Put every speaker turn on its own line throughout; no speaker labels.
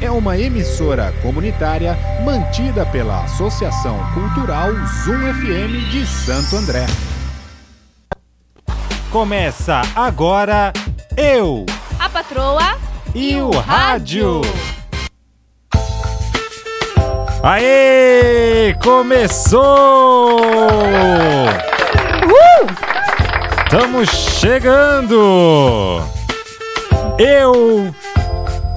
é uma emissora comunitária mantida pela Associação Cultural Zoom FM de Santo André.
Começa agora Eu
a patroa
e o Rádio. Aê! Começou! Estamos chegando! Eu,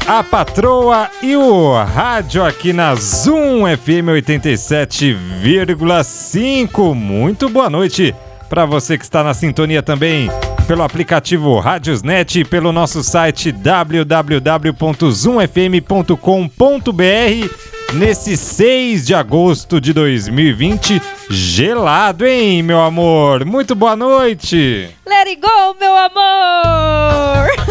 a patroa e o rádio aqui na Zoom FM 87,5. Muito boa noite para você que está na sintonia também pelo aplicativo Radiosnet e pelo nosso site www.zoomfm.com.br nesse 6 de agosto de 2020. Gelado, hein, meu amor? Muito boa noite!
Let it go, meu amor!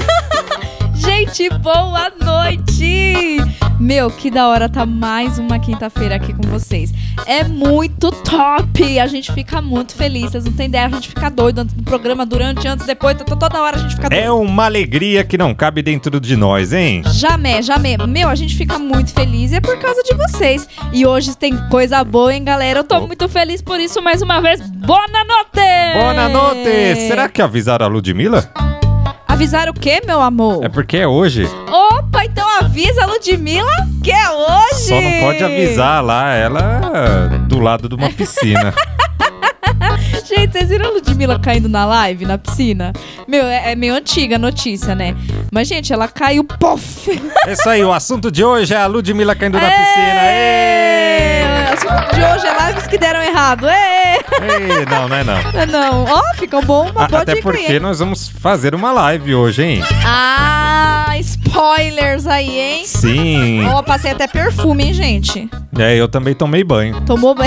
Gente, boa noite! Meu, que da hora tá mais uma quinta-feira aqui com vocês. É muito top! A gente fica muito feliz, vocês não têm ideia, a gente fica doido antes do programa, durante, antes, depois, to- toda hora a gente fica doido.
É uma alegria que não cabe dentro de nós, hein?
Jamé, jamé. Meu, a gente fica muito feliz e é por causa de vocês. E hoje tem coisa boa, hein, galera? Eu tô
Opa.
muito feliz por isso mais uma vez. Bona noite!
Boa noite! Será que avisaram a Ludmilla?
Avisaram o quê, meu amor?
É porque é hoje.
Opa, então avisa a Ludmilla que é hoje!
Só não pode avisar lá ela do lado de uma piscina.
Gente, vocês viram a Ludmilla caindo na live, na piscina? Meu, é, é meio antiga a notícia, né? Mas, gente, ela caiu, pof!
É isso aí, o assunto de hoje é a Ludmilla caindo na piscina.
Ê!
Ê!
O assunto de hoje é lives que deram errado. Ê!
Ê, não, não é não.
Ah, Não, ó, ficou bom, uma
A-
boa
Ah, até
dica aí,
porque
hein?
nós vamos fazer uma live hoje, hein?
Ah, spoilers aí, hein?
Sim.
Ó, passei até perfume, hein, gente?
É, eu também tomei banho.
Tomou.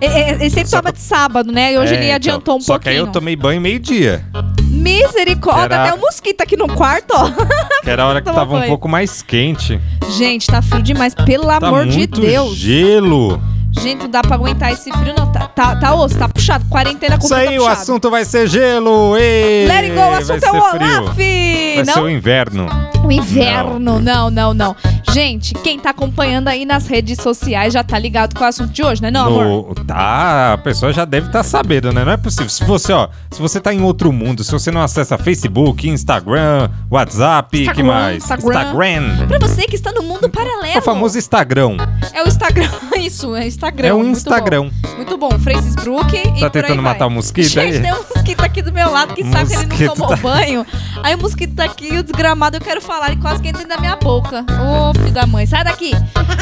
É, é, é, Esse sempre
Só
toma de sábado, né? E hoje
É,
ele
então.
adiantou um
Só
pouquinho.
que aí eu tomei banho meio-dia.
Misericórdia,
Era-
até o mosquito aqui no quarto, ó.
Que era a hora que
Tomou
tava um
banho.
pouco mais quente.
Gente, tá frio demais, pelo
Tá
amor de
muito
Deus.
gelo.
Gente, não dá pra aguentar esse frio, não. Tá, tá, tá osso, tá puxado. Quarentena com
Isso
frio tá
aí, o
puxado.
assunto vai ser gelo. Ei,
Let it go, o assunto é o
vai ser frio.
Olaf!
Vai ser um
não
o inverno.
O inverno, não, não, não. Gente, quem tá acompanhando aí nas redes sociais já tá ligado com o assunto de hoje, né, não, amor?
No- Tá, a pessoa já deve estar sabendo, né? Não é possível. Se você, ó, se você tá em outro mundo, se você não acessa Facebook, Instagram, WhatsApp,
Instagram,
que mais?
Instagram. É,
Instagram.
Pra você que está no mundo paralelo.
O famoso Instagram.
É o Instagram, isso, é Instagram.
é um
muito
Instagram.
bom. Muito bom, Francis Brook e
Tá
por aí
tentando
vai.
matar o mosquito
Gente,
aí?
tem um mosquito aqui do meu lado que sabe que ele não
Mosquito
tomou
tá-
banho. Aí o mosquito tá aqui, o desgramado, eu quero falar e quase que entra na minha boca. Ô, filho da mãe, sai daqui.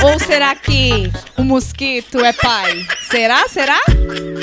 Ou será que o mosquito é pai? Será? Será?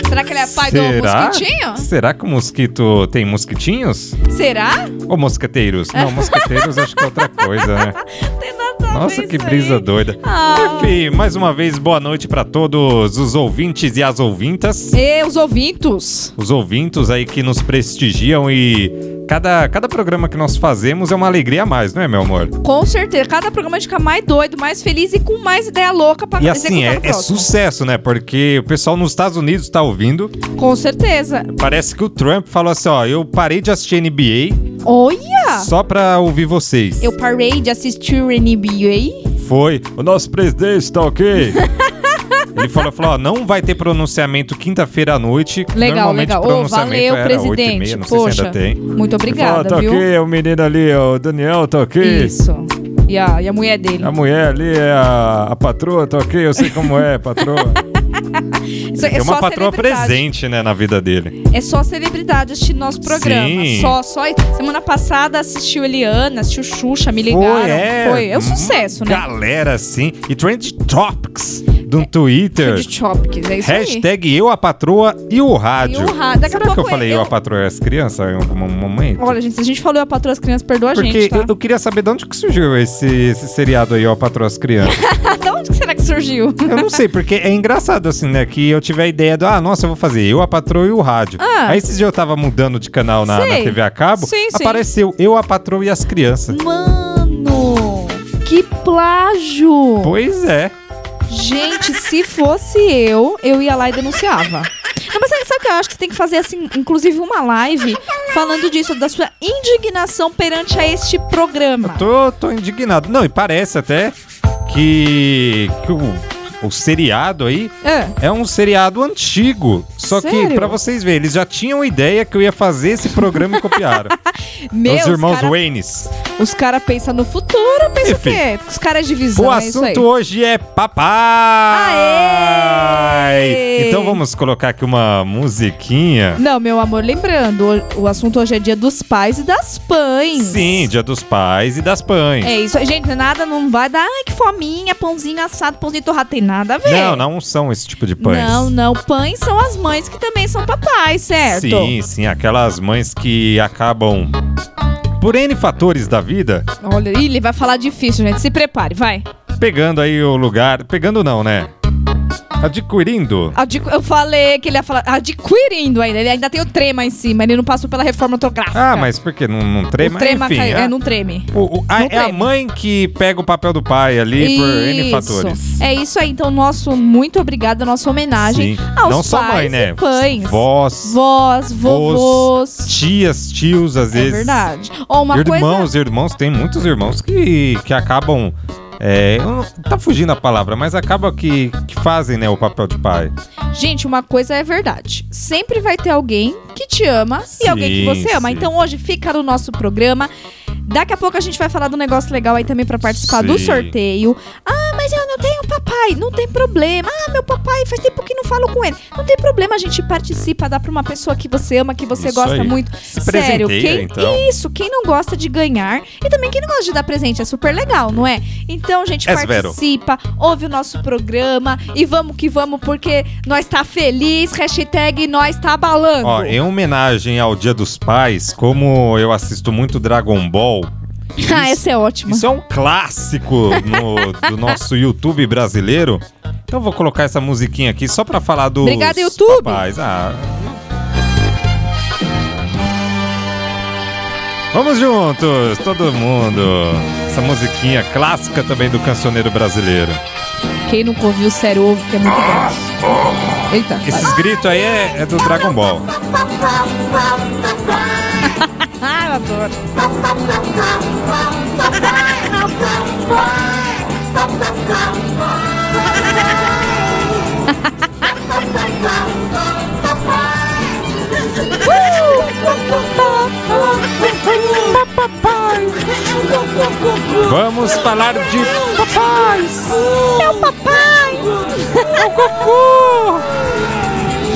Será que ele é pai
Será?
do mosquitinho?
Será que o mosquito tem mosquitinhos?
Será?
Ou mosqueteiros? Não, mosqueteiros acho que é outra coisa, né?
Não tem nada a ver
Nossa, que
isso
brisa
aí.
doida.
Ah.
Enfim, mais uma vez, boa noite pra todos os ouvintes e as ouvintas.
E é, os ouvintos?
os ouvintes aí que nos prestigiam e cada, cada programa que nós fazemos é uma alegria a mais, não é, meu amor?
Com certeza. Cada programa fica mais doido, mais feliz e com mais ideia louca pra
E
executar
assim, é,
no
é
próximo.
sucesso, né? Porque o pessoal nos Estados Unidos tá ouvindo.
Com certeza.
Parece que o Trump falou assim: ó, eu parei de assistir NBA
Olha!
só pra ouvir vocês.
Tá. Eu parei de assistir o NBA.
Foi. O nosso presidente tá ok. Ele falou, falou, ó, não vai ter pronunciamento quinta-feira à noite.
Legal,
Normalmente
legal. Ô,
o pronunciamento é
valeu,
era
presidente.
8h30, não sei se
Poxa.
ainda tem.
Muito obrigada,
Ele falou,
viu?
tá ok, o menino ali, ó, o Daniel tá ok.
Isso. E a, e a mulher dele.
A mulher ali é a, a patroa, tá ok? Eu sei como é, patroa.
Isso
é uma patroa
celebridade.
presente, né, na vida dele.
É só celebridade assistir nosso programa.
Sim.
Só, só. Semana passada assistiu Eliana, assistiu Xuxa, me ligaram. Foi. É um
Uhum.
sucesso, né?
Hum, Galera, sim. E Trend Topics do Twitter.
De Chopics, é isso aí.
Hashtag eu, a patroa e o rádio.
E o rádio. Daqui a
Será que
pouco
eu falei
eu-
eu, a patroa e as crianças em algum momento?
Olha, gente, se a gente falou a patroa as crianças, perdoa a
Porque
gente, tá?
eu, eu queria saber de onde que surgiu esse, esse seriado aí, ó, a patroa e as crianças.
da onde que será que surgiu?
Eu não sei, porque é engraçado assim, né? Que eu tive a ideia do, ah, nossa, eu vou fazer eu, a patroa e o rádio.
Ah.
Aí esses dias eu tava mudando de canal na, na
Sei.
TV a cabo,
Sim, sim.
apareceu eu, a patroa e as crianças.
Mano, que plágio!
Pois é.
Gente, se fosse eu, eu ia lá e denunciava. Não, mas sabe, sabe o que eu acho que tem que fazer, assim, inclusive uma live falando disso, da sua indignação perante a este programa.
Tô, tô indignado. Não, e parece até que, que o, o seriado aí
Ah,
é um seriado antigo. Só que,
Sério?
pra vocês verem, eles já tinham ideia que eu ia fazer esse programa e copiaram.
meu,
Os irmãos
cara-
Waynes.
Os caras pensam no futuro, pensa o
Enfim.
quê? Os caras de visão,
O
é isso aí.
assunto hoje é papai.
Aê!
Então vamos colocar aqui uma musiquinha.
Não, meu amor, lembrando, o, o assunto hoje é dia dos pais e das pães.
Sim, Dia dos Pais e das Pães.
É isso, aí, gente, nada não vai dar, ai que fominha, pãozinho assado, pãozinho torrado, tem nada a ver.
Não, não são esse tipo de pães.
Não, é, não, pães são as mães que também são papais, certo?
Sim, sim, aquelas mães que acabam por N fatores da vida,
Olha, ih, ele vai falar difícil, gente, se prepare, vai.
pegando aí o lugar, pegando não, né? Adquirindo.
Adqu- eu falei que ele ia falar adquirindo ainda, ele ainda tem o trema em cima, ele não passou pela reforma ortográfica.
Ah, mas por que não, não
Tá. o
trema?
trema
Enfim,
cai-
a-
é, não treme.
o- o- a-
não
é a
trema.
mãe que pega o papel do pai ali por N fatores.
É isso aí, então nosso muito obrigado, nossa homenagem
Sim.
aos
não
pais
só mãe,
e
né?
pães.
Vós,
Vós, vovôs.
tias, tios, às
É
vezes.
verdade. Ó, uma coisa.
irmãos, irmãos, tem muitos irmãos que, que acabam. é, eu não- tá fugindo a palavra, mas acaba que, que fazem né, o papel de pai.
Gente, uma coisa é verdade. Sempre vai ter alguém que te ama
Sim,
e alguém que você ama.
sim.
Então hoje fica no nosso programa. Daqui a pouco a gente vai falar do negócio legal aí também pra participar do
Sim.
sorteio. Ah, mas eu não tenho papai. Não tem problema. Ah, meu papai, faz tempo que não falo com ele. Não tem problema, a gente participa, dá pra uma pessoa que você ama, que você
Isso
gosta
aí.
muito.
Se
Sério,
presenteia,
quem-
então.
Isso, quem não gosta de ganhar e também quem não gosta de dar presente é super legal, não é? Então, gente,
É vero.
participa, ouve o nosso programa e vamos que vamos, porque nós tá feliz, hashtag nós tá abalando.
Ó, em homenagem ao Dia dos Pais, como eu assisto muito Dragon Ball,
ah, essa é ótima.
isso é um clássico no- do nosso YouTube brasileiro. Então eu vou colocar essa musiquinha aqui só pra falar dos
Obrigada, YouTube.
papais. Ah. Vamos juntos, todo mundo. Essa musiquinha clássica também do cancioneiro brasileiro.
Quem nunca ouviu, sério, ouve, que é muito bom. Eita.
Esses gritos aí é, é do Dragon Ball.
Ah, eu adoro.
Vamos falar de papais.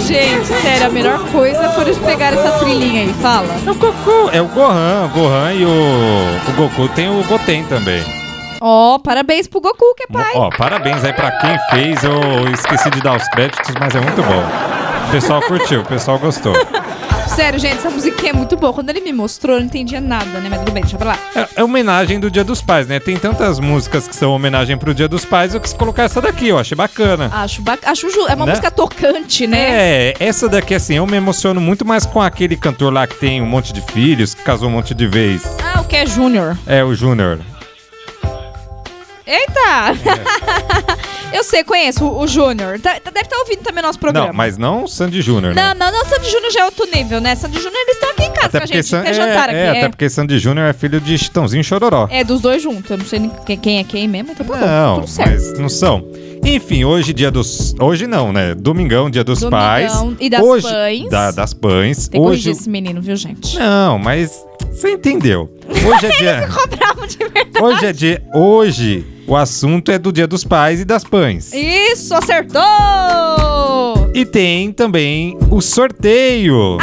Gente, sério, a melhor coisa foi eles pegarem essa trilhinha aí, fala.
É o Goku, é o Gohan, o Gohan e o, o Goku tem o Goten também.
Ó, parabéns pro Goku, que é pai.
Ó, parabéns aí pra quem fez. Eu esqueci de dar os créditos, mas é muito bom. O pessoal curtiu, o pessoal gostou. É,
Sério, gente, essa musiquinha é muito boa. Quando ele me mostrou, eu não entendia nada, né? Mas tudo bem, deixa pra lá.
É, é homenagem do Dia dos Pais, né? Tem tantas músicas que são homenagem pro Dia dos Pais, eu quis colocar essa daqui, eu achei bacana.
Acho, bac- acho ju- é uma
Né?
música tocante, né?
É, essa daqui assim, eu me emociono muito mais com aquele cantor lá que tem um monte de filhos, que casou um monte de vez.
Ah, o que é Júnior?
É o Júnior.
Eita! eu sei, conheço o, o Júnior. Tá- tá- deve estar ouvindo também nosso programa.
É. Não, mas não o Sandy Júnior, né?
Não, não, não, Sandy Júnior já é outro nível, né? Sandy Júnior, eles estão aqui em casa com a gente.
San-
Até jantar
é,
aqui.
até porque Sandy Júnior é filho de Chitãozinho e Chororó.
É, dos dois juntos. Eu não sei nem quem- quem é quem mesmo, então tá bom.
Não,
tudo certo.
mas não são. Enfim, hoje dia dos. Hoje não, né? Domingão, dia dos
Domingão
pais.
e das
hoje,
pães.
Da- das pães.
Tem que corrigir
hoje.
esse menino, viu, gente?
Não, mas você entendeu. Hoje é dia.
Ficou bravo de verdade.
hoje é dia. Hoje o assunto é do dia dos pais e das pães. E,
Isso, acertou!
tem também o sorteio.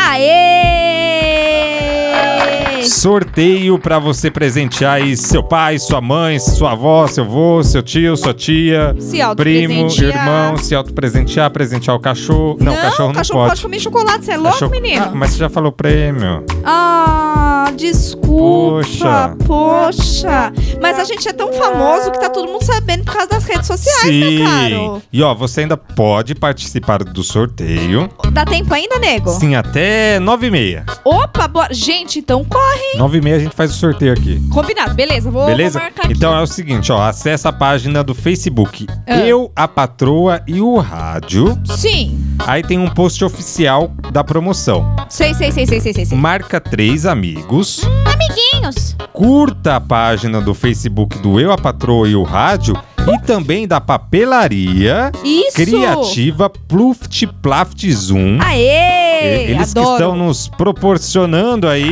Aê!
Sorteio pra você presentear aí seu pai, sua mãe, sua avó, seu avô, seu tio, sua tia.
Se
Primo,
autopresentear.
irmão, se autopresentear, presentear o cachorro. Não, o cachorro não
pode.
pode.
comer chocolate, você é louco,
Cachorro-
menino?
Ah, mas você já falou prêmio.
Ah, desculpa,
Poxa.
poxa. Mas a gente é tão famoso que tá todo mundo sabendo por causa das redes sociais, meu tá caro.
E ó, você ainda pode participar do sorteio.
Dá tempo ainda, nego?
Sim, até 9h30.
Opa, bora. Gente, então corre.
9h30 a gente faz o sorteio aqui.
Combinado, beleza, vou,
Beleza?
vou marcar aqui.
Então é o seguinte, ó, acessa a página do Facebook
Ah.
Eu, a Patroa e o Rádio.
Sim,
Aí tem um post oficial da promoção.
sei, sei, sei, sei, sei, sei. sei.
Marca três amigos.
Amiguinhos.
curta a página do Facebook do Eu, a Patroa e o Rádio e também da papelaria
Isso!
criativa Pluft Plaft Zoom.
Aê!
E- Eles
adoro.
que estão nos proporcionando aí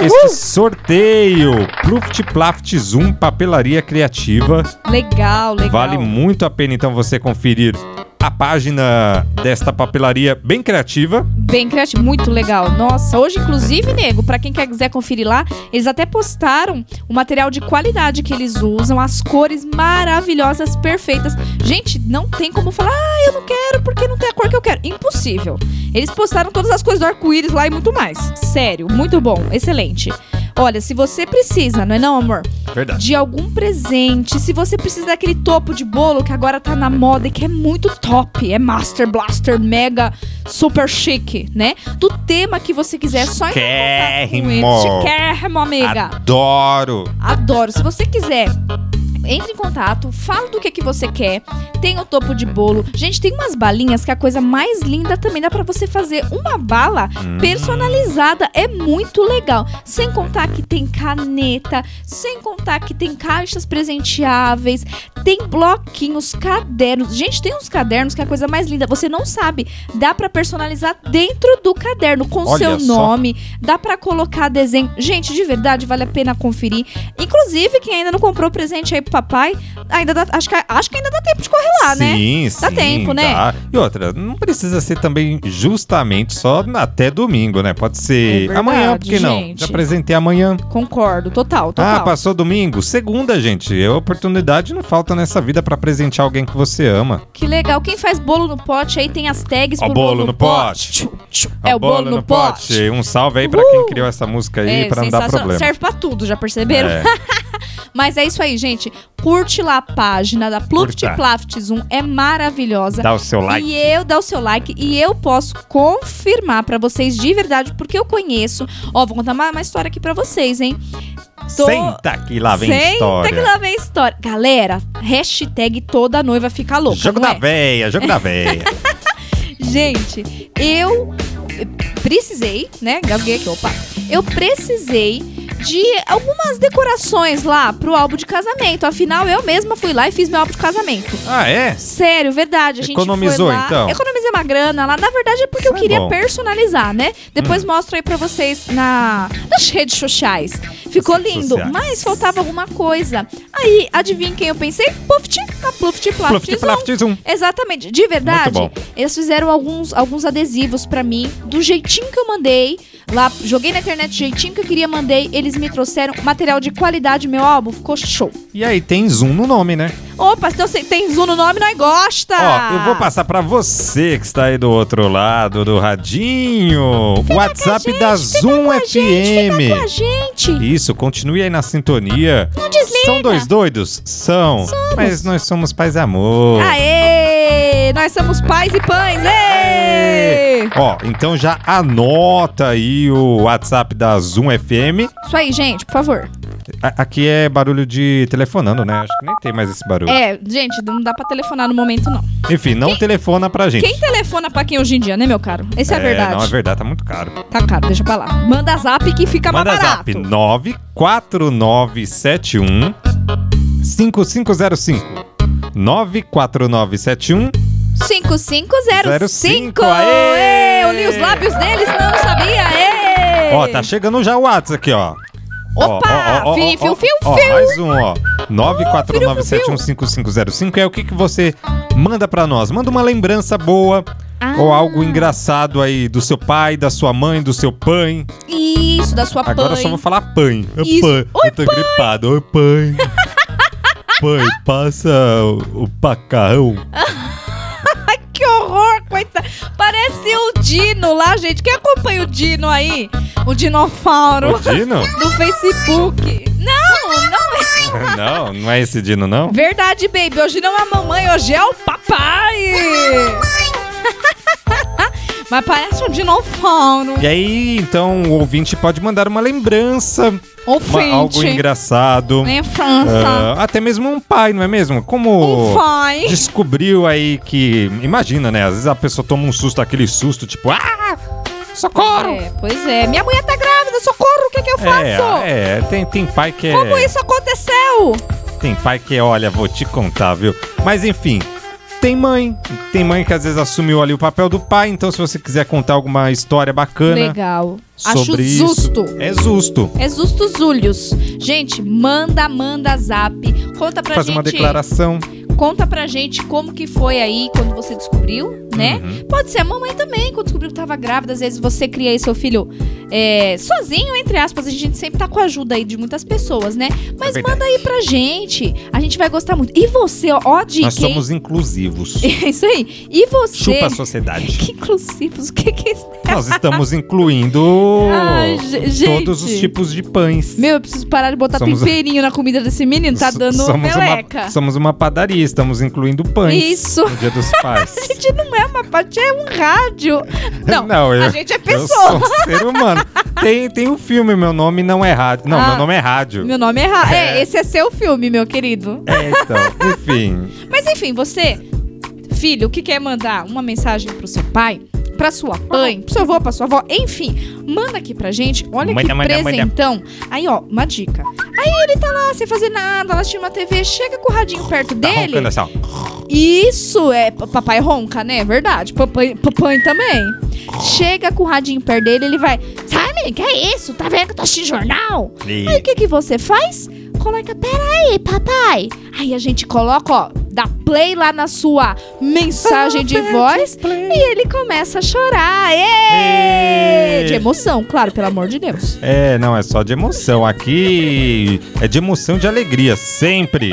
este sorteio. Pluft Plaft Zoom Papelaria Criativa.
Legal, legal.
Vale muito a pena então você conferir a página desta papelaria bem criativa.
Bem criativo, muito legal. Nossa, hoje, inclusive, nego, pra quem quer, quiser conferir lá, eles até postaram o material de qualidade que eles usam, as cores maravilhosas, perfeitas. Gente, não tem como falar, ah, eu não quero porque não tem a cor que eu quero. Impossível. Eles postaram todas as coisas do arco-íris lá e muito mais. Sério, muito bom, excelente. Olha, se você precisa, não é não, amor?
Verdade.
de algum presente. Se você precisa daquele topo de bolo que agora tá na moda e que é muito top, é Master Blaster Mega Super Chique, né? Do tema que você quiser, é só entrar em contato com eles.
Chiquérrimo.
Chiquérrimo, amiga.
Adoro!
Adoro. Se você quiser, entre em contato, fala do que, que você quer. Tem o topo de bolo. Gente, tem umas balinhas que é a coisa mais linda também. Dá pra você fazer uma bala
Hum.
personalizada. É muito legal. Sem contar que tem caneta, sem contar que tem caixas presenteáveis, tem bloquinhos, cadernos. Gente, tem uns cadernos que é a coisa mais linda. Você não sabe. Dá pra personalizar dentro do caderno com
Olha
seu
só.
nome. Dá pra colocar desenho. Gente, de verdade, vale a pena conferir. Inclusive, quem ainda não comprou presente aí pro papai, ainda dá, acho, que, acho que ainda dá tempo de correr lá, né?
sim,
Dá
sim,
tempo, né?
dá. E outra, não precisa ser também justamente só até domingo, né? Pode
É
ser
verdade,
amanhã, porque não?
gente.
Já apresentei amanhã.
Concordo, total, total.
Ah, passou domingo? Segunda, gente. É oportunidade não falta nessa vida pra presentear alguém que você ama.
Que legal. Quem faz bolo no pote aí tem as tags
Ó,
pro
bolo no pote.
Tchu, tchu.
A
É o
bola
bolo no pote. Uh!
Um salve aí pra quem criou essa música aí,
É,
pra não dar
sensacional.
problema.
Serve pra tudo, já perceberam?
É.
Mas é isso aí, gente. Curte lá a página da Pluft
Curta.
Plaft Zoom. É maravilhosa.
Dá o seu like.
E eu dá o seu like e eu posso confirmar pra vocês de verdade, porque eu conheço. Ó, vou contar uma, uma história aqui pra vocês, hein? tô-
Senta que lá vem
Senta
história.
que lá vem história. Galera, hashtag toda noiva fica louca.
Jogo
não
da
é?
véia, jogo da véia.
Gente, eu precisei, né? Gaguei aqui, opa. Eu precisei de algumas decorações lá pro álbum de casamento. Afinal, eu mesma fui lá e fiz meu álbum de casamento.
ah, é?
Sério, verdade. A gente
Economizou,
foi lá,
então?
Economizei uma grana lá. Na verdade, é porque eu
Isso é
queria
bom. Hum.
personalizar, né? Depois mostro aí pra vocês na, nas redes sociais. Ficou lindo,
Sociais.
mas faltava alguma coisa. Aí, adivinha quem eu pensei? Pluft, a Pluft
Pluft,
Plaft.
plaft, zoom.
Exatamente, de verdade.
Muito bom.
Eles fizeram alguns, alguns adesivos pra mim, do jeitinho que eu mandei. Lá, joguei na internet do jeitinho que eu queria, mandei. Eles me trouxeram material de qualidade, meu álbum ficou show.
E aí, tem zoom no nome, né?
Opa, então você tem zoom no nome, nós gosta!
Ó, eu vou passar pra você que está aí do outro lado do radinho. WhatsApp da Zoom
com a gente, fica com a
FM.
gente.
Isso, continue aí na sintonia.
Não desliga.
São dois doidos? São. Mas nós somos paz e amor.
Aê! Nós somos pais e pães, ê!
Ó, então já anota aí o WhatsApp da Zoom FM.
Isso aí, gente, por favor.
A- aqui é barulho de telefonando, né? Acho que nem tem mais esse barulho.
É, gente, não dá pra telefonar no momento, não.
Enfim, não telefona pra gente.
Quem telefona pra quem hoje em dia, né, meu caro? Essa é, a verdade.
não, é verdade, tá muito caro.
Tá caro, deixa pra lá. Manda zap que fica
Manda
mais barato.
zap 94971 5505 94971
5505!
05.
Aê! Eu li os lábios deles, não sabia! Aê!
Ó, tá chegando já o WhatsApp aqui, ó. Ó,
Opa!
ó, ó, ó,
Fio,
ó,
fio, fio,
ó,
fio.
mais um, ó. 949715505 é o que, que você manda pra nós. Manda uma lembrança boa ou
Ah,
algo engraçado aí do seu pai, da sua mãe, do seu pai.
Isso, da sua
Agora eu
pãe.
só vou falar pai. É
Isso.
pai.
Oi,
eu tô gripado. Oi, pai. pai, passa o, o pacarrão.
Ai, que horror, coitado. Parece o Dino lá, gente. Quem acompanha o Dino aí? O
O
Dinofauro
Dino?
do Facebook. Não, não é.
não, não é esse Dino, não?
Verdade, baby. Hoje não é a mamãe, hoje é o papai. Mas parece um dinossauro.
E aí, então, o ouvinte pode mandar uma lembrança, uma- algo
Ofente.
engraçado.
Né, França?
Ah, até mesmo um pai, não é mesmo?
Um
Como
pai.
descobriu aí que. Imagina, né? Às vezes a pessoa toma um susto, aquele susto, tipo, ah! Socorro!
É, pois é. Minha mulher tá grávida, socorro, o que que eu é faço?
ah, é, é, tem, tem pai que é.
Como isso aconteceu?
tem pai que, é, olha, vou te contar, viu? Mas enfim, tem mãe. Tem mãe que às vezes assumiu ali o papel do pai, então se você quiser contar alguma história bacana
Legal. Acho
sobre isso.
justo.
É justo.
É justos Zúlios. Gente, manda, manda zap. Conta pra
Fazer
gente.
uma declaração.
Conta pra gente como que foi aí quando você descobriu, né?
Uhum.
Pode ser a mamãe também, quando descobriu que tava grávida. Às vezes você cria aí seu filho é, sozinho, entre aspas. A gente sempre tá com a ajuda aí de muitas pessoas, né? Mas
é verdade.
manda aí pra gente. A gente vai gostar muito. E você, ó, ó a dica,
Nós
hein?
somos inclusivos.
É isso aí. E você.
Chupa a sociedade.
Que inclusivos, o que que é isso?
Nós estamos incluindo
Ai, ge- gente.
todos os tipos de pães.
Meu, eu preciso parar de botar
Somos-
temperinho na comida desse menino, tá
S-
dando meleca.
uma, somos uma padaria, estamos incluindo pães
Isso.
no Dia dos Pais.
gente não é uma parte, é um rádio. Não,
eu,
a gente é
eu
pessoa.
sou um ser humano. Tem, tem um filme, meu nome não é rádio. Não,
Ah.
meu nome é rádio.
Meu nome é Ra. É.
É.
esse é seu filme, meu querido.
É, então, enfim.
Mas enfim, você, filho, que quer mandar uma mensagem pro seu pai, pra sua mãe, pro seu avô, pra sua avó, enfim, manda aqui pra gente. Olha que
Manda, manda, manda.
presentão. Aí, ó, uma dica. Aí ele tá lá sem fazer nada, lá assistindo uma TV, chega com o radinho perto
Tá
dele.
roncando assim, ó.
Isso é. p- Papai ronca, né? Verdade. Papai, papai também. Chega com o radinho perto dele, ele vai. Sabe, que é isso? Tá vendo que eu tô assistindo jornal?
E-
Aí o que, que você faz? Coloca, peraí, papai. Aí a gente coloca, ó, dá play lá na sua mensagem de voz e ele começa a chorar. Ê!
Ê!
De emoção, claro, pelo amor de Deus.
É, não, é só de emoção. Aqui é de emoção de alegria, sempre.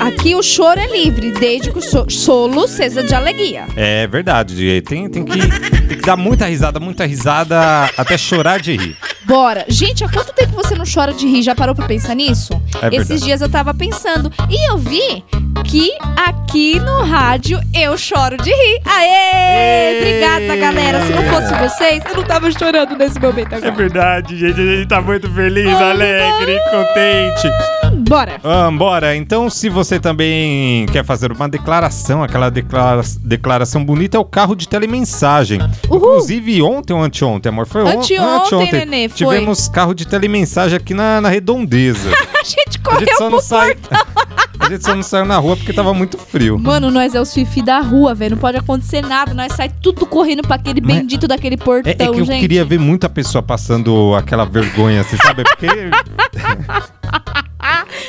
Aqui o choro é livre, desde que o so solo seja de alegria.
É verdade, tem, tem, que, tem que dar muita risada, muita risada, até chorar de rir.
Bora. Gente, há quanto tempo você não chora de rir? Já parou pra pensar nisso?
É verdade.
Esses dias eu tava pensando e eu vi que aqui no rádio eu choro de rir. Aê!
Ê!
Obrigada, galera. Se não fosse vocês, eu não tava chorando nesse momento agora.
É verdade, gente. A gente tá muito feliz, alegre, contente.
Bora.
Bora, então se você também quer fazer uma declaração, aquela declara- declaração bonita, é o carro de telemensagem.
Uhul.
Inclusive, ontem ou anteontem, amor? Foi on-
Anteontem, nenê, foi.
Tivemos carro de telemensagem aqui na, na redondeza.
A gente
A gente
correu.
só não sai. A gente só não saiu na rua porque tava muito frio.
Mano, nós é os fifi da rua, velho. Não pode acontecer nada. Nós sai tudo correndo pra aquele
Mas-
bendito daquele
É,
portão,
é que eu
Então, gente.
queria ver muita pessoa passando aquela vergonha, você sabe? É Porque.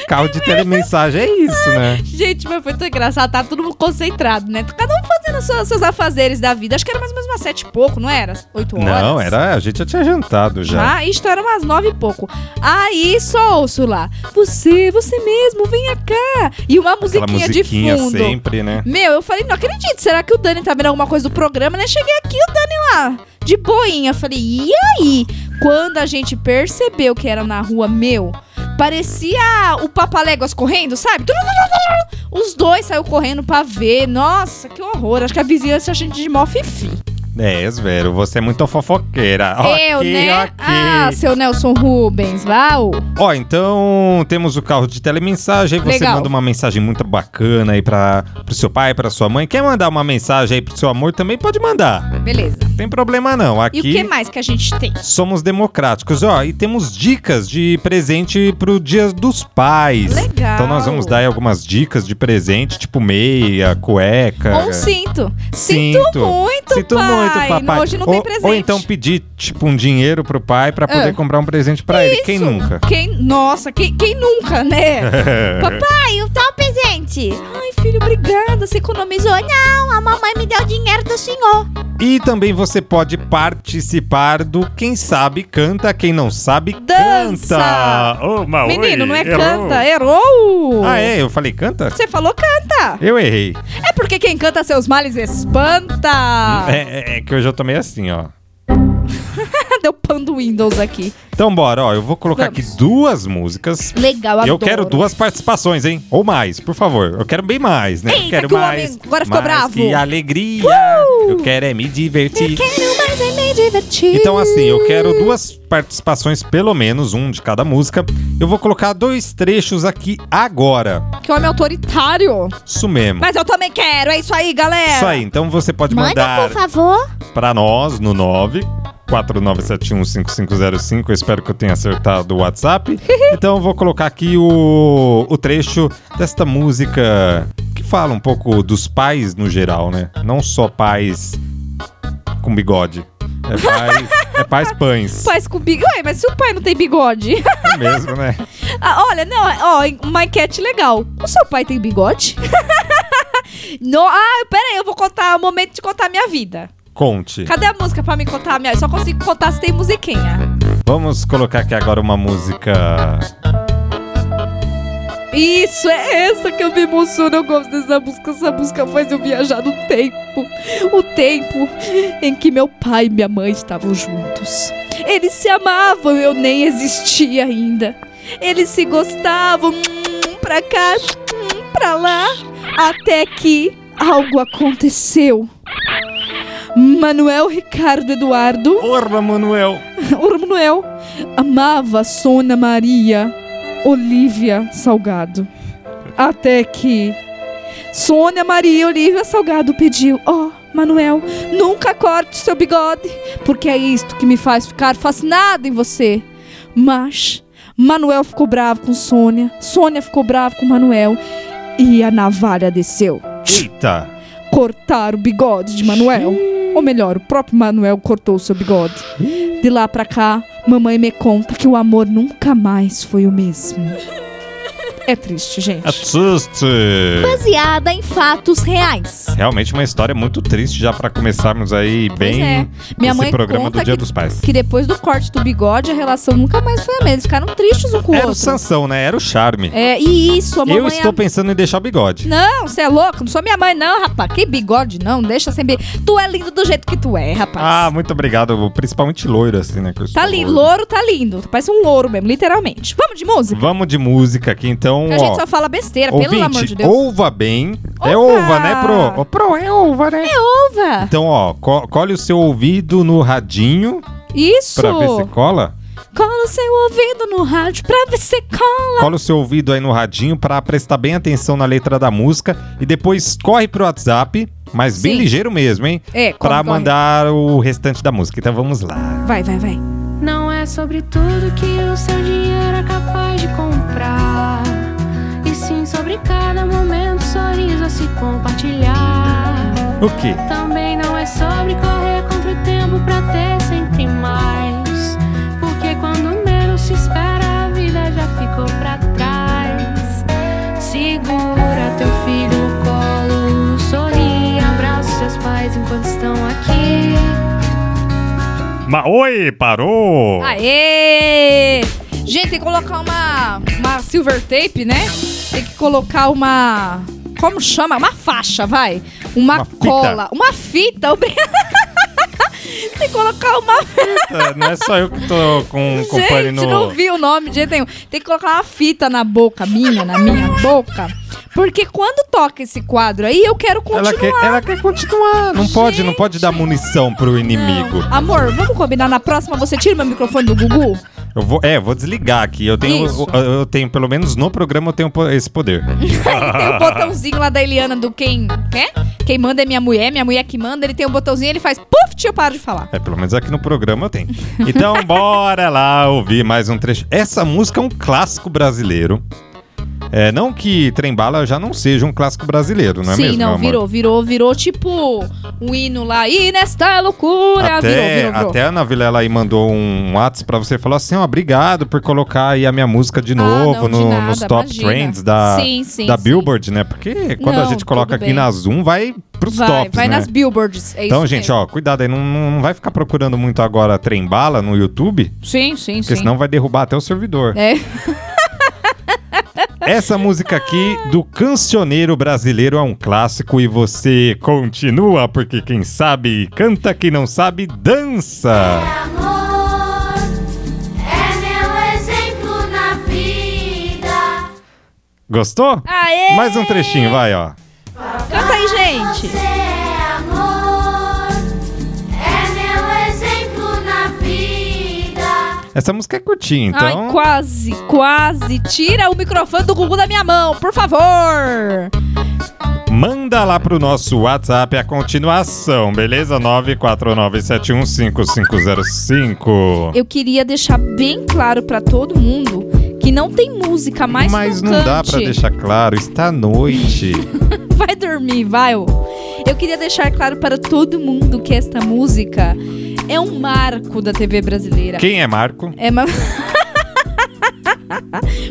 Carro de telemensagem é isso, né?
Gente, mas foi tão engraçado. Tá todo mundo concentrado, né? Cada um fazendo seus, seus afazeres da vida. Acho que era mais ou menos umas sete e pouco, não era? Oito horas.
Não, era. A gente já tinha jantado já.
Já, isto era umas nove e pouco. Aí só ouço lá. Você, você mesmo, venha cá. E uma
Aquela
musiquinha,
musiquinha
de fundo.
sempre, né?
Meu, eu falei, não acredito. Será que o Dani tá vendo alguma coisa do programa, né? Cheguei aqui, o Dani lá, de boinha. Eu Falei, e aí? Quando a gente percebeu que era na rua, meu, parecia o Papaléguas correndo, sabe? Os dois saiu correndo pra ver. Nossa, que horror. Acho que a vizinhança a gente de mó fifi.
É, Svero, você é muito fofoqueira.
eu,
Ok,
né?
ok.
Ah, seu Nelson Rubens, lá, ô.
Ó, então temos o carro de telemensagem. Aí Você
Legal.
manda uma mensagem muito bacana aí pra, pro seu pai, pra sua mãe. Quer mandar uma mensagem aí pro seu amor também? Pode mandar.
Beleza.
Não tem problema não.
E
Aqui
o que mais que a gente tem?
somos democráticos. Ó, e temos dicas de presente pro Dia dos Pais.
Legal.
Então nós vamos dar aí algumas dicas de presente, tipo meia, cueca.
Ou um cinto. Sinto, muito,
Sinto
pai.
muito, papai.
Hoje não
ou,
tem presente.
ou então pedir, tipo, um dinheiro pro pai pra poder
Ah.
comprar um presente pra ele. Quem
Isso.
nunca?
Quem, nossa, quem, quem nunca, né? papai, o tal presente. Ai, filho, obrigada. Você economizou. Não, a mamãe me deu o dinheiro do senhor.
E também você pode participar do Quem Sabe Canta, Quem Não Sabe
Dança!
Canta. Ô, Maui,
Menino, não é
Ah, errou.
canta, errou.
Ah, é? Eu falei canta?
Você falou canta.
Eu errei.
É porque quem canta seus males espanta.
É, é- é que hoje eu tomei assim, ó.
Deu pan do Windows aqui.
Então bora, ó. Eu vou colocar
Vamos.
aqui duas músicas.
Legal,
Eu
adoro.
quero duas participações, hein? Ou mais, por favor. Eu quero bem mais, né?
Eita,
eu quero
que o homem
mais.
agora ficou
mais
bravo. Uh!
Que alegria! Eu quero é me divertir.
Quero mais é me divertir.
Então, assim, eu quero duas participações, pelo menos, um de cada música. Eu vou colocar dois trechos aqui agora.
Que homem autoritário.
Isso mesmo.
Mas eu também quero. É isso aí, galera. tá
Isso aí. Então você pode mandar
Manda, por favor.
pra nós no 9 49715505. Eu espero que eu tenha acertado o WhatsApp. então eu vou colocar aqui o, o trecho desta música que fala um pouco dos pais no geral, né? Não só pais com bigode. É pais, é pais pães.
Pais com bigode. Ué, mas se o pai não tem bigode?
É mesmo, né?
Ah, olha, não, ó, uma enquete legal. O seu pai tem bigode? no, ah, peraí, eu vou contar o momento de contar a minha vida.
Conte.
Cadê a música pra me contar a minha? Eu só consigo contar se tem musiquinha.
Vamos colocar aqui agora uma música.
Isso, é essa que eu me emociono. Eu gosto dessa música. Essa música faz eu viajar no tempo. O tempo em que meu pai e minha mãe estavam juntos. Eles se amavam, eu nem existia ainda. Eles se gostavam, hum, pra cá, hum, pra lá. Até que algo aconteceu. Manuel Ricardo Eduardo
Orla Manuel.
o Manuel amava Sona Maria Olívia Salgado. Até que Sônia Maria Olívia Salgado pediu: Ó, Manuel, nunca corte seu bigode, porque é isto que me faz ficar fascinada em você. Mas Manuel ficou bravo com Sônia, Sônia ficou brava com Manuel e a navalha desceu
Eita!
cortar o bigode de Manuel. Ou melhor, o próprio Manuel cortou o seu bigode. De lá pra cá, mamãe me conta que o amor nunca mais foi o mesmo. É triste, gente.
Assuste!
Baseada em fatos reais.
Realmente uma história muito triste já pra começarmos aí
Pois
bem
é. Minha
esse
mãe
programa
conta
do Dia
que,
dos Pais.
que depois do corte do bigode, a relação nunca mais foi a mesma. Ficaram tristes um com o
Era o
outro.
Sansão, né? Era o charme.
É, e isso, a mamãe...
Eu estou pensando em deixar o bigode.
Não, você é louco? Não sou minha mãe, não, rapaz. Que bigode, não. Deixa sem... bi- Tu é lindo do jeito que tu é, rapaz.
Ah, muito obrigado. Principalmente loiro, assim, né? que eu
Tá
sou
lindo, louro tá lindo. Parece um louro mesmo, literalmente. Vamos de música?
Vamos de música aqui, então.
A
ó,
gente só fala besteira, pelo
ouvinte,
amor de Deus.
ouva bem. É
Ova!
ova, né, pro? Ô, Pro, é ova, né?
Ouva!
Então, ó, co- colhe o seu ouvido no radinho
Isso!
pra ver se cola.
Cola o seu ouvido no rádio pra ver se cola.
Cola o seu ouvido aí no radinho pra prestar bem atenção na letra da música e depois corre pro WhatsApp, mas bem
Sim.
ligeiro mesmo, hein?
É,
Pra
corre, corre.
mandar o restante da música. Então vamos lá.
Vai, vai, vai.
Não é sobre tudo que o seu dinheiro é capaz de comprar. E sim sobre cada momento, sorriso a se compartilhar.
O quê?
Também não é sobre correr contra o tempo pra ter sempre mais. Porque quando menos se espera, a vida já ficou pra trás. Segura teu filho no colo, sorri, abraça seus pais enquanto estão aqui.
Ma oi, parou!
Aê! Gente, tem que colocar uma, uma silver tape, né? Tem que colocar uma. Como chama? Uma faixa, vai. Uma,
Uma fita.
cola. Uma fita. obri- tem que colocar uma.
Eita, Não é só eu que tô com, com pane
Gente,
no.
não vi o nome de jeito nenhum. Tem que colocar uma fita na boca minha, na minha boca. Porque quando toca esse quadro aí, eu quero continuar.
Ela quer, ela quer continuar. Não pode, não pode dar munição pro inimigo.
Amor, vamos combinar na próxima você tira meu microfone do Gugu?
Eu vou, é, eu vou desligar aqui. Eu tenho,
Isso.
eu, eu tenho, pelo menos no programa, eu tenho po- esse poder.
Tem o botãozinho lá da Eliana do quem quer? Quem manda é minha mulher, minha mulher que manda. Ele tem um botãozinho, ele faz puf, tio, eu paro de falar.
É, pelo menos aqui no programa eu tenho. Então, bora lá ouvir mais um trecho. Essa música é um clássico brasileiro. É, não que Trembala já não seja um clássico brasileiro, não é
Sim,
mesmo? meu
não,
amor?
virou, virou, virou tipo um hino lá. E nesta loucura,
Até,
virou, virou, virou.
até a Ana Vilela aí mandou um WhatsApp pra você e falou assim: ó, obrigado por colocar aí a minha música de
Ah,
novo
não, de
no-
nada,
nos top
imagina.
trends da,
Sim, sim,
da
sim.
Billboard, né? Porque quando a
Não,
gente coloca
tudo
aqui
bem.
na Zoom, vai pros
Vai,
tops,
vai
né?
nas billboards. É
Então,
isso
gente,
mesmo.
ó, cuidado aí, não, não vai ficar procurando muito agora trem bala no YouTube,
Sim, sim,
porque
sim.
senão vai derrubar até o servidor.
É.
Essa música aqui do cancioneiro brasileiro é um clássico e você continua, porque quem sabe canta, quem não sabe dança.
Amor é meu exemplo na vida.
Gostou?
Aê!
Mais um trechinho, vai, ó.
Canta aí, gente.
Você é amor, é meu exemplo na vida.
Essa música é curtinha, então.
Ai, quase, quase. Tira o microfone do Gugu da minha mão, por favor.
Manda Manda lá pro nosso WhatsApp a continuação, beleza? 949715505.
Eu queria deixar bem claro pra todo mundo que não tem música mais
Mas
tocante.
não dá pra deixar claro, está à noite.
Vai dormir, vai. ô. Eu queria deixar claro para todo mundo que esta música é um marco da TV brasileira.
Quem é Marco?
É, mas...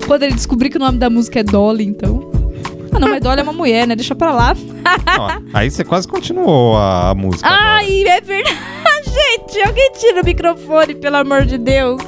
Quando ele descobrir que o nome da música é Dolly, então. Ah, não, mas Dolly é uma mulher, né? Deixa pra lá.
Ó, aí você quase continuou a, a música. agora.
Ai, é verdade. Gente, alguém tira o microfone, pelo amor de Deus.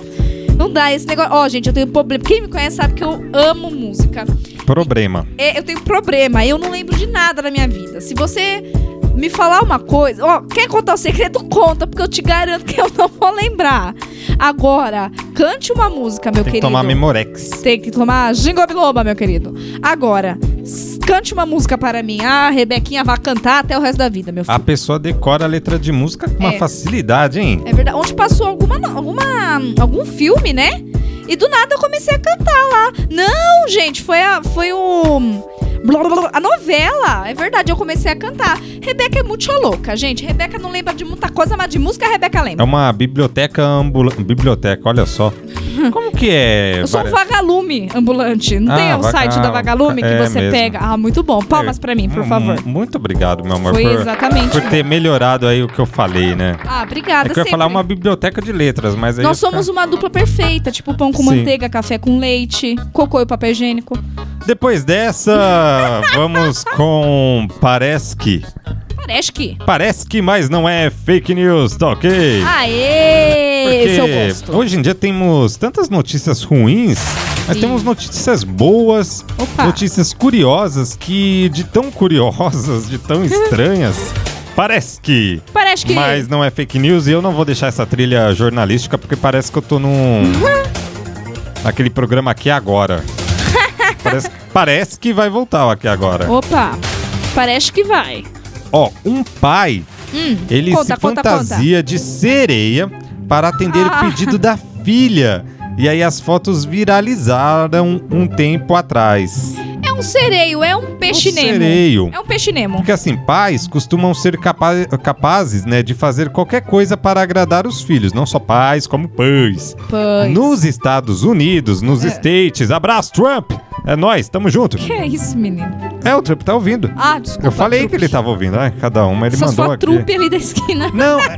Não dá esse negócio. Ó, gente, eu tenho problema. Quem me conhece sabe que eu amo música.
Problema.
É, eu tenho problema, eu não lembro de nada na minha vida. Se você me falar uma coisa, ó, quer contar o segredo? Conta, porque eu te garanto que eu não vou lembrar. Agora, cante uma música, meu
Tem que
querido.
tomar Memorex.
Tem que tomar gingobiloba, meu querido. Agora, s- cante uma música para mim. Ah, a Rebequinha vai cantar até o resto da vida, meu filho.
A pessoa decora a letra de música com uma
É.
facilidade, hein?
É verdade. Onde passou alguma, alguma, algum filme, né? E do nada eu comecei a cantar lá. Não, gente, foi a, foi o blá, blá, blá, a novela. É verdade, eu comecei a cantar. Rebeca é muito louca, gente. Rebeca não lembra de muita coisa, mas de música a Rebeca
É
lembra.
uma biblioteca ambulante. Biblioteca, olha só. Como que é?
Eu sou um
Vari-
vagalume ambulante. Não tem
Ah,
o
vaga-
site da Vagalume que
é
você
mesmo.
pega? Ah, muito bom. Palmas pra mim, por
Hum,
favor.
Muito obrigado, meu amor,
Foi
por,
exatamente.
por ter melhorado aí o que eu falei, né?
Ah,
É
obrigada.
que eu ia
sempre.
falar uma biblioteca de letras, mas aí.
Nós
ia ficar-
somos uma dupla perfeita, tipo pão com
Sim.
manteiga, café com leite, cocô e papel higiênico.
Depois dessa, vamos com. Parece que.
Parece que
Parece que, mas não é fake news, tá ok?
Aê! Esse eu
Porque
gosto.
hoje em dia temos tantas notícias ruins,
Sim. Tá.
mas temos notícias boas,
Opa.
notícias curiosas que, de tão curiosas, de tão estranhas, parece que.
Parece que.
Mas não é fake news e eu não vou deixar essa trilha jornalística porque parece que eu tô num. naquele programa aqui agora. parece, parece que vai voltar o aqui agora.
Opa! Parece que vai.
Ó, um pai
Hum,
ele
conta,
se
conta,
fantasia de sereia para atender
Ah.
o pedido da filha. E aí as fotos viralizaram um tempo atrás.
conta. É um sereio, é um peixe
Um
nemo.
sereio.
É um peixe nemo.
Porque assim, pais costumam ser capa- capazes, né, de fazer qualquer coisa para agradar os filhos, não só pais, como pães.
Pois.
Nos Estados Unidos, nos
É.
States, abraço Trump. É nós, tamo junto.
Que é isso, menino?
É o Trump tá ouvindo.
Ah, desculpa.
Eu falei
trupe.
que ele tava ouvindo, né? Cada uma ele
Só se
mandou
for a
aqui.
trupe ali da esquina.
Não. é-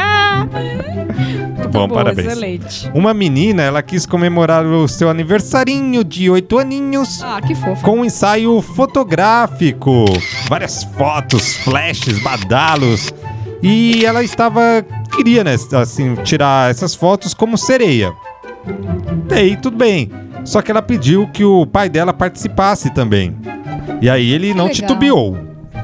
Muito Tá bom,
Tá boa,
parabéns.
Excelente.
Uma menina, ela quis comemorar o seu aniversarinho de 8 aninhos
Ah, que fofo.
com um ensaio fotográfico. Várias fotos, flashes, badalos. E ela estava queria, né, assim, tirar essas fotos como sereia. E aí, tudo bem. Só que ela pediu que o pai dela participasse também. E aí ele não
legal.
titubeou.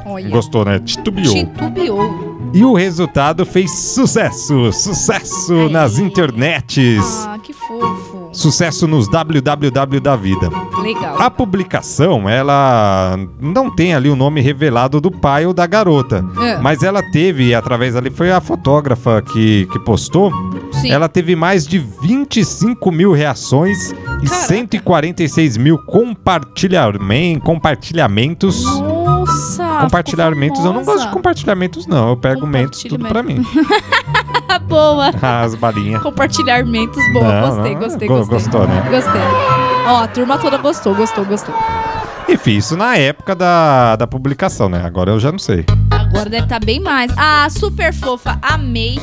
Olha.
Gostou, né? Titubeou.
Titubeou.
E o resultado fez sucesso, sucesso
Aí.
nas internets.
Ah, que fofo.
Sucesso nos www da vida.
Legal.
A publicação, ela não tem ali o nome revelado do pai ou da garota,
É,
mas ela teve através ali foi a fotógrafa que, que postou.
sim.
Ela teve mais de 25 mil reações e
Caraca.
146 mil compartilhamen- compartilhamentos.
Nossa!
compartilhamentos, eu não gosto de compartilhamentos não, eu pego mentos tudo pra mim.
compartilhar. Boa!
As balinhas.
Compartilhar mentes, boa.
Não,
gostei,
não,
gostei,
go-
gostei.
Gostou, né?
Gostei. Ó, a turma toda gostou, gostou, gostou.
Enfim, isso na época da, da publicação, né? Agora eu já não sei.
Agora deve estar bem mais. Ah, super fofa, amei.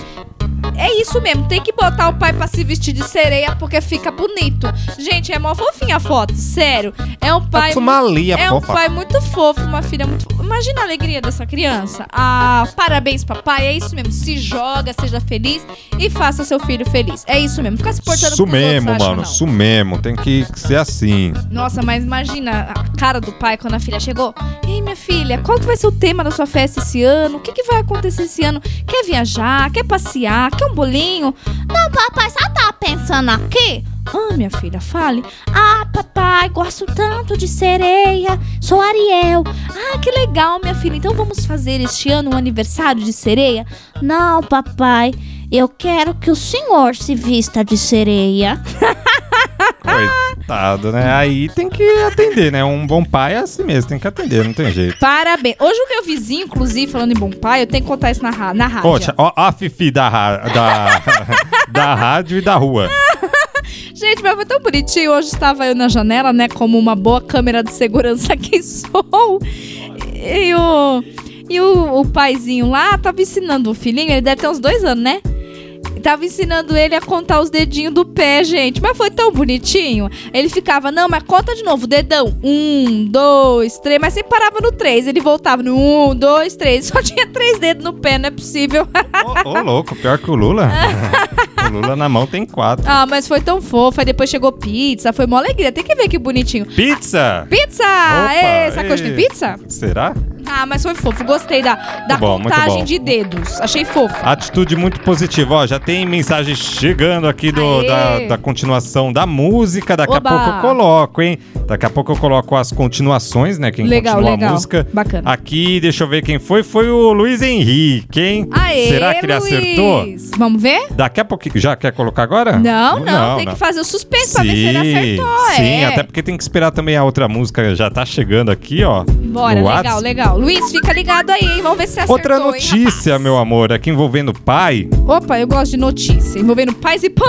É isso mesmo, tem que botar o pai pra se vestir de sereia porque fica bonito. Gente, é mó fofinha a foto, sério. É um pai.
Tá com uma lia
É um
fofa.
pai muito fofo, uma filha muito fofo. Imagina a alegria dessa criança. Ah, parabéns, papai. É isso mesmo. Se joga, seja feliz e faça seu filho feliz. É isso mesmo. Fica se portando
Isso
pros outros,
mesmo,
acha,
mano.
não.
Isso mesmo. Tem que ser assim.
Nossa, mas imagina a cara do pai quando a filha chegou. Ei, minha filha, qual que vai ser o tema da sua festa esse ano? O que, que vai acontecer esse ano? Quer viajar? Quer passear? Quer um bolinho?
Não, papai, só tá pensando aqui.
Ah, minha filha, fale.
Ah, papai, gosto tanto de sereia. Sou Ariel.
Ah, que legal, minha filha. Então vamos fazer este ano um aniversário de sereia?
Não, papai, eu quero que o senhor se vista de sereia.
Ah!
Coi- Coitado, né? Aí tem que atender, né? Um bom pai é assim mesmo, tem que atender, não tem jeito.
Parabéns. Hoje o meu vizinho, inclusive, falando em bom pai, eu tenho que contar isso na, ra- na rádio.
Conte, ó, ó a Fifi da, ra- da, da rádio e da rua.
Gente, mas foi tão bonitinho. Hoje estava eu na janela, né? Como uma boa câmera de segurança que sou. E o, e o, o paizinho lá tava ensinando o filhinho, ele deve ter uns dois anos, né? Tava ensinando ele a contar os dedinhos do pé, gente. Mas foi tão bonitinho. Ele ficava, não, mas conta de novo, dedão. Um, dois, três. Mas sempre parava no três. Ele voltava no um, dois, três. Só tinha três dedos no pé, não é possível.
Ô, ô, louco, pior que o Lula. o Lula na mão tem quatro.
Ah, mas foi tão fofo. Aí depois chegou pizza. Foi uma alegria. Tem que ver que bonitinho.
Pizza!
Pizza!
Opa,
Ê, sabe que hoje tem
ê.
pizza?
Será?
Ah, mas foi fofo. Gostei da, da
Muito bom, muito
contagem
bom. Ah,
de dedos. Achei fofo.
Atitude muito positiva. Ó, já tem mensagem chegando aqui do,
Aê!
da, da continuação da música. Daqui
Oba!
a pouco eu coloco, hein? Daqui a pouco eu coloco as continuações, né? Quem
legal,
continua
legal.
a música.
Bacana.
Aqui, deixa eu ver quem foi. Foi o Luiz Henrique, hein?
Aê,
Ah, Será que ele
Luiz.
acertou? Ah,
Vamos ver?
Daqui a pouquinho. Já quer colocar agora?
Não, não. tem que fazer o suspense pra ver se ele acertou.
sim,
é.
até porque tem que esperar também a outra música. Já tá chegando aqui, ó.
Bora,
no
legal,
Whats.
legal. Luiz, fica ligado aí, hein? Vamos ver se acertou,
Outra
hein,
notícia,
rapaz?
meu amor, aqui envolvendo o pai.
Opa, eu gosto de notícia. Envolvendo pais e pães.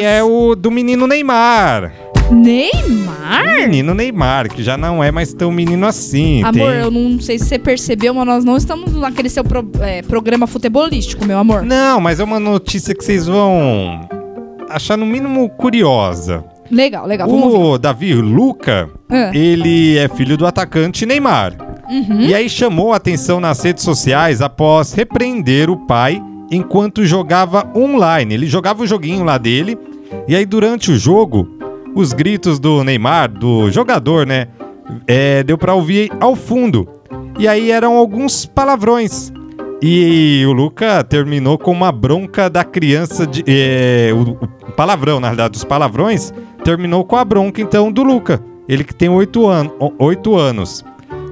E é o do menino Neymar.
Neymar?
O menino Neymar, que já não é mais tão menino assim.
Amor,
tem-
eu não sei se você percebeu, mas nós não estamos naquele seu pro- é, programa futebolístico, meu amor.
Não, mas é uma notícia que vocês vão achar no mínimo curiosa.
Legal, legal. Tá, Vamos ver.
O Davi Luca,
Ah.
ele é filho do atacante Neymar.
Uhum.
E aí chamou a atenção nas redes sociais após repreender o pai enquanto jogava online. Ele jogava o joguinho lá dele. E aí, durante o jogo, os gritos do Neymar, do jogador, né? é, deu pra ouvir ao fundo. E aí eram alguns palavrões. E o Luca terminou com uma bronca da criança de. é, o, o palavrão, na verdade, os palavrões, terminou com a bronca, então, do Luca. Ele que tem oito an o- oito anos.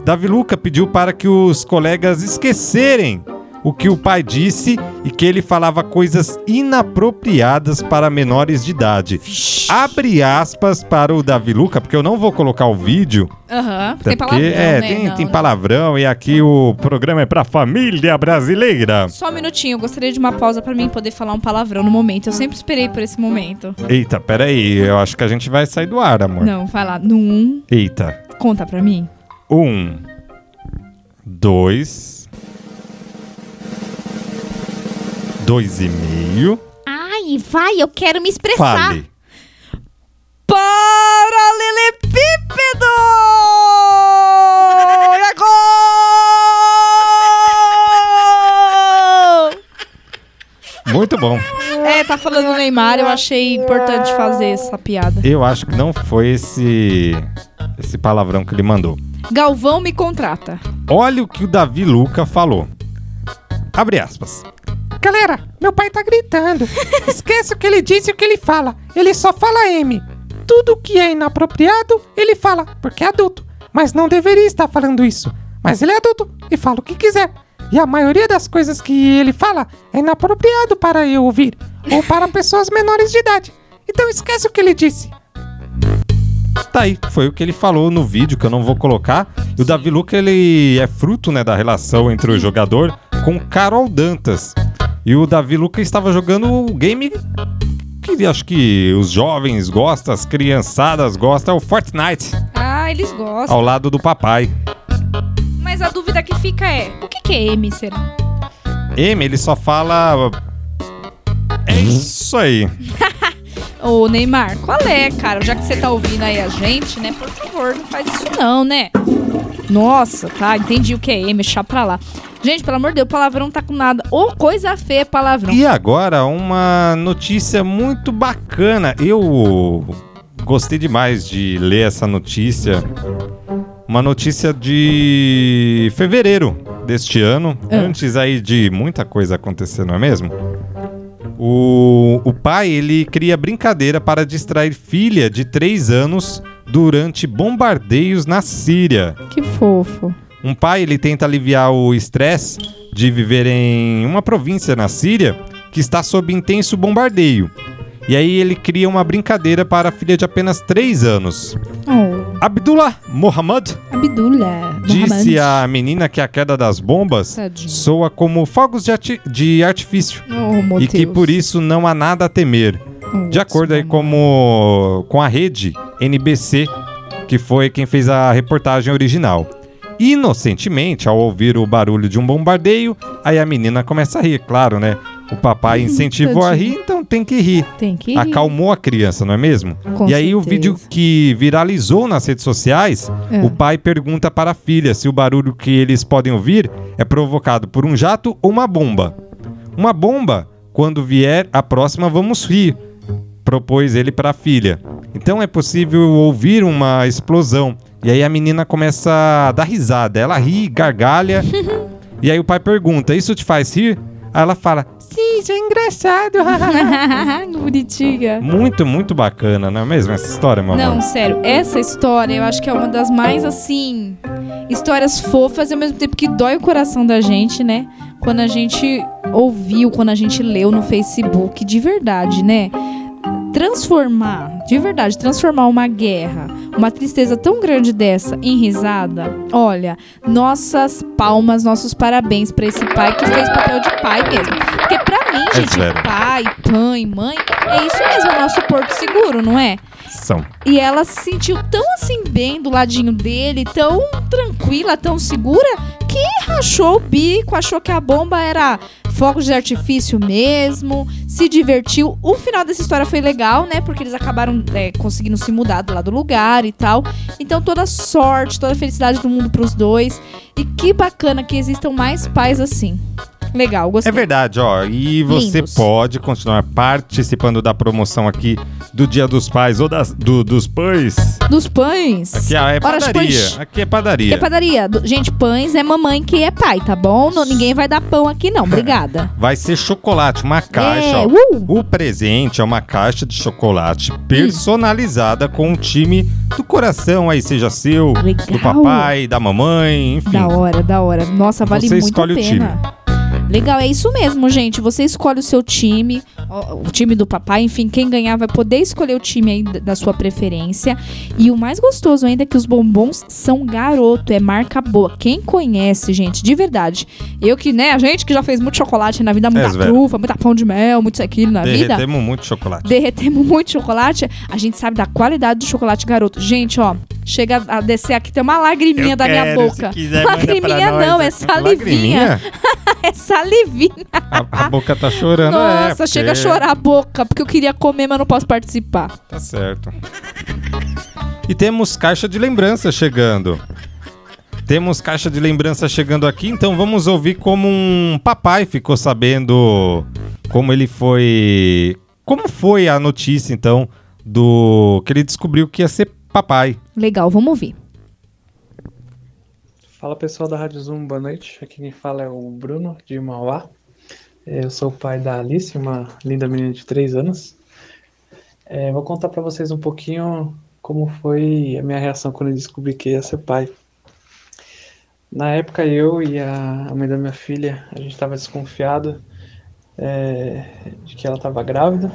Davi Luca pediu para que os colegas esquecerem o que o pai disse e que ele falava coisas inapropriadas para menores de idade. Abre aspas para o Davi Luca, porque eu não vou colocar o vídeo.
Aham.
até
Tem palavrão,
porque, é,
né?
tem,
Não,
tem
não.
palavrão e aqui o programa é pra família brasileira.
Só um minutinho, eu gostaria de uma pausa pra mim poder falar um palavrão no momento. Eu sempre esperei por esse momento.
Eita, peraí, eu acho que a gente vai sair do ar, amor.
Não, vai lá. Num,
Eita.
conta pra mim.
Um, dois, dois e meio.
Ai, vai, eu quero me expressar.
Fale.
Paralelepípedo! E agora!
Muito bom.
É, tá falando do Neymar, eu achei importante fazer essa piada.
Eu acho que não foi esse esse palavrão que ele mandou.
Galvão me contrata.
Olha o que o Davi Luca falou. Abre aspas.
Galera, meu pai tá gritando. Esquece o que ele disse e o que ele fala. Ele só fala M. Tudo que é inapropriado, ele fala, porque é adulto. Mas não deveria estar falando isso. Mas ele é adulto e fala o que quiser. E a maioria das coisas que ele fala é inapropriado para eu ouvir ou para pessoas menores de idade. Então esquece o que ele disse.
Tá aí, foi o que ele falou no vídeo que eu não vou colocar. E o Davi Luca, ele é fruto, né, da relação entre o jogador com Carol Dantas. E o Davi Luca estava jogando o game que acho que os jovens gostam, as criançadas gostam, é o Fortnite,
Ah, eles gostam.
ao lado do papai.
Mas a dúvida que fica é: o que, que é M, será?
M, ele só fala É isso aí.
Ô, Neymar, qual é, cara? Já que você tá ouvindo aí a gente, né? Por favor, não faz isso não, né? Nossa, tá, entendi o que é M, chá pra lá. Gente, pelo amor de Deus, palavrão tá com nada. Ô, coisa feia, palavrão.
E agora uma notícia muito bacana. Eu gostei demais de ler essa notícia. Uma notícia de fevereiro deste ano,
É.
antes aí de muita coisa acontecer, não é mesmo? O, o pai ele cria brincadeira para distrair filha de 3 anos durante bombardeios na Síria.
Que fofo.
Um pai ele tenta aliviar o estresse de viver em uma província na Síria que está sob intenso bombardeio. E aí ele cria uma brincadeira para a filha de apenas 3 anos.
Oh,
Abdullah Mohammed
Abdullah.
disse à menina que a queda das bombas
Tadinho.
soa como fogos de, arti- de artifício
Oh, meu
e que
Deus.
por isso não há nada a temer.
Oh,
De acordo aí
mamãe.
como com a rede NBC, que foi quem fez a reportagem original. Inocentemente, ao ouvir o barulho de um bombardeio, aí a menina começa a rir, claro, né? O papai incentivou a rir, então tem que rir.
Tem que ir.
Acalmou a criança, não é mesmo?
com
e aí o
certeza.
vídeo que viralizou nas redes sociais,
É.
o pai pergunta para a filha se o barulho que eles podem ouvir é provocado por um jato ou uma bomba. Uma bomba, quando vier a próxima, vamos rir, propôs ele para a filha. Então é possível ouvir uma explosão. E aí a menina começa a dar risada, ela ri, gargalha. e aí o pai pergunta: "Isso te faz rir?" Aí ela fala:
Sim, isso é engraçado.
É Bonitinha.
"Muito, muito bacana, não é mesmo essa história, meu amor?"
Não, sério, essa história eu acho que é uma das mais assim. Histórias fofas e ao mesmo tempo que dói o coração da gente, né? Quando a gente ouviu, quando a gente leu no Facebook, de verdade, né? Transformar, de verdade, transformar uma guerra, uma tristeza tão grande dessa em risada. Olha, nossas palmas, nossos parabéns pra esse pai que fez papel de pai mesmo. Porque pra mim,
É
gente,
sério.
pai, pai, mãe, é isso mesmo, é o nosso porto seguro, não é?
São
E ela se sentiu tão assim bem do ladinho dele, tão tranquila, tão segura, que rachou o bico, achou que a bomba era fogos de artifício mesmo, se divertiu. O final dessa história foi legal, né? Porque eles acabaram é, conseguindo se mudar do lá do lugar e tal. Então toda a sorte, toda a felicidade do mundo pros dois. E que bacana que existam mais pais assim. Legal,
É
gostei.
verdade, ó. E você
Lindos.
pode continuar participando da promoção aqui do Dia dos Pais ou das, do- dos pães.
Dos pães.
Aqui ó, é
Hora de
padaria.
pães.
Aqui é padaria.
Que é padaria. Do- Gente, pães é mamãe que é pai, tá bom? Não- ninguém vai dar pão aqui, não. Obrigada.
Vai ser chocolate, uma caixa.
é,
ó.
uh,
O presente é uma caixa de chocolate personalizada com o time do coração, aí seja seu,
legal.
do papai, da mamãe, enfim.
Da hora, da hora. Nossa, vale
Você
muito
escolhe
a
o
pena. Legal, é isso mesmo, gente. Você escolhe o seu time, ó, o time do papai, enfim, quem ganhar vai poder escolher o time aí da- da sua preferência. E o mais gostoso ainda é que os bombons são garoto, é marca boa. Quem conhece, gente, de verdade. Eu que, né, a gente que já fez muito chocolate na vida, muita
Vera.
trufa, muita pão de mel, muito isso e aquilo na vida.
Derretemos muito chocolate.
derretemos muito chocolate, a gente sabe da qualidade do chocolate garoto. Gente, ó, chega a descer aqui, tem uma lagriminha
Eu
da minha
quero,
boca.
se quiser, manda pra
Lagriminha
nós.
não, é salivinha.
Lagriminha?
É salivinha.
A, a boca tá chorando, é.
Nossa,
porque-
chega a chorar a boca, porque eu queria comer, mas não posso participar.
Tá certo. E temos caixa de lembrança chegando. Temos caixa de lembrança chegando aqui, então vamos ouvir como um papai ficou sabendo como ele foi. Como foi a notícia, então, do. que ele descobriu que ia ser papai.
Legal, vamos ouvir.
Fala pessoal da Rádio Zoom, boa noite. Aqui quem fala é o Bruno de Mauá. É, Eu sou o pai da Alice, uma linda menina de 3 anos. É, vou contar para vocês um pouquinho como foi a minha reação quando eu descobri que ia ser pai. Na época eu e a a mãe da minha filha, a gente estava desconfiado é, de que ela estava grávida,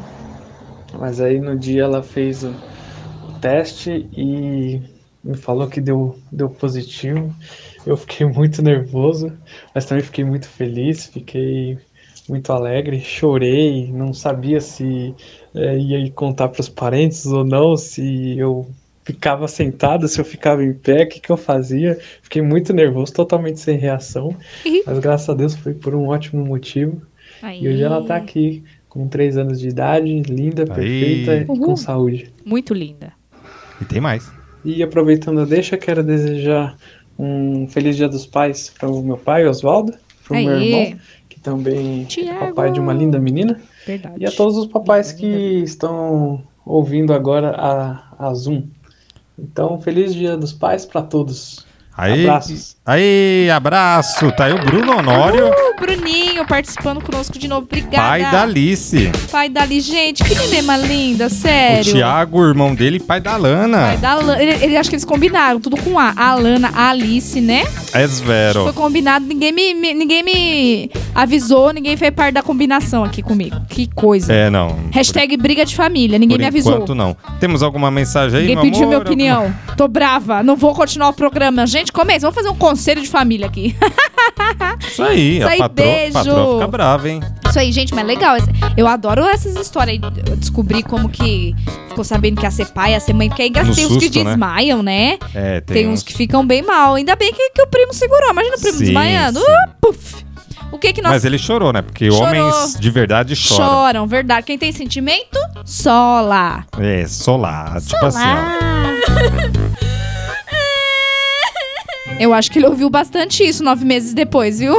mas aí no dia ela fez o o teste e me falou que deu, deu positivo. Eu fiquei muito nervoso, mas também fiquei muito feliz, fiquei muito alegre, chorei, não sabia se eh, ia ir contar para os parentes ou não, se eu ficava sentado, se eu ficava em pé, o que, que eu fazia. Fiquei muito nervoso, totalmente sem reação, mas graças a Deus foi por um ótimo motivo. E hoje ela tá aqui, com 3 anos de idade, linda, perfeita e
Uhul.
com saúde.
Muito linda.
E tem mais.
E aproveitando a deixa, quero desejar um feliz Dia dos Pais para o meu pai, Oswaldo, para o meu
Aê.
irmão, que também é
Tiago.
papai de uma linda menina,
Verdade.
e a todos os papais que estão ouvindo agora a, a Zoom. Então, feliz Dia dos Pais para todos.
Aí,
Abraços.
aí, abraço. Tá aí o Bruno Honório,
O Bruninho participando conosco de novo. Obrigada.
pai da Alice.
Pai dali, gente, que neném mais linda, sério.
O Thiago, irmão dele, pai da
Pai
Lana.
da Lana. Ele, ele- acho que eles combinaram tudo com A. A Lana, a Alice, né?
É
Foi
Zvero.
combinado, ninguém me, me- ninguém me avisou, ninguém fez parte da combinação aqui comigo. Que coisa.
É, não.
Hashtag briga de família, ninguém
Por
me avisou.
enquanto, não. Temos alguma mensagem aí,
Ninguém
meu
pediu
amor?
minha opinião. Tô brava, não vou continuar o programa. Gente, começa, vamos fazer um conselho de família aqui.
Isso aí,
Isso aí,
a patroa,
beijo.
patroa fica brava, hein?
Isso aí, gente, mas legal. Esse- Eu adoro essas histórias aí. Eu descobri como que ficou sabendo que ia ser pai, ia ser mãe. Porque aí tem
No
uns que
susto, né?
desmaiam, né?
É,
Tem, uns que ficam bem mal. Ainda bem que, que o primo segurou. Imagina o primo
Sim,
desmaiando.
sim.
Uh, puf. O que que nós
Mas ele chorou, né? Porque
Chorou.
homens de verdade choram.
Choram, verdade. Quem tem sentimento, sola.
É, solar. Tipo assim, ó.
Eu acho que ele ouviu bastante isso nove meses depois, viu?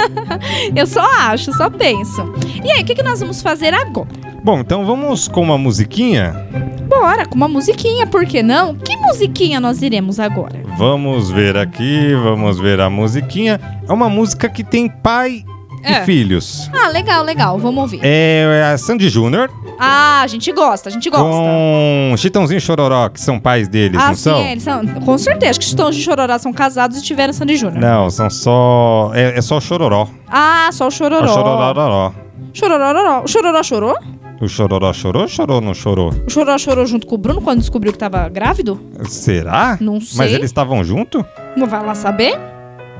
eu só acho, só penso. E aí, o que, que nós vamos fazer agora?
Bom, então vamos com uma musiquinha?
Bora, com uma musiquinha, por que não? Que musiquinha nós iremos agora?
Vamos ver aqui, vamos ver a musiquinha. É uma música que tem pai
É.
e filhos.
Ah, legal, legal, vamos ouvir.
É a Sandy Júnior
Ah, a gente gosta, a gente gosta.
com Chitãozinho e Chororó, que são pais deles,
ah,
não
sim,
são?
é, eles são. Com certeza, acho que Chitão de Chororá são casados e tiveram Sandy Júnior.
Não, são só. É, é só o Chororó.
Ah, só o
É
Chororó.
O Chororó.
Chororororó. O Chororó chorou?
O Chororó chorou ou chorou ou não chorou?
O Chororó chorou junto com o Bruno quando descobriu que tava grávido?
Será?
Não sei.
Mas eles estavam junto?
Não vai lá saber?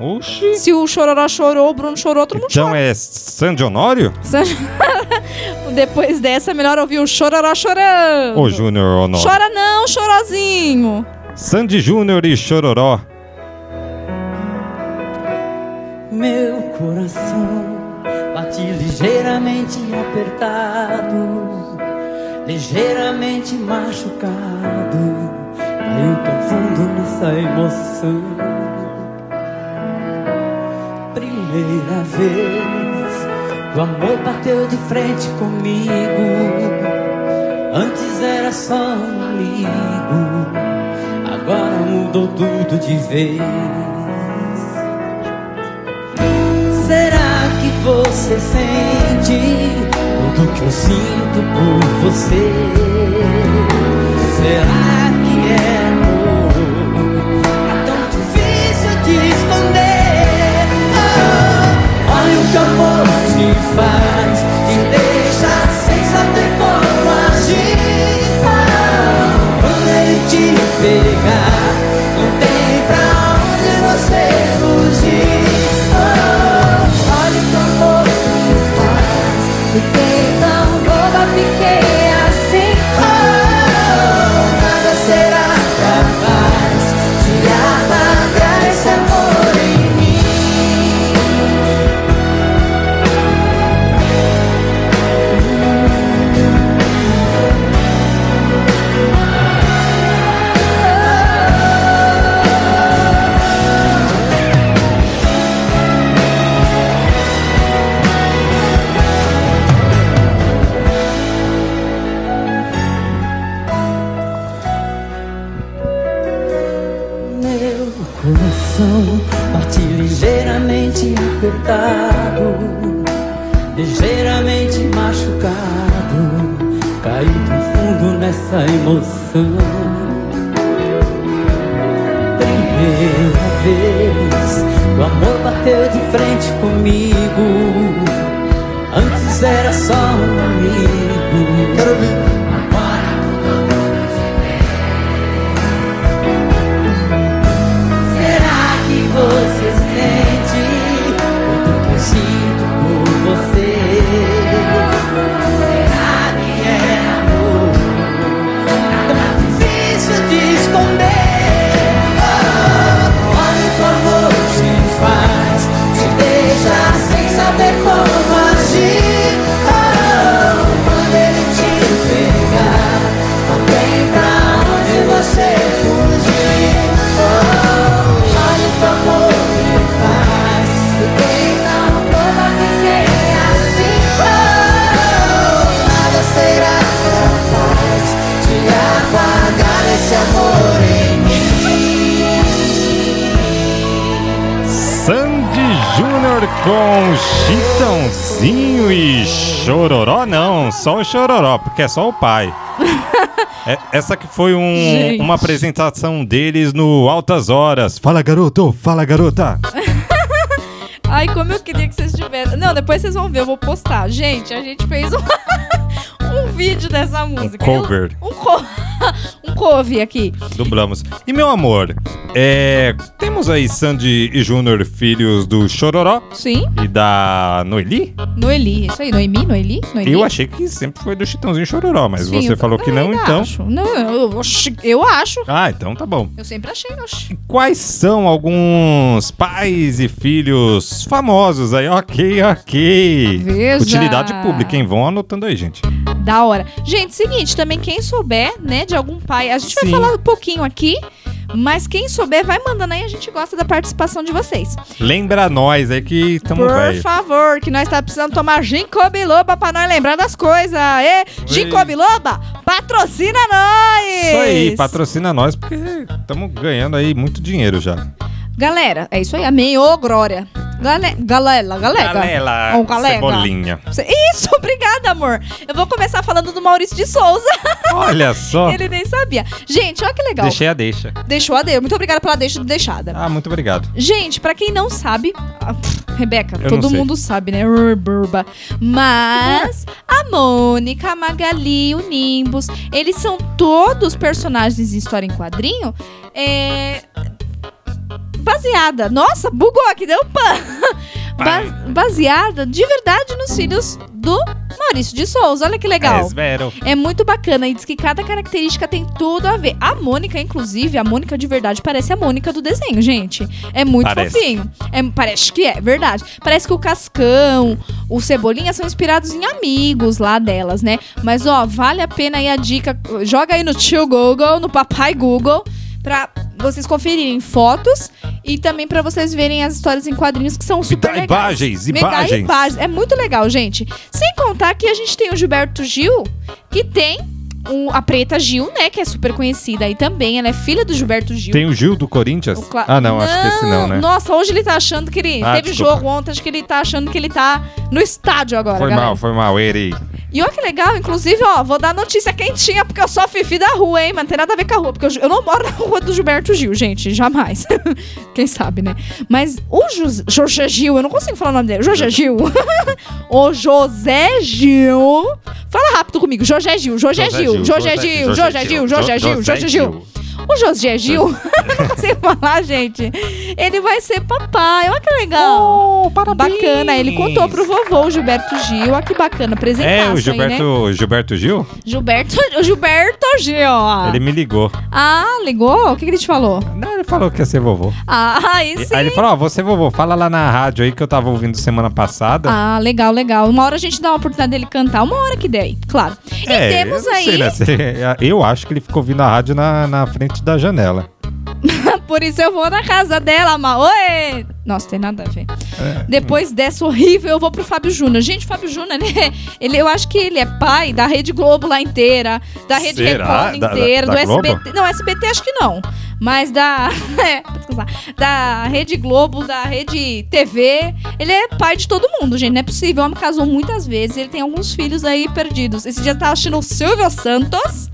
Oxi.
Se o Chororó chorou, o Bruno chorou, todo mundo
Então é Sandy Honório?
chora. Depois dessa, é melhor ouvir o Chororó chorando.
Ou Júnior Honório?
Chora não, chorozinho.
Sandy Júnior e Chororó.
Meu coração bate ligeiramente apertado, ligeiramente machucado. Caiu tão fundo nessa emoção. Primeira vez, o amor bateu de frente comigo. Antes era só um amigo, agora mudou tudo de vez. Será que você sente tudo que eu sinto por você? Será que é amor? É tão difícil de esconder. Oh, olha o que o amor te faz, te deixa sem saber como agir. Oh, Quando ele te pegar, não tem pra onde você fugir. Olha o amor que faz Fiquei tão boba, fiquei assim oh, Nada será capaz De apagar esse amor em mim Meu coração bate ligeiramente apertado, ligeiramente machucado. Caí tão fundo nessa emoção. Primeira vez, o amor bateu de frente comigo. Antes era só um amigo. Agora Será que você sente tudo que eu sinto por você? Será que é amor? Nada difícil de esconder. Oh, olha o amor te faz, te deixa sem saber como agir. Oh,
Amor com Chitãozinho e Chororó, não, só o Chororó, porque é só o pai. É, essa que foi um-
Gente.
uma apresentação deles no Altas Horas. Fala garoto, fala garota.
Ai, como eu queria que vocês tivessem. Não, depois vocês vão ver, eu vou postar. Gente, a gente fez um, um vídeo dessa
Um
música.
cover,
Eu- um, co... um cover aqui.
dublamos. E meu amor, é, temos aí Sandy e Júnior, filhos do Chororó
Sim,
e da Noeli?
Noeli. Isso aí, Noemi, Noeli? Noeli?
Eu achei que sempre foi do Chitãozinho e Chororó, mas
Sim,
você
eu
falou que não,
ainda
então.
acho. Não, eu, oxi, eu acho.
Ah, então tá bom.
Eu sempre achei, oxi.
Quais são alguns pais e filhos famosos aí? Ok, ok.
Veja.
Utilidade pública, hein? Vão anotando aí, gente.
Da hora. Gente, seguinte, também quem souber, né, de algum pai, a gente vai
Sim.
falar um pouquinho aqui, mas quem souber vai mandando aí, a gente gosta da participação de vocês.
Lembra nós aí que tamo
Por
velho.
favor, que nós tá precisando tomar ginkgo biloba pra nós lembrar das coisas. Ê, ginkgo biloba, patrocina nós!
Isso aí, patrocina nós, porque estamos ganhando aí muito dinheiro já.
Galera, é isso aí, amém, ô glória. Gale... Galera, galera.
Canela,
Ô, galega.
cebolinha.
Isso, obrigada, amor. Eu vou começar falando do Maurício de Souza,
Olha só.
ele nem sabia. Gente, olha que legal.
Deixei a deixa.
Deixou a Deus. Muito obrigada pela deixa deixada.
Ah, muito obrigado.
Gente, pra quem não sabe, ah, pff, Rebeca,
Eu não
todo
sei.
mundo sabe, né? Ur, burba. Mas a Mônica, a Magali, o Nimbus, eles são todos personagens de história em quadrinho. É. Baseada. Nossa, bugou aqui, deu um pan. Ba- baseada de verdade nos filhos do Maurício de Souza. Olha que legal.
Esvero.
É muito bacana e diz que cada característica tem tudo a ver. A Mônica, inclusive, a Mônica de verdade parece a Mônica do desenho, gente. É muito
Parece.
fofinho. É, parece que é, verdade. Parece que o Cascão, o Cebolinha são inspirados em amigos lá delas, né? Mas, ó, vale a pena aí a dica. Joga aí no tio Google, no papai Google, pra vocês conferirem fotos e também pra vocês verem as histórias em quadrinhos que são
Me
super
dá
legais.
imagens,
Me dá
imagens.
imagens. É muito legal, gente. Sem contar que a gente tem o Gilberto Gil, que tem o- a Preta Gil, né? Que é super conhecida aí também. Ela é filha do Gilberto Gil.
Tem o Gil do Corinthians?
O Cla-
Ah, não, acho que esse não, né?
Nossa, hoje ele tá achando que ele.
Ah,
teve
desculpa.
jogo ontem, acho que ele tá achando que ele tá no estádio agora,
Foi
galera.
mal, foi mal, errei.
E olha que legal, inclusive, ó, vou dar notícia quentinha, porque eu sou a Fifi da rua, hein? Mas não tem nada a ver com a rua, porque eu, eu não moro na rua do Gilberto Gil, gente, jamais. Quem sabe, né? Mas o José, José Gil, eu não consigo falar o nome dele, José Gil. o José Gil. Fala rápido comigo, José Gil, José é Gil, José Gil, José Gil, José Gil, José Gil. O José Gil, eu não consigo falar, gente. Ele vai ser papai, olha que legal.
Oh, parabéns.
Bacana, ele contou pro vovô o Gilberto Gil. Olha que bacana, presentaço
É, o
aí, né?
Gilberto, Gilberto Gil?
Gilberto, o Gilberto Gil. ó.
Ele me ligou.
Ah, ligou? O que, que ele te falou?
Não, ele falou que ia ser vovô.
Ah, aí
E-
sim.
Aí ele falou, ó, você vovô, fala lá na rádio aí que eu tava ouvindo semana passada.
Ah, legal, legal. Uma hora a gente dá uma oportunidade dele cantar, uma hora que der, claro. E temos
eu não sei,
aí,
né? Se- Eu acho que ele ficou ouvindo a rádio na, na frente da janela.
por isso eu vou na casa dela, ma. Oi! Nossa, tem nada a ver. Depois dessa horrível, eu vou pro Fábio Júnior. Gente, o Fábio Júnior, né? Ele, eu acho que ele é pai da Rede Globo lá inteira, da Rede
Será?
Record
Da- da-
inteira,
da
do
Globo?
SBT. Não, SBT acho que não. Mas da. É, vou descansar. da Rede Globo, da Rede TV. Ele é pai de todo mundo, gente. Não é possível. O homem casou muitas vezes. Ele tem alguns filhos aí perdidos. Esse dia eu tava assistindo o Silvio Santos.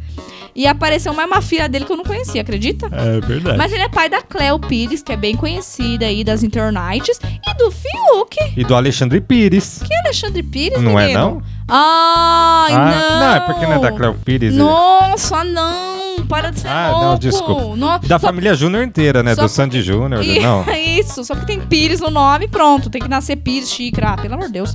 E apareceu mais uma filha dele que eu não conhecia, acredita?
É verdade.
Mas ele é pai da Cleo Pires, que é bem conhecida aí das internauts, e do Fiuk, que
E do Alexandre Pires.
é Alexandre Pires,
não é,
menino.
não?
Ai, não.
Ah, não, é porque não é da Cléo Pires. ele-
Nossa, não, para de ser
Ah, não,
louco.
desculpa.
No-
Da
só-
família Júnior inteira, né?
só
Do
porque-
Sandy Júnior,
Ih,
não.
Isso, só que tem Pires no nome, pronto, tem que nascer Pires, Chicra, ah, pelo amor de Deus.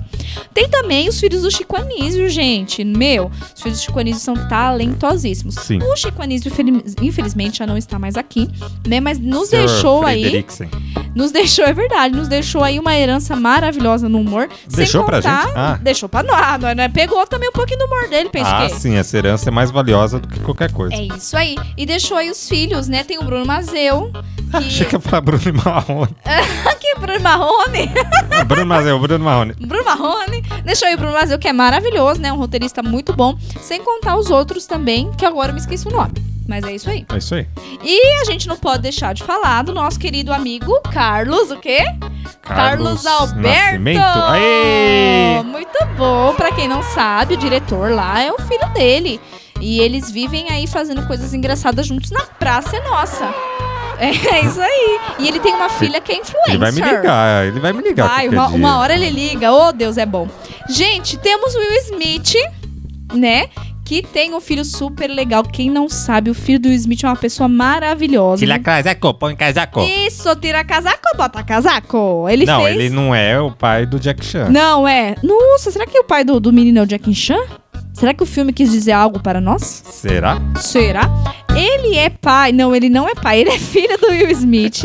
Tem também os filhos do Chico Anísio, gente, meu, os filhos do Chico Anísio são talentosíssimos.
Sim.
O Chico Anísio, infeliz- infelizmente, já não está mais aqui, né, mas nos
Sr.
deixou aí...
Frederiksen.
Nos deixou, é verdade, nos deixou aí uma herança maravilhosa no humor.
Deixou
sem
pra
contar,
gente? Ah.
Deixou pra nós, nós, nós pegou também um pouquinho do humor dele, pensa
Ah,
que.
sim, essa herança é mais valiosa do que qualquer coisa.
É isso aí. E deixou aí os filhos, né? Tem o Bruno Mazeu.
Achei
É Que...
que ia falar Bruno e Marrone.
Aqui, Bruno Marrone.
Ah, Bruno Mazeu, Bruno Marrone.
Bruno Marrone. Deixou aí o Bruno Mazeu, que é maravilhoso, né? Um roteirista muito bom. Sem contar os outros também, que agora eu me esqueci o nome. Mas é isso aí.
É isso aí.
E a gente não pode deixar de falar do nosso querido amigo Carlos, o quê? Carlos Alberto!
Nascimento. Aê!
Muito bom. Pra quem não sabe, o diretor lá é o filho dele. E eles vivem aí fazendo coisas engraçadas juntos na Praça é Nossa. É isso aí. E ele tem uma filha que é influencer.
Ele vai me ligar, ele vai me ligar.
Vai,
qualquer
uma,
dia.
uma hora ele liga. Ô, Deus, é bom. Gente, temos Will Smith, né? Que tem um filho super legal. Quem não sabe, o filho do Will Smith é uma pessoa maravilhosa.
casaco, põe casaco.
Isso, tira casaco, bota casaco. Ele
não,
fez...
ele não é o pai do Jack Chan.
Não, é. Nossa, será que o pai do, do menino é o Jackie Chan? Será que o filme quis dizer algo para nós?
Será?
Será? Ele é pai. Não, ele não é pai. Ele é filho do Will Smith.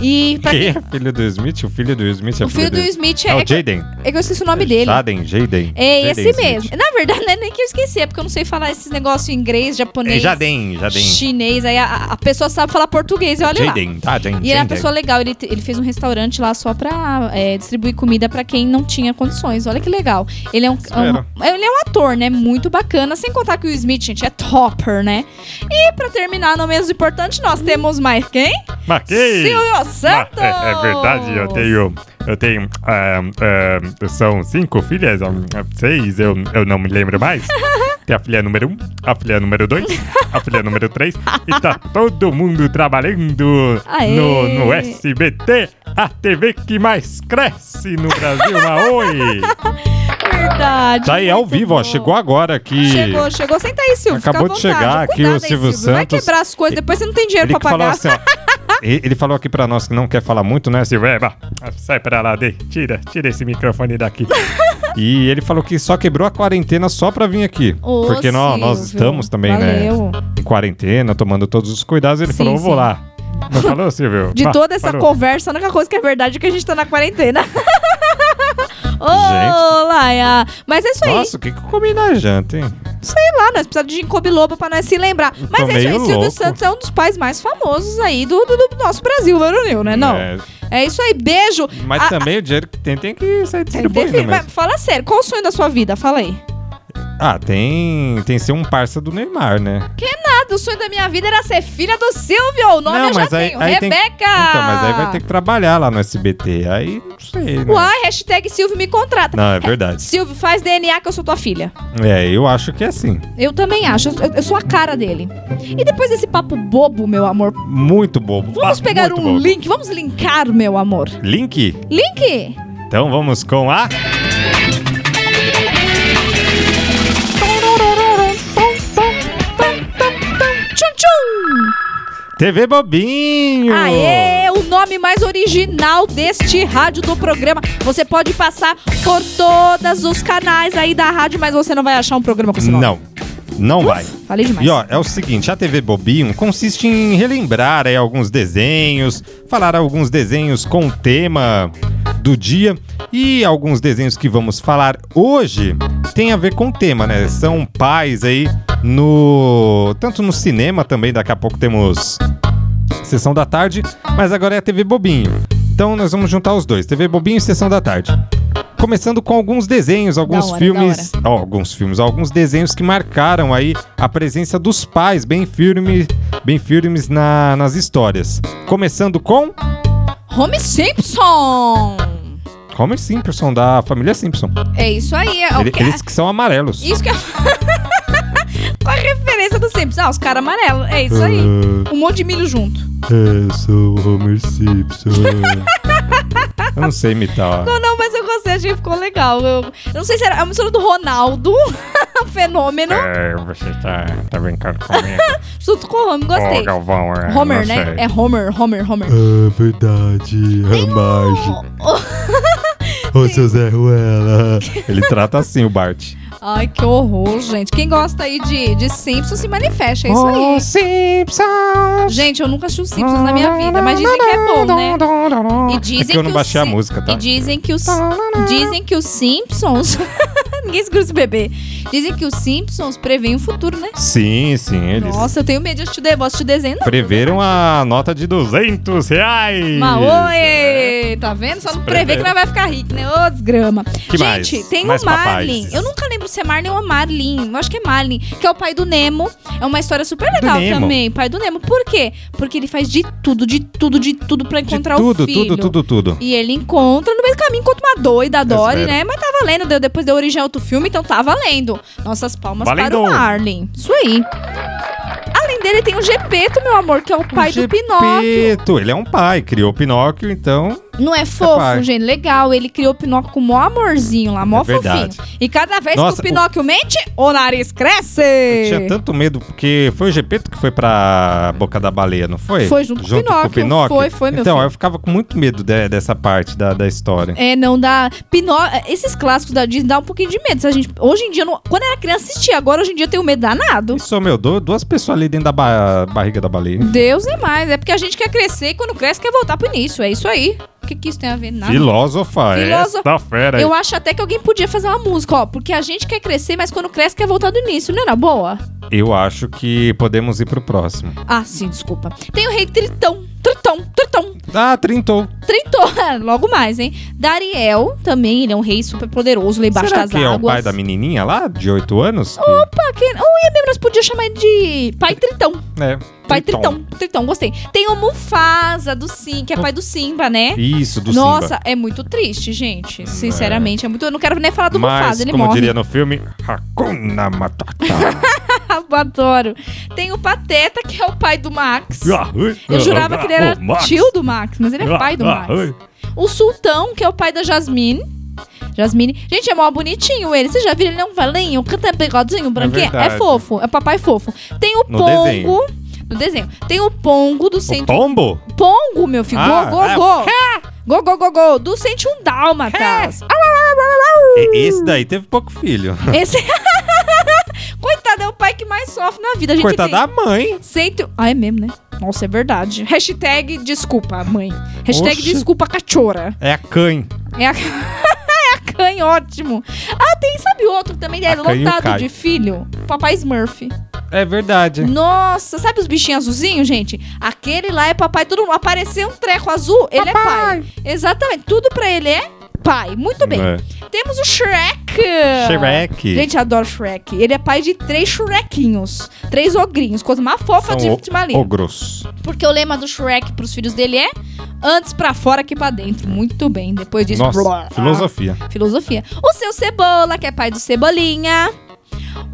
E pra
Quem é filho do Smith? O filho do Smith é
o filho do Will Smith é,
É
é,
o Jaden.
que- é que eu esqueci o nome dele.
Jaden, Jaden.
É
Jaden
esse
Smith.
mesmo. Na verdade, não é nem que eu esqueci. É porque eu não sei falar esses negócios em inglês,
É
japonês,
Jaden, Jaden.
chinês. Aí a, a pessoa sabe falar português. E olha lá.
Jaden, tá? Jaden.
E era uma
Jaden.
pessoa legal, ele, te- ele fez um restaurante lá só pra é, distribuir comida pra quem não tinha condições. Olha que legal. Ele é um,
Espera.
um- ele é um ator, né? Muito bacana. Sem contar que o Smith, gente, é topper, né? E pra terminar, não menos importante, nós temos mais quem?
Marquei!
Silvio
Ah,
Santos!
é, é verdade, eu tenho. Eu tenho. ahn, ahn, são cinco filhas, ahn, seis, eu, eu não me lembro mais. Tem a filha número um, a filha número dois, a filha número três, e tá todo mundo trabalhando
Aê!
no, no SBT, a TV que mais cresce no Brasil, na Oi!
Verdade.
Tá aí ao
muito
vivo,
bom.
ó, chegou agora aqui.
Chegou, chegou. Senta aí, Silvio. fica à
Acabou de
vontade.
chegar aqui
Cuidado
o
aí, Vai
Silvio Santos.
quebrar as coisas, depois você não tem dinheiro
Ele
pra
que falou
pagar.
assim, ó, e- ele falou aqui pra nós que não quer falar muito, né, Silvio? É, vá, sai pra lá, dei, tira, tira esse microfone daqui. e ele falou que só quebrou a quarentena só pra vir aqui.
Ô,
porque nó- nós,
Silvio,
estamos também, né,
valeu.
em quarentena, tomando todos os cuidados. Ele
Sim,
falou, eu vou
sim.
lá. Não falou, Silvio?
De
Vá,
toda essa
falou.
conversa, a única coisa que é verdade é que a gente tá na quarentena. Ô,
Gente.
Laia! Mas é isso aí.
Nossa, o que que eu comi na janta, hein?
Sei lá, nós precisamos de Ginkgo biloba pra nós se lembrar. Mas é isso aí.
meio
Silvio
louco.
Santos é um dos pais mais famosos aí do, do- do nosso Brasil, varonil, né? Não. É.
É,
isso aí. Beijo.
mas
Ah,
também o dinheiro que tem tem que sair distribuindo
Defi-
mesmo.
mas fala sério, qual o sonho da sua vida? Fala aí.
Ah, tem, tem que ser um parça do Neymar, né?
Ah, o sonho da minha vida era ser filha do Silvio. O nome
Não,
eu já
mas aí-
tenho.
aí tem que-
Rebeca!
Então, mas aí vai ter que trabalhar lá no SBT. Aí, não sei, né?
Uai, hashtag Silvio me contrata.
Não, é verdade.
Silvio, faz DNA que eu sou tua filha.
É, eu acho que é assim.
Eu também acho. Eu, eu sou a cara dele. E depois desse papo bobo, meu amor,
Muito bobo.
vamos
Ah,
pegar
muito
um
bobo.
link. Vamos linkar, meu amor.
Link?
Link!
Então vamos com a.
Tchum, tchum!
TV Bobinho!
Aê! O nome mais original deste rádio do programa. Você pode passar por todos os canais aí da rádio, mas você não vai achar um programa com esse nome.
Não, não vai.
Falei demais.
E ó, é o seguinte, a TV Bobinho consiste em relembrar aí alguns desenhos, falar alguns desenhos com o tema do dia e alguns desenhos que vamos falar hoje tem a ver com o tema, né? São pais aí no tanto no cinema também, daqui a pouco temos sessão da tarde, mas agora é a TV Bobinho. Então nós vamos juntar os dois, TV Bobinho e sessão da tarde. Começando com alguns desenhos, alguns
Da hora,
filmes, ó, alguns filmes, alguns desenhos que marcaram aí a presença dos pais bem firme, bem firmes na- nas histórias. Começando com
Homer Simpson!
Homer Simpson da família Simpson.
É isso aí. é o
Ele-
que-
eles que são amarelos.
Isso que eu... Qual a referência do Simpson? Ah, os caras amarelos. É isso aí. Um monte de milho junto.
eu Ah, é, sou o Homer Simpson. eu não sei imitar.
Não, não, mas eu gostei, achei que ficou legal. Eu, eu não sei se era a mistura do Ronaldo, fenômeno,
É, você tá, tá brincando comigo.
junto com o Homer,
Ô,
gostei.
Galvão, é,
Homer,
não
né?
sei.
É Homer, Homer, Homer.
É verdade,
um
é Ô, seu Zé Ruela.
um
Ele trata assim o Bart.
Ai, que horror, gente. Quem gosta aí de, de Simpsons se manifesta, é isso
Oh,
aí.
Simpsons!
Gente, eu nunca assisti o Simpsons na minha vida, mas dizem que é bom, né? E
É
dizem
que eu não
o
baixei a
Sim-
música, tá?
E dizem que os dizem que os Simpsons Ninguém segura esse bebê. Dizem que os Simpsons preveem o futuro, né?
Sim, sim, eles
Nossa, eu tenho medo de assistir, de- vou assistir desenho, não.
preveram a nota de 200 reais.
Maoi! tá vendo? Só não prevê que ela vai ficar rica, né? Ô, desgrama.
Que mais?
Gente, tem
Mais
o Marlin.
papais.
Eu nunca lembro se é Marlin ou Marlin. Eu acho que é Marlin, que é o pai do Nemo. É uma história super legal
Nemo.
também. Pai do Nemo. Por quê? Porque ele faz de tudo, de tudo, de tudo pra
De
encontrar
tudo,
o filho.
tudo, tudo, tudo.
E ele encontra, no meio do caminho encontra uma
É
doida, a Dory,
Esmero.
né? Mas tá valendo, deu, depois deu origem a outro filme, então tá valendo. Nossas palmas para
Valendo.
o Marlin. Isso aí. Além dele tem o Gepeto, meu amor, que é o pai do Pinóquio.
Pinóquio. Ele é um pai, criou o Pinóquio, então.
Não é fofo,
pai.
gente? Legal. Ele criou o Pinóquio com o maior amorzinho lá, mó
é verdade.
fofinho. E cada vez
Nossa, o-
que o Pinóquio mente, o nariz
Eu
cresce.
tinha tanto medo, porque foi o Gepeto que foi pra boca da baleia, não foi?
Foi junto com o Pinóquio. Foi, foi, meu
Então,
filho.
eu ficava com muito medo de- dessa parte da, da história.
É, não dá. Pinó... Esses clássicos da Disney dá um pouquinho de medo. Se a gente... Hoje em dia, eu não... quando eu era criança, assistia. Agora, hoje em dia, eu tenho um medo danado.
Isso, meu, du- duas pessoas ali dentro da ba- barriga da baleia.
Deus é mais. É porque a gente quer crescer e quando cresce quer voltar pro início. É isso aí. O que, que isso tem a ver? Nada.
Filósofa,
Filóso-
esta fera aí.
Eu acho até que alguém podia fazer uma música, ó. Porque a gente quer crescer, mas quando cresce quer voltar do início. Não é na boa?
Eu acho que podemos ir pro próximo.
Ah, sim, desculpa. Tem o rei Tritão. Tritão, Tritão.
Ah, trintou.
Tritão. Logo mais, hein? Dariel também. Ele é um rei super poderoso lá embaixo
Será
das
que é
águas.
o pai da menininha lá, de 8 anos?
Opa, que... Ui, mesmo nós podíamos chamar ele de pai Tritão.
É.
Pai Tritão. Tritão, gostei. Tem o Mufasa do Sim, que é pai do Simba, né?
Isso, do
Nossa,
Simba.
é muito triste, gente. Sinceramente, é muito. Eu não quero nem falar do
Mas,
Mufasa, ele
como
morre.
diria no filme, Hakuna Matata.
Eu adoro. Tem o Pateta, que é o pai do Max. Eu jurava que ele era
Ah, O Max. Ah,
tio do Max, mas ele é pai do Max. O Sultão, que é o pai da Jasmine. Jasmine. Gente, é mó bonitinho ele. Vocês já viram? Ele é um velhinho, canta bigodinho, branquinho. É,
verdade.
fofo. É papai fofo. Tem o
No
Pongo.
desenho.
No desenho. Tem o Pongo do
O
Centro
Tombo?
Hum. Pongo, meu filho.
Ah,
go, go,
é.
go. Go, go, go, go. Do 101 Dálmatas. Ah,
E- Esse daí teve pouco filho.
Esse... Coitado, é o pai que mais sofre na vida. A gente
Coitada
tem
da mãe.
cento... Ah, é mesmo, né? Nossa, é verdade. Hashtag desculpa, mãe. Hashtag
Oxe.
desculpa, cachorra.
É a Cãe.
É a... é a Khan, ótimo. Ah, tem, sabe outro também? Ele é
A Khan e o
lotado
Kai.
de filho. Papai Smurf.
É verdade.
Nossa, sabe os bichinhos azulzinhos, gente? Aquele lá é papai. Todo mundo apareceu um treco azul, ele é pai. Exatamente. Tudo pra ele é pai. Muito bem.
É.
Temos o Shrek.
Shrek.
Gente, eu adoro Shrek. Ele é pai de três Shrekinhos. Três ogrinhos. Coisa mais fofa
São
de
o-
última linha.
ogros.
Porque o lema do Shrek pros filhos dele é antes pra fora que pra dentro. Muito bem. Depois disso...
Nossa,
blá.
filosofia.
Filosofia. O seu Cebola, que é pai do Cebolinha.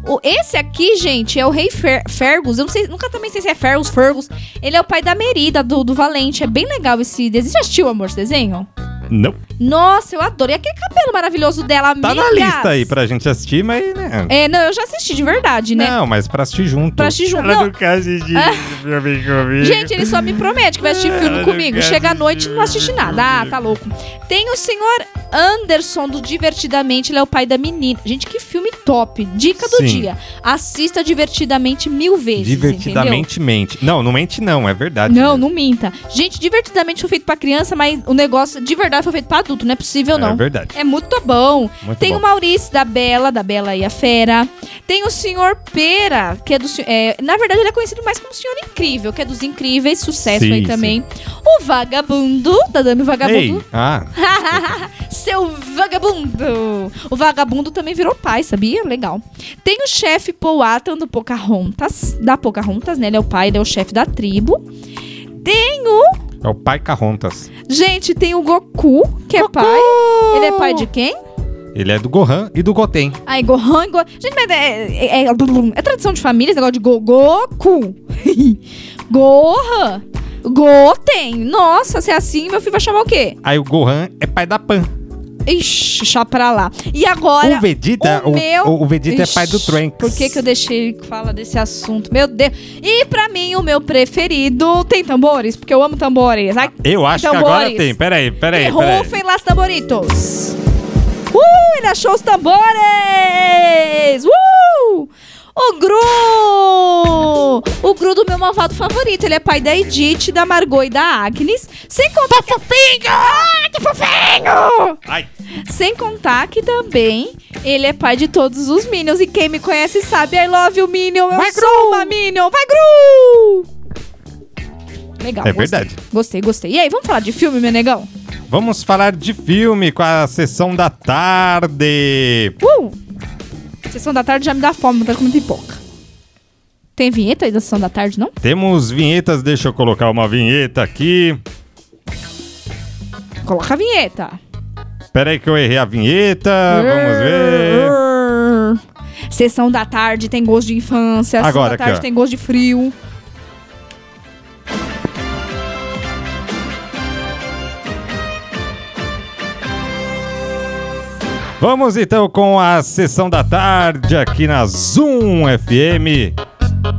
O, esse aqui, gente, é o rei Fer- Fergus. Eu não sei, nunca também sei se é Fergus, Fergus. Ele é o pai da Merida, do, do Valente. É bem legal esse desenho. Você já assistiu, amor, esse desenho?
Não.
Nossa, eu adoro. E aquele cabelo maravilhoso dela,
Tá
amigas?
na lista aí pra gente assistir, mas, né?
É, não, eu já assisti de verdade, né?
Não, mas pra assistir junto.
Pra assistir junto.
Ela
Não, É.
não quer assistir esse filme comigo.
Gente, ele só me promete que vai assistir
Ah,
filme
não
comigo.
quero
Chega à
assistir
noite e não assiste
filme
nada. Ah, tá louco. Tem o senhor Anderson do Divertidamente, ele é o pai da menina. Gente, que filme top. Dica do
Sim.
dia. Assista Divertidamente mil vezes, é entendeu?
Divertidamente mente. Não, não mente não, é verdade.
Não, não minta. Gente, divertidamente foi feito pra criança, mas o negócio de verdade foi feito pra adulto. Não é possível,
É
não.
verdade.
É muito bom.
Muito
Tem
Tá bom.
o Maurício da Bela, da Bela e a Fera. Tem o Senhor Pera, que é do. sen- é, na verdade, ele é conhecido mais como Senhor Incrível, que é dos incríveis, sucesso
Sim,
aí
sim.
também. O Vagabundo, da Dami
Ei,
Vagabundo.
ah,
Seu vagabundo! O vagabundo também virou pai, sabia? Legal. Tem o chefe Powhatan do Pocahontas, da Pocahontas, né? Ele é o pai, ele é o chefe da tribo. Tem o.
é o pai Carrontas.
Gente, tem o Goku, que é pai. Ele é pai de quem?
Ele é do Gohan e do Goten.
Aí, Gohan, Go... Gente, mas é, é, é, é tradição de família esse negócio de go, Goku. Gohan. Goten. Nossa, se é assim, meu filho vai chamar o quê?
Aí o Gohan é pai da Pan.
Ixi, chá pra lá. E agora...
o Vegeta,
o
o,
meu-
o- o Vegeta é pai do
Ixi,
Trunks.
Por que, que eu deixei ele falar desse assunto? Meu Deus. E pra mim, o meu preferido... Tem tambores? Porque eu amo tambores. Ai,
Eu acho que
Tambores.
agora tem. Peraí, peraí,
que
peraí.
rufem las tamboritos. Uh, ele achou os tambores! Uh! O Gru! O Gru do meu malvado favorito. Ele é pai da Edith, da Margot e da Agnes. Sem contar... Tá fofinho! Ah, que fofinho!
Ai.
Sem contar que também ele é pai de todos os Minions. E quem me conhece sabe, I love you, Minion. Eu
Vai,
sou uma Minion. Vai, Gru! Legal. gostei.
É verdade.
Gostei, gostei. E aí, vamos falar de filme, Menegão?
Vamos falar de filme com a sessão da tarde.
Uh! Sessão da tarde já me dá fome, não quero comer pipoca. Tem vinheta aí da sessão da tarde, não?
Temos vinhetas, deixa eu colocar uma vinheta aqui.
Coloca a vinheta.
Pera aí que eu errei a vinheta. Ah, Vamos ver.
Sessão da tarde tem gosto de infância. Sessão
Agora
da
aqui,
tarde
ó.
tem gosto de frio.
Vamos então com a sessão da tarde aqui na Zoom FM.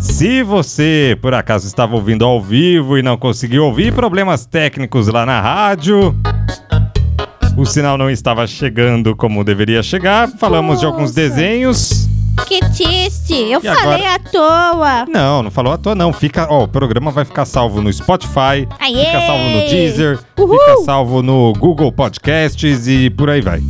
Se você por acaso estava ouvindo ao vivo e não conseguiu ouvir, problemas técnicos lá na rádio. O sinal não estava chegando como deveria chegar. Falamos de alguns
Nossa.
desenhos.
Que triste. Eu
E
falei à toa.
Não, não falou à toa, não. Fica, ó, o programa vai ficar salvo no Spotify,
Aê!
fica salvo no Deezer,
Uhul!
fica salvo no Google Podcasts e por aí vai.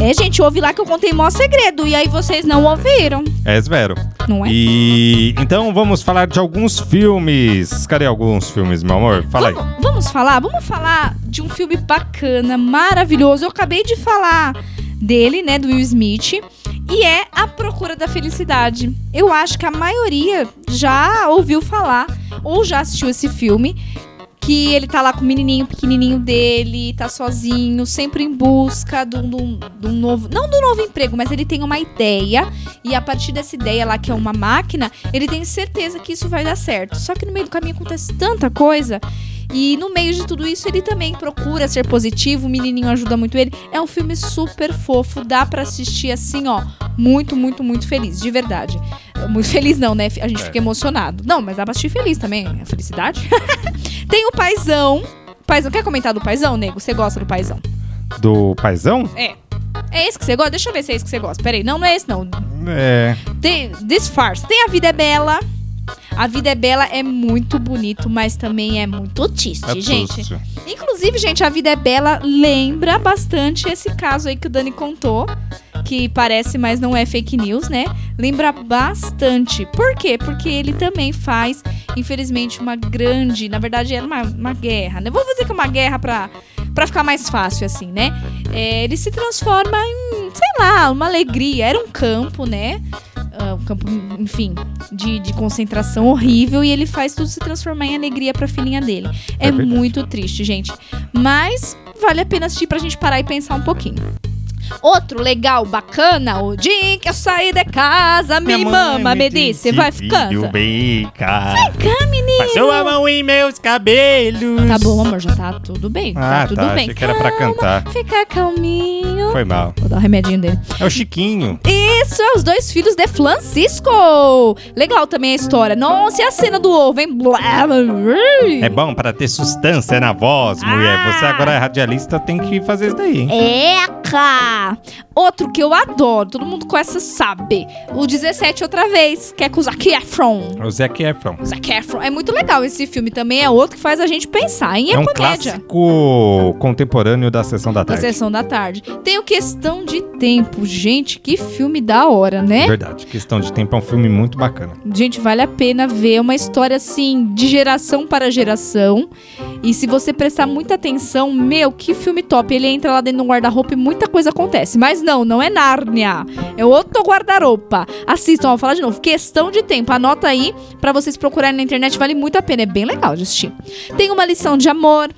É, gente, ouve lá que eu contei mó segredo. E aí vocês não ouviram,
É Svero.
não é?
E então vamos falar de alguns filmes. Cadê alguns filmes, meu amor? Fala aí.
Vamos, vamos falar? Vamos falar de um filme bacana, maravilhoso. Eu acabei de falar dele, né, do Will Smith. E é A Procura da Felicidade. Eu acho que a maioria já ouviu falar ou já assistiu esse filme. Que ele tá lá com o menininho pequenininho dele, tá sozinho, sempre em busca de um, de um- de um novo. Não do novo emprego, mas ele tem uma ideia. E a partir dessa ideia lá, que é uma máquina, ele tem certeza que isso vai dar certo. Só que no meio do caminho acontece tanta coisa e no meio de tudo isso, ele também procura ser positivo, o menininho ajuda muito ele. É um filme super fofo, dá pra assistir assim, ó, muito, muito, muito feliz, de verdade. Muito feliz não, né? A gente
É.
fica emocionado. Não, mas dá pra assistir feliz também, é felicidade. Tem o Paizão. Paizão, quer comentar do Paizão, nego? Você gosta do Paizão?
Do Paizão?
É esse que você gosta? Deixa eu ver se é esse que você gosta. Peraí, não, não é esse não.
É.
Tem- disfarça. Tem A Vida é Bela. A Vida é Bela é muito bonito, mas também é muito triste,
é
gente.
Tusto.
Inclusive, gente, a vida é bela lembra bastante esse caso aí que o Dani contou, que parece, mas não é fake news, né? Lembra bastante. Por quê? Porque ele também faz, infelizmente, uma grande, na verdade, era uma, uma guerra, né? Vou dizer que é uma guerra pra, pra ficar mais fácil, assim, né? É, ele se transforma em, sei lá, uma alegria. Era um campo, né? Ah, um campo, enfim, de, de concentração horrível e ele faz tudo se transformar em alegria pra filhinha dele. É,
É verdade.
muito triste, gente. Mas vale a pena assistir pra gente parar e pensar um pouquinho. Outro legal, bacana, o dia em que eu saí de casa, me mama, me disse, vai ficando.
Vai cá, menino. Passou a mão em meus cabelos.
Tá bom, amor, já tá tudo bem.
Ah,
tá tudo
tá.
bem.
Achei que era pra cantar.
Fica calminho.
Foi mal.
Vou dar o remedinho dele.
É o Chiquinho.
Isso é os dois filhos de Francisco. Legal também a história. Nossa, e a cena do ovo, hein? Blá, blá, blá.
É bom pra ter sustância na voz, mulher.
Ah!
Você agora é radialista, tem que fazer isso daí, hein?
Eca! Outro que eu adoro, todo mundo conhece sabe. O 17 outra vez, que é com o Zac Efron.
É o Zac Efron.
Zac Efron. É muito legal esse filme também. É outro que faz a gente pensar, hein? É,
É um
comédia.
clássico contemporâneo da Sessão da
Da
Tarde.
sessão da tarde. Tem o Questão de Tempo. Gente, que filme da hora, né?
Verdade. Questão de Tempo é um filme muito bacana.
Gente, vale a pena ver uma história assim, de geração para geração. E se você prestar muita atenção, meu, que filme top. Ele entra lá dentro do guarda-roupa e muita coisa acontece. Mas não, não é Nárnia. É outro guarda-roupa. Assistam, vou falar de novo. Questão de tempo. Anota aí pra vocês procurarem na internet. Vale muito a pena. É bem legal de assistir. Tem uma lição de amor.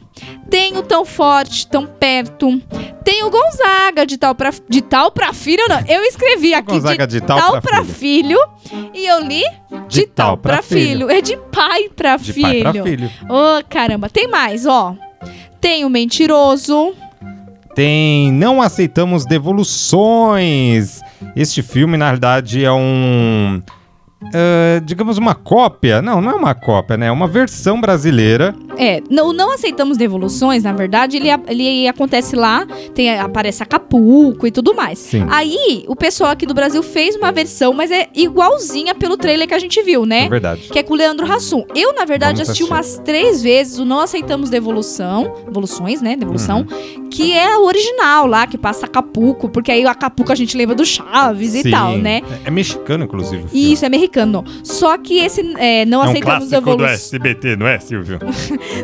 Tem o Tão Forte, Tão Perto. Tem o Gonzaga, de tal pra, de tal pra filho. Não, eu escrevi Tá aqui. de
Gonzaga de tal, pra, filho.
filho. E eu li de, tal pra, filho. É de pai pra
De
filho.
pai pra filho.
Ô, caramba. Tem mais, ó. Tem o mentiroso.
Tem Não Aceitamos Devoluções. Este filme, na realidade, é um. eh, digamos uma cópia. Não, não é uma cópia, né? É uma versão brasileira.
É, não, não aceitamos devoluções, na verdade, ele, a- ele acontece lá, tem, aparece Acapulco e tudo mais.
Sim.
Aí, o pessoal aqui do Brasil fez uma versão, mas é igualzinha pelo trailer que a gente viu, né?
É verdade.
que é com o Leandro Hassum. Eu, na verdade,
Vamos
assisti
assistir.
umas três vezes o Não Aceitamos Devolução, Devoluções, né? Devolução,
Uhum.
que é o original lá, que passa Acapulco, porque aí o Acapulco a gente lembra do Chaves
Sim.
e tal, né?
É mexicano, inclusive. o filme.
E isso é americano. Só que esse é, Não
É um
Aceitamos
clássico do
Devoluções.
SBT, não é, Silvio?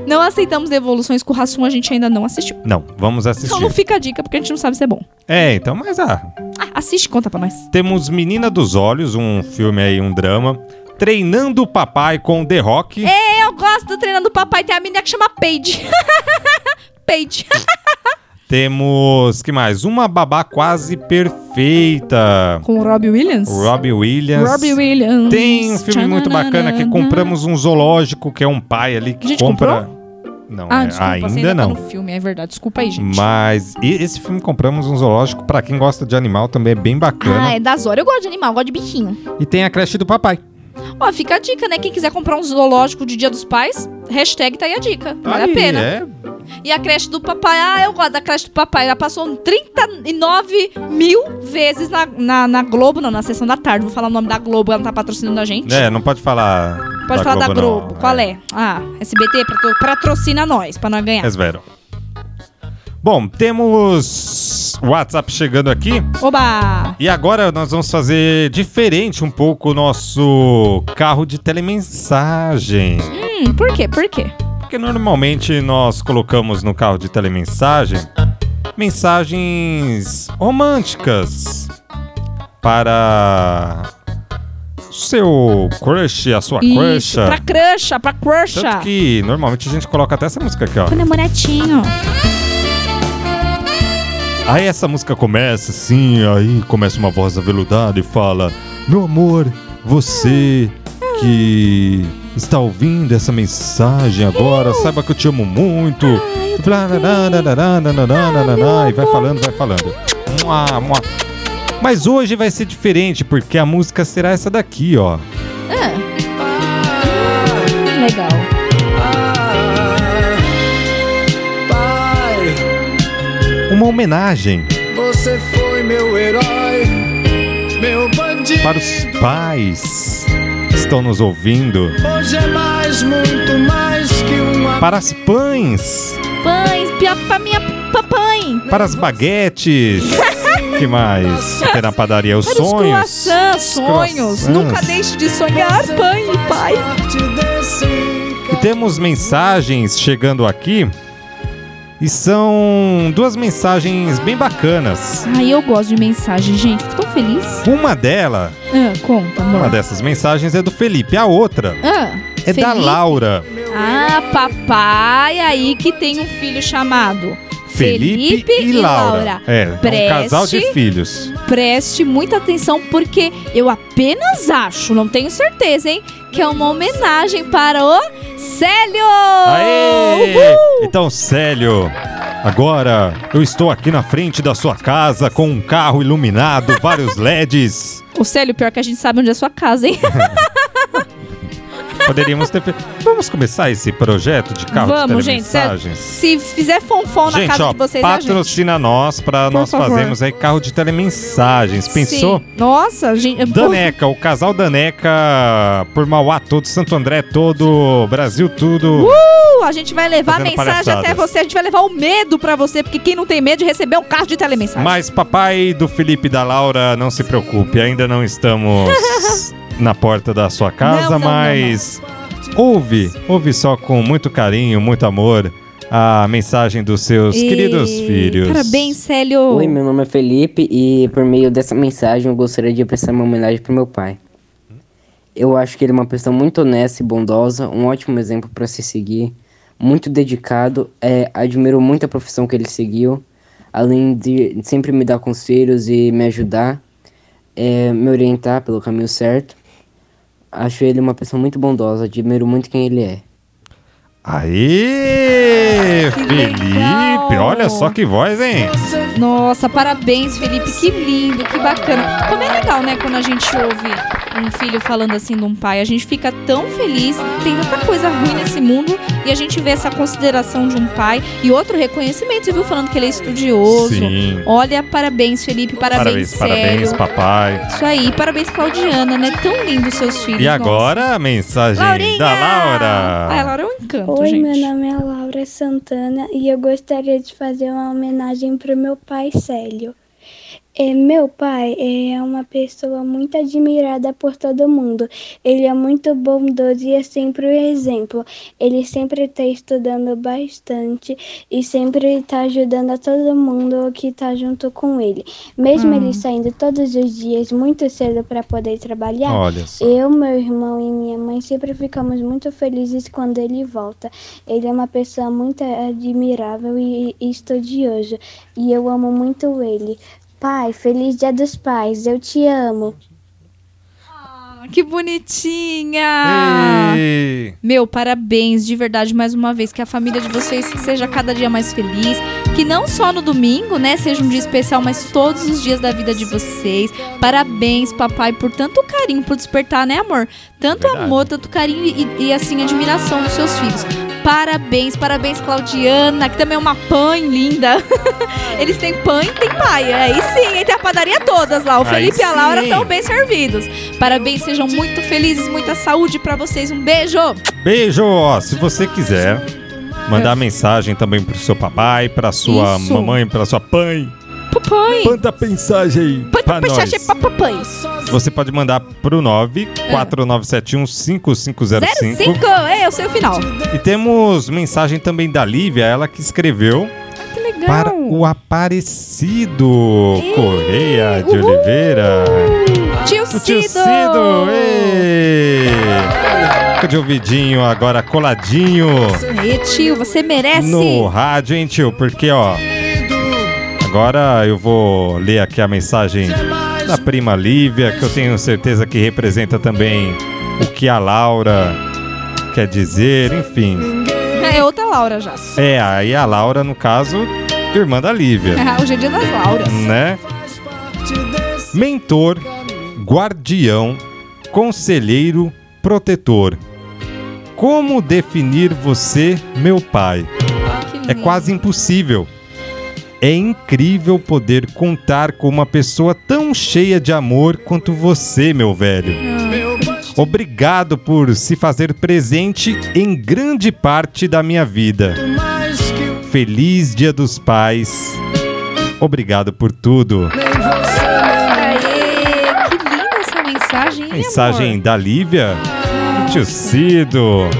Não aceitamos devoluções com ração, a gente ainda não assistiu.
Não, vamos
Então não
assistir.
fica a dica, porque a gente não sabe se é bom.
É, então, mas ah,
Ah, assiste e conta pra nós.
temos Menina dos Olhos, um filme aí, um drama. Treinando o Papai com The Rock.
Eu gosto do treinando o papai, tem a menina que chama Paige. Paige.
Temos, que mais? Uma babá quase perfeita.
Com o Robbie Williams?
Robbie Williams.
Robbie Williams.
Tem um filme muito bacana que compramos um zoológico, que é um pai ali que
A gente
compra. Não,
Ah,
é,
desculpa,
ainda,
você ainda
não.
Tá no filme, é verdade. Desculpa aí, gente.
Mas e- esse filme compramos um zoológico pra quem gosta de animal também é bem bacana.
Ah, é das horas. Eu gosto de animal, eu gosto de bichinho.
E tem a creche do papai.
Ó, fica a dica, né? Quem quiser comprar um zoológico de Dia dos Pais, hashtag tá aí a dica. Vale
Aí,
a pena.
É,
E a creche do papai, ah, eu gosto da creche do papai. Ela passou 39 mil vezes na, na, na Globo, não, na sessão da tarde. Vou falar o nome da Globo, ela não tá patrocinando a gente.
é, não pode falar.
Pode falar da
não,
Globo. Qual é? Ah, SBT patro- patrocina nós, pra nós ganhar.
É Svero. Bom, temos WhatsApp chegando aqui.
Oba!
E agora nós vamos fazer diferente um pouco o nosso carro de telemensagem.
Hum, por quê? Por quê?
Porque normalmente nós colocamos no carro de telemensagem mensagens românticas para o seu crush, a sua crush.
Isso, pra crush, pra crush.
Tanto que normalmente a gente coloca até essa música aqui, ó.
Meu namoradinho.
Aí essa música começa assim, aí começa uma voz aveludada e fala: Meu amor, você que está ouvindo essa mensagem agora, saiba que eu te amo muito. Blá, blá, blá, blá, blá, blá, blá, blá, blá, blá, blá, E vai falando, vai falando. Mua, mua. Mas hoje vai ser diferente, porque a música será essa daqui, ó.
Legal.
Pai,
Uma homenagem
você foi meu herói, meu bandido.
para os pais que estão nos ouvindo,
Hoje é mais, muito mais que um uma.
para as pães
Pães, pia- pra minha papai.
Para as baguetes. que mais? Tem na padaria os
Para os
sonhos.
croissants, sonhos.
croissants.
Nunca deixe de sonhar, pãe e pai.
parte desse
E temos mensagens chegando aqui. E são duas mensagens bem bacanas.
Ai, eu gosto de mensagem, gente. Fico tão feliz.
Uma dela,
Ah, conta,
uma
amor.
dessas mensagens é do Felipe. A outra
Ah,
é da
Felipe?
Laura.
Ah, papai aí que tem um filho chamado
Felipe, e, Laura. É, é um
Preste.
casal de filhos.
Preste muita atenção porque eu apenas acho, não tenho certeza, hein, que é uma homenagem para o Célio!
Aê! Então, Célio, agora eu estou aqui na frente da sua casa com um carro iluminado, vários LEDs.
O Célio, pior que a gente sabe onde é a sua casa, hein?
Poderíamos ter feito. Vamos começar esse projeto de carro
Vamos,
de
gente, sério.
telemensagens?
Se fizer fonfon na
gente,
casa
ó,
de vocês, é a gente.
patrocina nós pra nós
favor.
fazermos aí carro de telemensagens. Pensou?
Sim. Nossa, gente.
Daneca, o casal Daneca, por Mauá todo, Santo André todo, Brasil tudo.
Uh, a gente vai levar a
Fazendo
mensagem
palhaçadas.
até você, a gente vai levar o medo pra você, porque quem não tem medo de receber um carro de telemensagem.
Mas papai do Felipe e da Laura, não se preocupe, ainda não estamos na porta da sua casa,
Não, não,
mas ouve, ouve só com muito carinho, muito amor a mensagem dos seus
E-
queridos filhos.
Parabéns, Célio.
Oi, meu nome é Felipe e por meio dessa mensagem eu gostaria de prestar uma homenagem para meu pai. Eu acho que ele é uma pessoa muito honesta e bondosa, um ótimo exemplo para se seguir, muito dedicado, é, admiro muito a profissão que ele seguiu, além de sempre me dar conselhos e me ajudar, é, me orientar pelo caminho certo. Acho ele uma pessoa muito bondosa, admiro muito quem ele é.
Aê!
Ah, Que
Felipe,
legal.
olha só que voz, hein?
Nossa, parabéns, Felipe. Que lindo, que bacana. Como é legal, né, quando a gente ouve um filho falando assim de um pai. A gente fica tão feliz. Tem tanta coisa ruim nesse mundo. E a gente vê essa consideração de um pai. E outro reconhecimento, você viu? Falando que ele é estudioso.
Sim.
Olha, parabéns, Felipe. Parabéns,
Parabéns, parabéns,
Célio.
papai.
Isso aí. Parabéns, Claudiana, né? Tão lindo os seus filhos.
E
nossa.
agora a mensagem
Laurinha!
da
Ah, a
Laura.
Laura é um encanto,
Oi,
gente.
meu nome é Laura Santana e eu gostaria de fazer uma homenagem para o meu pai Célio. É, meu pai é uma pessoa muito admirada por todo mundo. Ele é muito bondoso e é sempre o exemplo. Ele sempre está estudando bastante e sempre está ajudando a todo mundo que está junto com ele. Mesmo
Hum.
ele saindo todos os dias muito cedo para poder trabalhar,
Olha só.
eu, meu irmão e minha mãe sempre ficamos muito felizes quando ele volta. Ele é uma pessoa muito admirável e e estudioso e eu amo muito ele. Pai, feliz Dia dos Pais, eu te amo.
Ah, Que bonitinha!
E-
Meu, parabéns de verdade mais uma vez. Que a família de vocês seja cada dia mais feliz. Que não só no domingo, né? Seja um dia especial, mas todos os dias da vida de vocês. Parabéns, papai, por tanto carinho, por despertar, né, amor? Tanto
Verdade.
amor, tanto carinho e, e, assim, admiração dos seus filhos. Parabéns, parabéns, Claudiana, que também é uma pãe linda. Eles têm pãe e têm pai. é, Aí sim, aí tem a padaria todas lá. O
Aí
Felipe e a Laura
sim.
estão bem servidos. Parabéns, sejam muito felizes, muita saúde pra vocês. Um beijo!
Beijo, ó, se você quiser mandar mensagem também pro seu papai, pra sua
Isso.
mamãe, pra sua pai.
Papai!
Manda mensagem aí pra nós.
Puxa, papai!
Você pode mandar pro 949715505.
05! É, eu sei o final.
E temos mensagem também da Lívia, ela que escreveu
Que legal!
para o Aparecido Correia de Oliveira.
Tio
O tio Cido! ê! Fica de ouvidinho agora coladinho
Aê, tio, você merece!
no rádio, hein, tio? Porque, ó, agora eu vou ler aqui a mensagem da prima Lívia, que eu tenho certeza que representa também o que a Laura quer dizer, enfim.
É outra Laura já.
É, aí a Laura, no caso, irmã da Lívia.
Hoje é dia das Lauras.
né? Mentor, guardião, conselheiro, protetor. Como definir você, meu pai?
Ah, Uhum.
É quase impossível. É incrível poder contar com uma pessoa tão cheia de amor quanto você, meu velho. Obrigado por se fazer presente em grande parte da minha vida. Feliz Dia dos Pais. Obrigado por tudo.
Aê, que linda essa mensagem, hein,
Mensagem da Lívia. Tio Cido.
amor?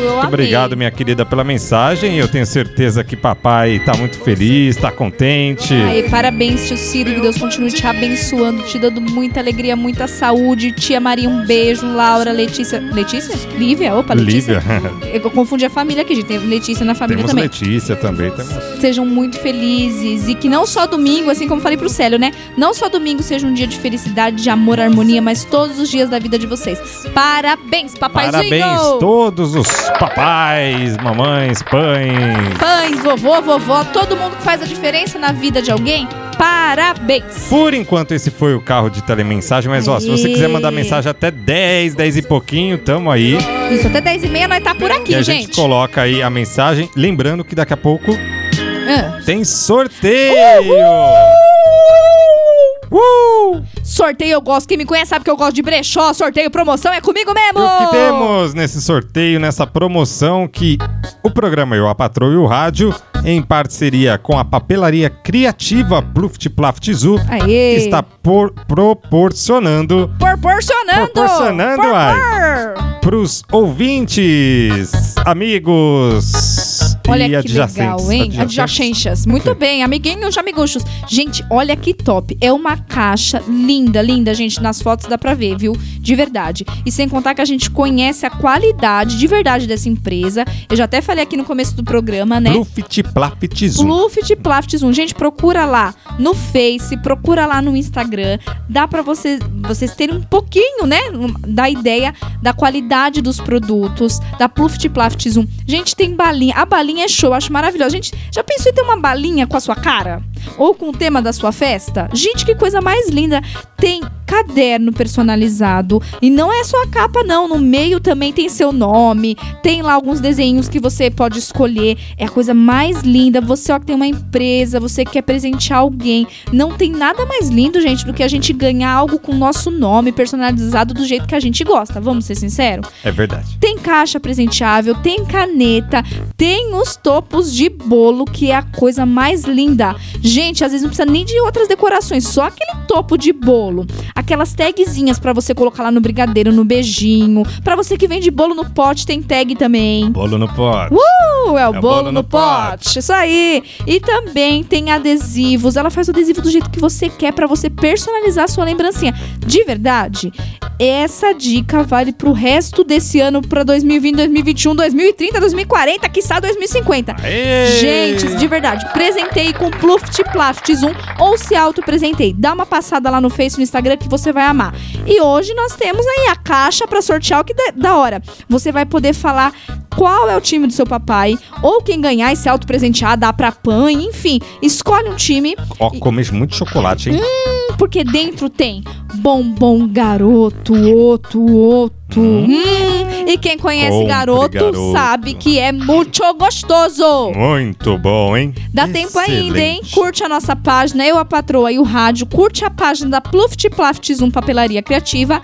Eu amei.
Muito obrigado, minha querida, pela mensagem. Eu tenho certeza que papai tá muito feliz, tá contente.
Aê, parabéns, tio Ciro. Que Deus continue te abençoando, te dando muita alegria, muita saúde. Tia Maria, um beijo. Laura, Letícia. Letícia? Lívia? Opa, Letícia.
Lívia.
Eu confundi a família aqui, gente. Tem Letícia na família
Temos
também.
Letícia também. Temos...
Sejam muito felizes e que não só domingo, assim como falei pro Célio, né? Não só domingo seja um dia de felicidade, de amor, harmonia, mas todos os dias da vida de vocês. Parabéns, papaizinho!
Parabéns todos os papais, mamães, pães.
Pães, vovô, vovó, todo mundo que faz a diferença na vida de alguém, parabéns!
Por enquanto, esse foi o carro de telemensagem. Mas, ó, se você
Aê.
quiser mandar mensagem até 10, 10 e pouquinho, tamo aí.
Isso, até 10 e meia nós tá por aqui,
e a gente,
gente.
coloca aí a mensagem. Lembrando que daqui a pouco
Ah.
tem sorteio. Uh!
Sorteio eu gosto, quem me conhece sabe que eu gosto de brechó, sorteio, promoção, é comigo mesmo!
O que temos nesse sorteio, nessa promoção que o programa Eu, a Patroa e o Rádio, em parceria com a papelaria criativa Bluft Plaft Zoo,
Aê.
está por- proporcionando
Proporcionando!
Proporcionando, ai. para os ouvintes, amigos
Olha
e
que
adjacentes.
legal, hein?
Adjacentes?
Adjacências. Muito bem, amiguinhos, amiguchos. Gente, olha que top. É uma caixa linda, linda, gente. Nas fotos dá pra ver, viu? De verdade. E sem contar que a gente conhece a qualidade de verdade dessa empresa. Eu já até falei aqui no começo do programa, né?
Bluft Plaft Zoo.
Bluft Plaft Zoom. Gente, procura lá no Face, procura lá no Instagram. Dá pra vocês, vocês terem um pouquinho, né? um- Da ideia da qualidade dos produtos, da Pluft Plaft Zoom. Gente, tem balinha. A balinha é show, eu acho maravilhosa. Gente, já pensou em ter uma balinha com a sua cara? Ou com o tema da sua festa? Gente, que coisa mais linda. Tem caderno personalizado. E não é só a capa, não. No meio também tem seu nome, tem lá alguns desenhos que você pode escolher. É a coisa mais linda. Você, ó, que tem uma empresa, você quer presentear alguém. Não tem nada mais lindo, gente, do que a gente ganhar algo com o nosso nome personalizado do jeito que a gente gosta. Vamos ser sinceros?
É verdade.
Tem caixa presenteável, tem caneta, tem os topos de bolo, que é a coisa mais linda. Gente, às vezes não precisa nem de outras decorações, só aquele topo de bolo, aquelas tagzinhas pra você colocar lá no brigadeiro, no beijinho. Pra você que vende bolo no pote, tem tag também.
Bolo no pote.
Uh, é o bolo, no, pote. Isso aí. E também tem adesivos. Ela faz o adesivo do jeito que você quer pra você personalizar a sua lembrancinha. De verdade, essa dica vale pro resto desse ano pra 2020, 2021, 2030, 2040, quiçá 2050. Gente, de verdade, presentei com Pluft Plaft Zoom ou se auto-presentei. Dá uma passada lá no Face, no Instagram, que você vai amar. E hoje nós temos aí a caixa pra sortear, o que da, da hora. Você vai poder falar qual é o time do seu papai, ou quem ganhar e se auto-presentear, dá pra PAN, enfim. Escolhe um time
Ó, come muito chocolate, hein?
Hum, porque dentro tem bombom garoto, outro, outro. Hum, E quem conhece
Compre,
garoto,
garoto.
sabe que é muito gostoso.
Muito bom, hein?
Hum. Dá tempo ainda, hein? Curte a nossa página, eu, a patroa e o rádio. Curte a página da Pluft Plaft Zoom Papelaria Criativa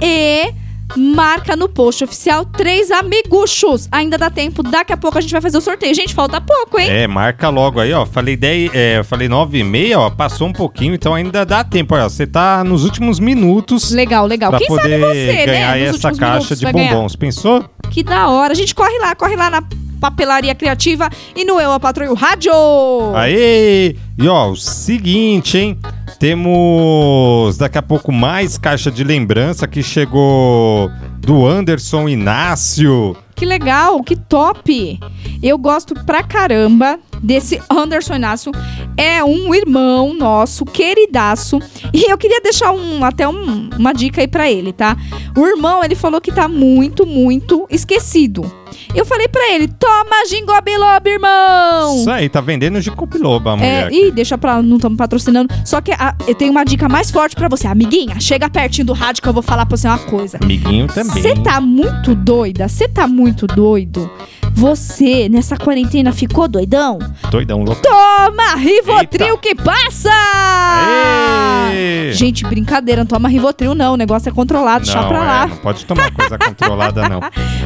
e marca no post oficial três amiguchos. Ainda dá tempo, daqui a pouco a gente vai fazer o sorteio. Gente, falta pouco, hein?
É, marca logo aí, ó. Falei 10, é, falei 9 e meia, ó. Passou um pouquinho, então ainda dá tempo. Olha, você tá nos últimos minutos.
Legal, legal.
É. Pra
Quem sabe
poder
você,
ganhar
né?
aí
Nos
essa
últimos
caixa
minutos
de
vai ganhar.
bombons. Pensou?
Que da hora. A gente corre lá, corre lá na Papelaria Criativa e no Eu, a patroa e o rádio.
Aê! E ó, o seguinte, hein? Temos daqui a pouco mais caixa de lembrança que chegou do Anderson Inácio.
Que legal, que top! Eu gosto pra caramba desse Anderson Inácio. É um irmão nosso, queridaço. E eu queria deixar um, até um- uma dica aí pra ele, tá? O irmão, ele falou que tá muito, muito esquecido. Eu falei pra ele, toma gingobiloba, irmão!
Isso aí, tá vendendo de copiloba, a mulher.
É, ih, deixa pra lá, não estamos patrocinando. Só que a- eu tenho uma dica mais forte pra você. Amiguinha, chega pertinho do rádio que eu vou falar pra você uma coisa.
Amiguinho também.
Você tá muito doida? Você tá muito doido? Você, nessa quarentena, ficou doidão?
Doidão louco.
Toma Rivotril que passa! Ah!
Aê!
Gente, brincadeira, não toma Rivotril não. O negócio é controlado, deixa
Não,
pra
é,
lá.
não pode tomar coisa controlada, não.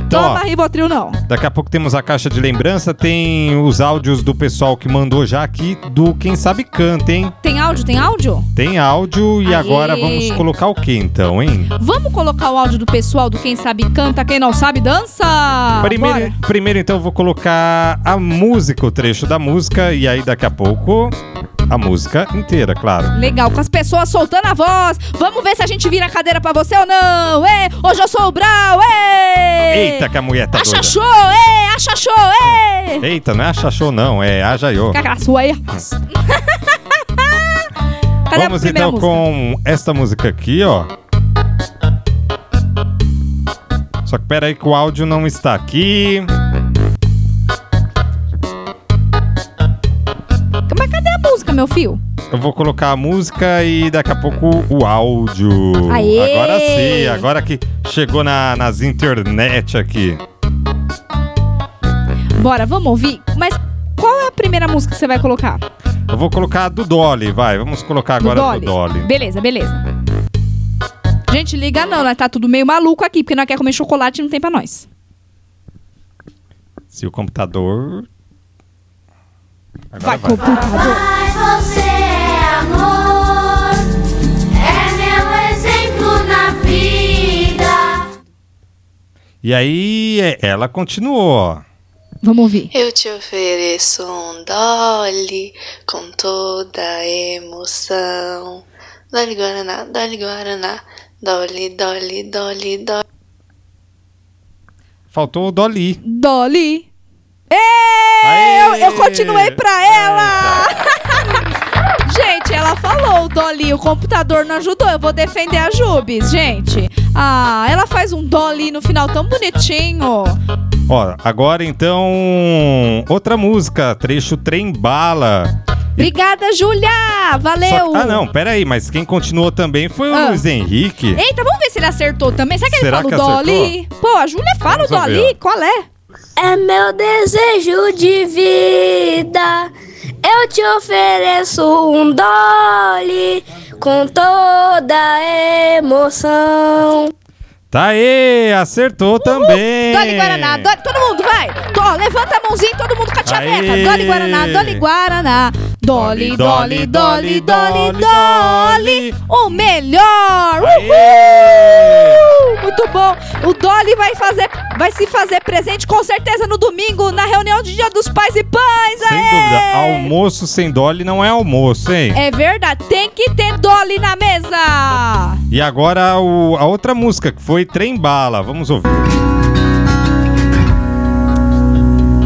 Então,
Toma
ó,
Rivotril não.
Daqui a pouco temos a caixa de lembrança, tem os áudios do pessoal que mandou já aqui do Quem Sabe Canta, hein?
Tem áudio? Tem áudio?
Tem áudio e
Aê.
agora vamos colocar o que então, hein?
Vamos colocar o áudio do pessoal do Quem Sabe Canta, Quem Não Sabe Dança? Ah, Bora.
Primeiro, primeiro então eu vou colocar a música, o trecho da música e aí daqui a pouco a música inteira, claro.
Legal, com as pessoas soltando a voz. Vamos ver se a gente vira a cadeira pra você ou não. Ê, hoje eu sou o Brau, ê!
Eita que a mulher tá
Acha
doida.
show, ê! Acha show, ê!
Eita, não é acha show não, é ajaiô.
Fica com a sua aí, rapaz. Cadê a
Vamos
primeira
então
música?
com esta música aqui, ó. Só que pera aí que o áudio não está aqui.
Mas cadê a música, meu filho?
Eu vou colocar a música e daqui a pouco o áudio.
Aê!
Agora sim, agora que chegou na- nas internet aqui.
Bora, vamos ouvir? Mas qual é a primeira música que você vai colocar?
Eu vou colocar a do Dolly, vai. Vamos colocar
Do
agora a do Dolly.
Beleza, beleza. Gente, liga não, né? Tá tudo meio maluco aqui, porque nós quer comer chocolate e não tem pra nós.
Se o computador. Agora vai.
Mas você é amor, é meu exemplo na vida.
E aí, é- ela continuou. ó.
Vamos ouvir.
Eu te ofereço um Dolly com toda a emoção. Dolly Guaraná, Dolly Guaraná, Dolly, Dolly, Dolly, Dolly.
Faltou o Dolly.
Dolly. Ê, Eu, eu continuei pra
É,
ela!
tá.
gente, ela falou, Dolly, o computador não ajudou. Eu vou defender a Jubes, gente. Ah, ela faz um Dolly no final tão bonitinho.
Ó, agora então. Outra música, trecho Trem Bala.
Obrigada, Júlia! Valeu!
Só que- ah, não, peraí, mas quem continuou também foi o
Ah.
Luiz Henrique.
Eita, vamos ver se ele acertou também. Será que
Será
ele
que
fala o Dolly? Pô, a Júlia fala
Vamos
o
ver,
Dolly.
ó.
Qual é?
É meu desejo de vida. Eu te ofereço um dole com toda a emoção.
Tá aí, acertou também.
Dolly Guaraná, Dolly, todo mundo vai. Tó, levanta a mãozinha, todo mundo com a tia
Aê.
Beca. Dolly Guaraná, Dolly Guaraná. Dolly, Dolly, Dolly, Dolly, Dolly. O melhor. Uhul! Muito bom. O Dolly vai fazer, vai se fazer presente com certeza no domingo na reunião de Dia dos Pais e Pães.
Sem dúvida, almoço sem Dolly não é almoço, hein?
É verdade, tem que ter Dolly na mesa.
E agora o- a outra música, que foi Trem Bala. Vamos ouvir.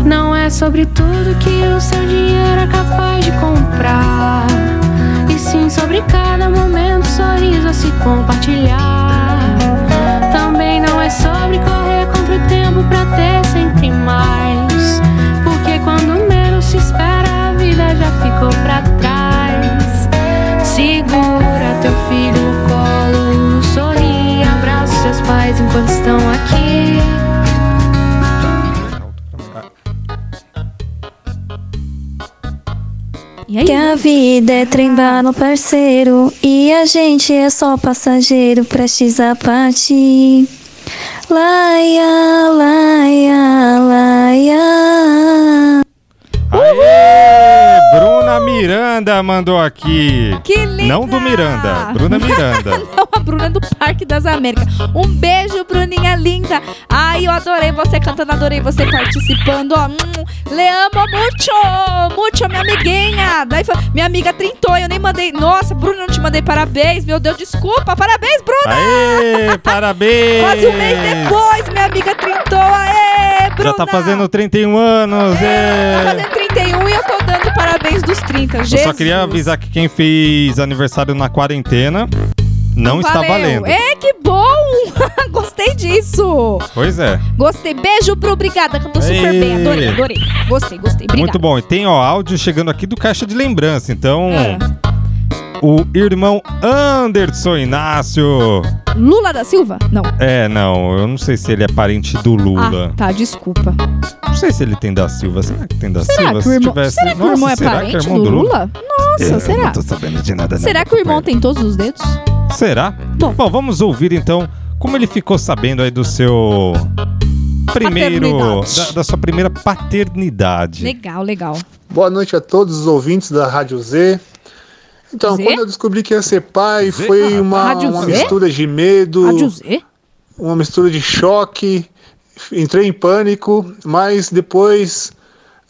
Não é sobre tudo que o seu dinheiro é capaz de comprar. E sim sobre cada momento, sorriso a se compartilhar. Também não é sobre correr contra o tempo pra ter sempre mais. Porque quando menos se espera, a vida já ficou pra trás. Segura teu filho no colo, sorri, abraça seus pais enquanto estão aqui.
Que a vida é trembala, parceiro. E a gente é só passageiro, prestes a partir. Laia, laia, laia.
Aê! Bruna Miranda mandou aqui.
Que linda!
Não do Miranda, Bruna Miranda.
Não, a Bruna do Parque das Américas. Um beijo, Bruninha linda. Ai, eu adorei você cantando, adorei você participando. Ó, hum, le amo muito, muito, minha amiguinha. Daí foi- minha amiga trintou, eu nem mandei. Nossa, Bruna, eu não te mandei parabéns. Meu Deus, desculpa. Parabéns, Bruna.
Aê, parabéns!
Quase um mês um depois, minha amiga trintou. Aê, Bruna.
Já tá fazendo 31 anos,
Tá
é.
fazendo 31 e eu tô dando parabéns dos 30.
Eu
Jesus.
só queria avisar que quem fez aniversário na quarentena não está
Valeu.
valendo.
É, que bom. Gostei disso.
Pois é.
Gostei. Beijo pro Brigada, cantou super
Ei.
bem. Adorei, adorei. Gostei, gostei. Obrigada.
Muito bom. E tem ó, áudio chegando aqui do Caixa de Lembrança. Então,
É.
o irmão Anderson Inácio.
Lula da Silva? Não.
É, não, eu não sei se ele é parente do Lula.
Ah, tá, desculpa.
Não sei se ele tem da Silva. Será que tem da
Ah. Será que
Silva?
o
se
irmão,
Assim, tivesse...
será que o
Nossa,
irmão é
será que
parente
é irmão É,
do Lula? Nossa,
Eu
será?
Não tô sabendo de nada, não.
Será que o irmão tem todos os dedos?
Será? Bom. vamos ouvir então como ele ficou sabendo aí do seu primeiro
Paternidade.
da, da sua primeira paternidade.
Legal, legal.
Boa noite a todos os ouvintes da Rádio Z. Então,
Z? Ah,
quando eu descobri que ia ser pai, foi uma,
Rádio
uma
Z?
mistura de medo,
Rádio Z?
uma mistura de choque. Entrei em pânico, mas depois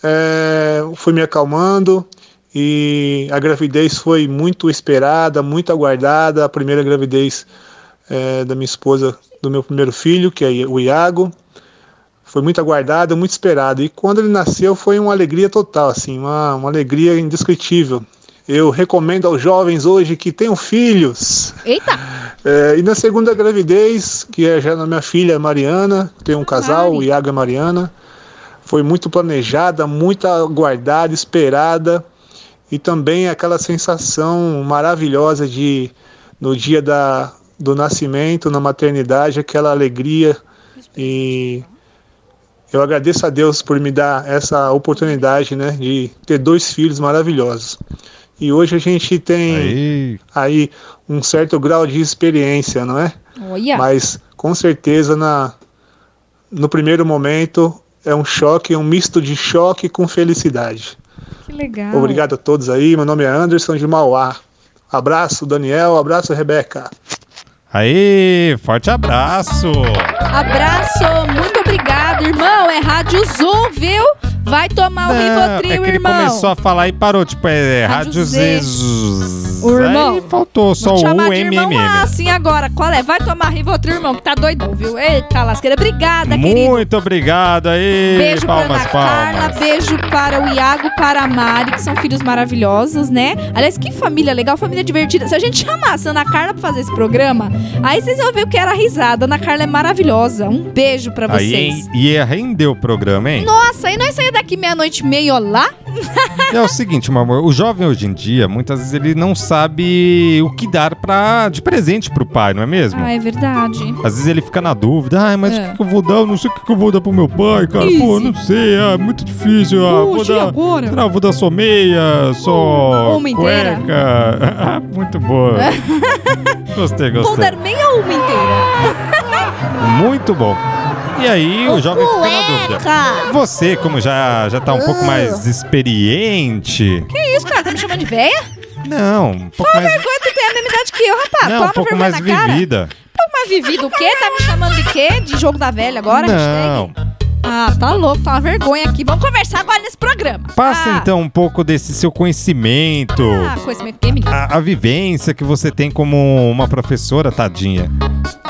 é, fui me acalmando e a gravidez foi muito esperada, muito aguardada. A primeira gravidez é, da minha esposa, do meu primeiro filho, que é o Iago. Foi muito aguardado, muito esperado. E quando ele nasceu foi uma alegria total, assim, uma, uma alegria indescritível. Eu recomendo aos jovens hoje que tenham filhos.
Eita!
É, e na segunda gravidez, que é já na minha filha Mariana, tem um casal, o Iago e a Mariana, foi muito planejada, muito aguardada, esperada, e também aquela sensação maravilhosa de no dia da, do nascimento, na maternidade, aquela alegria e eu agradeço a Deus por me dar essa oportunidade, né, de ter dois filhos maravilhosos. E hoje a gente tem
aí,
um certo grau de experiência, não é?
Olha.
Mas com certeza na no primeiro momento é um choque, um misto de choque com felicidade.
Que legal.
Obrigado a todos aí. Meu nome é Anderson de Mauá. Abraço, Daniel. Abraço, Rebeca.
Aí, forte abraço.
Abraço, muito obrigado, irmão. É Rádio Zoom, viu? Vai tomar o
é
Rivotril,
que ele
irmão.
começou a falar e parou, tipo, é
Rádio
Rádio
Z.
Z.
O irmão.
Aí faltou só
Vou te
o
chamar de irmão
MMM.
assim agora. Qual é? Vai tomar Rivotril, irmão, que tá doidão, viu? Eita, lasqueira. Obrigada, querido.
Muito obrigado aí.
Beijo
palmas,
pra Ana Carla,
palmas.
beijo para o Iago, para a Mari, que são filhos maravilhosos, né? Aliás, que família legal, família divertida. Se a gente chamasse a Ana Carla pra fazer esse programa, aí vocês iam ver o que era risada. Ana Carla é maravilhosa. Um beijo pra
Aí,
vocês.
hein, e rendeu o programa, hein?
Nossa, e nós saímos daqui meia-noite e meia, ó lá.
É o seguinte, meu amor, o jovem hoje em dia, muitas vezes ele não sabe o que dar pra, de presente pro pai, não é mesmo?
Ah, é verdade.
Às vezes ele fica na dúvida, ah, mas
É.
o que, que eu vou dar? Eu não sei o que, que eu vou dar pro meu pai, cara. Pô,
Easy.
não sei, ah, é muito difícil. Ah, vou
Puxa, e
dar,
agora?
sei lá, vou dar só meia, só
Uma inteira. É.
cueca. muito boa. gostei,
Vou dar
gostei.
meia ou uma inteira?
Muito bom. E aí o,
Ô,
jovem fica na
cueca!
dúvida. Você, como já, já tá um pouco mais experiente...
que isso, cara? Tá me chamando de velha?
Não, um pouco
Fala
mais...
vergonha, tu tem a mesma idade que eu,
Ah,
rapaz.
Não,
Toma
um pouco
vergonha
mais
na cara.
vivida.
Pouco mais vivido o quê? Tá me chamando de quê? De jogo da velha agora?
Não.
Ah, tá louco, tá uma vergonha aqui. Vamos conversar agora nesse programa.
Passa
Ah.
então um pouco desse seu conhecimento.
Ah, conhecimento que me
A, a vivência que você tem como uma professora, tadinha.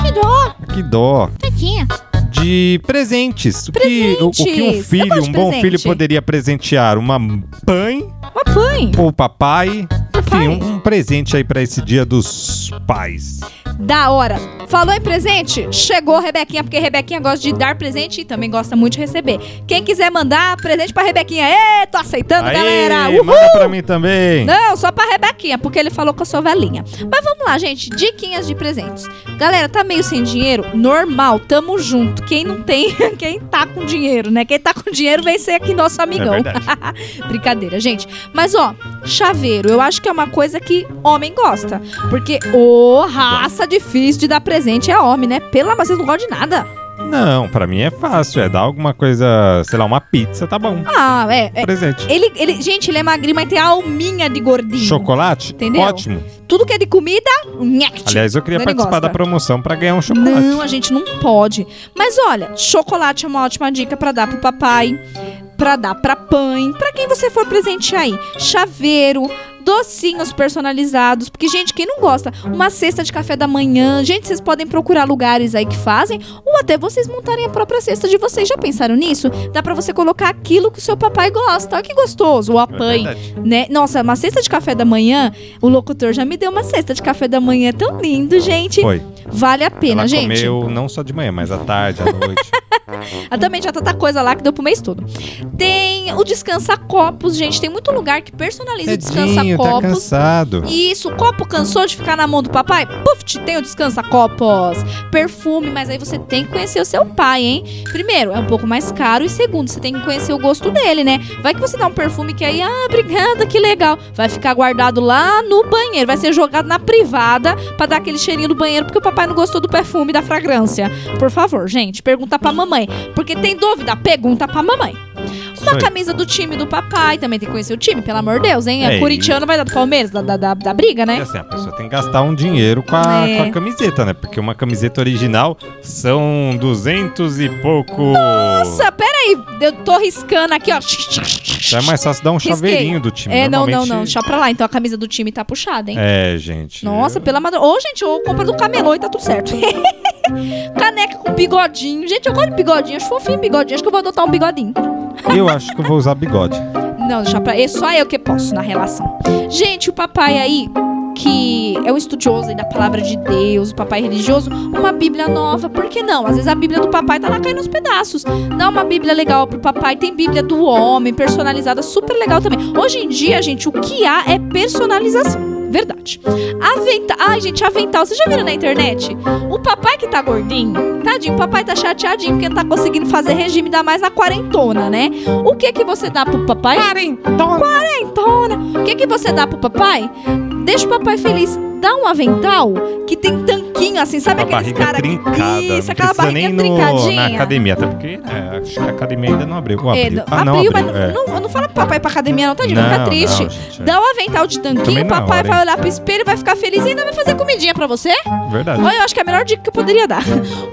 Que dó.
Que dó.
Tadinha.
De presentes. O que- O, o que um
Presentes. Eu
filho,
gosto de
um bom
presente.
filho poderia presentear uma mãe
Uma mãe.
ou papai. Enfim, um, um presente aí pra esse dia dos pais.
Da hora. Falou em presente? Chegou, Rebequinha, porque Rebequinha gosta de dar presente e também gosta muito de receber. Quem quiser mandar presente pra Rebequinha, ê, tô
Então,
aceitando,
Aê,
galera!
manda pra mim também.
Não, só pra Rebequinha, porque ele falou que eu sou velhinha. Mas vamos lá, gente, diquinhas de presentes. Galera, tá meio sem dinheiro? Normal, tamo junto. Quem não tem, quem tá com dinheiro, né? Quem tá com dinheiro vem ser aqui nosso
É
amigão.
verdade.
Brincadeira, gente. Mas, ó, chaveiro, eu acho que é uma coisa que homem gosta. Porque, ô, raça difícil de dar presente é homem, né? Pelo amor, vocês não gostam de nada.
Não, pra mim é fácil. É dar alguma coisa, sei lá, uma pizza, tá bom.
Ah, é. é.
Presente.
Ele, ele, gente, ele é magrinho, mas tem a alminha de gordinho.
Chocolate?
Entendeu?
Ótimo.
Tudo que é de comida, nhect.
Aliás, eu queria
Dani
participar
gosta.
da promoção pra ganhar um chocolate.
Não, a gente não pode. Mas olha, chocolate é uma ótima dica pra dar pro papai, pra dar pra pãe, pra quem você for presente aí. Chaveiro, docinhos personalizados, porque gente, quem não gosta, uma cesta de café da manhã. Gente, vocês podem procurar lugares aí que fazem ou até vocês montarem a própria cesta de vocês. Já pensaram nisso? Dá pra você colocar aquilo que o seu papai gosta. Olha que gostoso, o
É
apanhe,
verdade.
né? Nossa, uma cesta de café da manhã, o locutor já me deu uma cesta de café da manhã, é tão lindo, gente.
Foi.
Vale a pena,
Ela
gente.
comeu não só de manhã, mas à tarde, à noite.
Ah, também já tanta coisa lá que deu pro mês todo. Tem o descansa copos, gente. Tem muito lugar que personaliza o descansa
Tadinho, tá
copos.
cansado.
Isso, o copo cansou de ficar na mão do papai? Puf, tem o descansa copos. Perfume, mas aí você tem que conhecer o seu pai, hein? Primeiro, é um pouco mais caro e segundo, você tem que conhecer o gosto dele, né? Vai que você dá um perfume que aí, ah, obrigada, que legal. Vai ficar guardado lá no banheiro, vai ser jogado na privada pra dar aquele cheirinho do banheiro porque o papai não gostou do perfume e da fragrância. Por favor, gente, pergunta pra mamãe, porque tem dúvida, pergunta pra mamãe. Uma
aí.
camisa do time do papai, também tem que conhecer o time, pelo amor de Deus, hein? É,
É,
corintiano, vai dar do Palmeiras, da, da, da, da briga,
E
né?
assim, a pessoa tem que gastar um dinheiro com a,
É.
com a camiseta, né? Porque uma camiseta original são duzentos e pouco.
Nossa, peraí, eu tô riscando aqui, ó.
Então é mais fácil dar um
Risquei.
chaveirinho do time.
É, não, não,
Normalmente-
não, deixa pra lá. Então a camisa do time tá puxada, hein?
É, gente.
Nossa, pela madrugada. Ô, gente, ou compra do camelô e tá tudo certo. Caneca com bigodinho. Gente, eu gosto de bigodinho. Acho fofinho bigodinho. Acho que eu vou adotar um bigodinho.
Eu acho que eu vou usar bigode.
Não, deixa pra. É só eu que posso na relação. Gente, o papai aí, que é um estudioso aí da palavra de Deus, o papai religioso, uma Bíblia nova, por que não? Às vezes a Bíblia do papai tá lá caindo aos pedaços. Dá uma Bíblia legal pro papai. Tem Bíblia do homem, personalizada, super legal também. Hoje em dia, gente, o que há é personalização. Verdade. Avental. Ai, gente, avental. Vocês já viram na internet? O papai que tá gordinho, tadinho, o papai tá chateadinho porque não tá conseguindo fazer regime, dá mais na quarentona, né? O que que você dá pro papai? Quarentona! Quarentona! O que que você dá pro papai? Deixa o papai feliz. Dá um avental que tem tanquinho assim, sabe
a
aqueles
barriga
caras que.
trincada.
Isso,
não
aquela
precisa
barriga
nem no- na
trincadinha.
academia, até porque né, acho que a academia ainda não abriu. Ou
É,
abriu.
não-
ah, não
abriu,
abriu.
mas
é.
não, não, não fala pro papai pra academia, não, tadinho,
Não,
fica triste.
não, gente, é.
Dá um avental de
Também
tanquinho, o
na
papai
hora,
vai
hein?
olhar pro espelho, vai ficar feliz e ainda vai fazer comidinha pra você.
Verdade.
Olha, eu acho que é a melhor dica que eu poderia dar.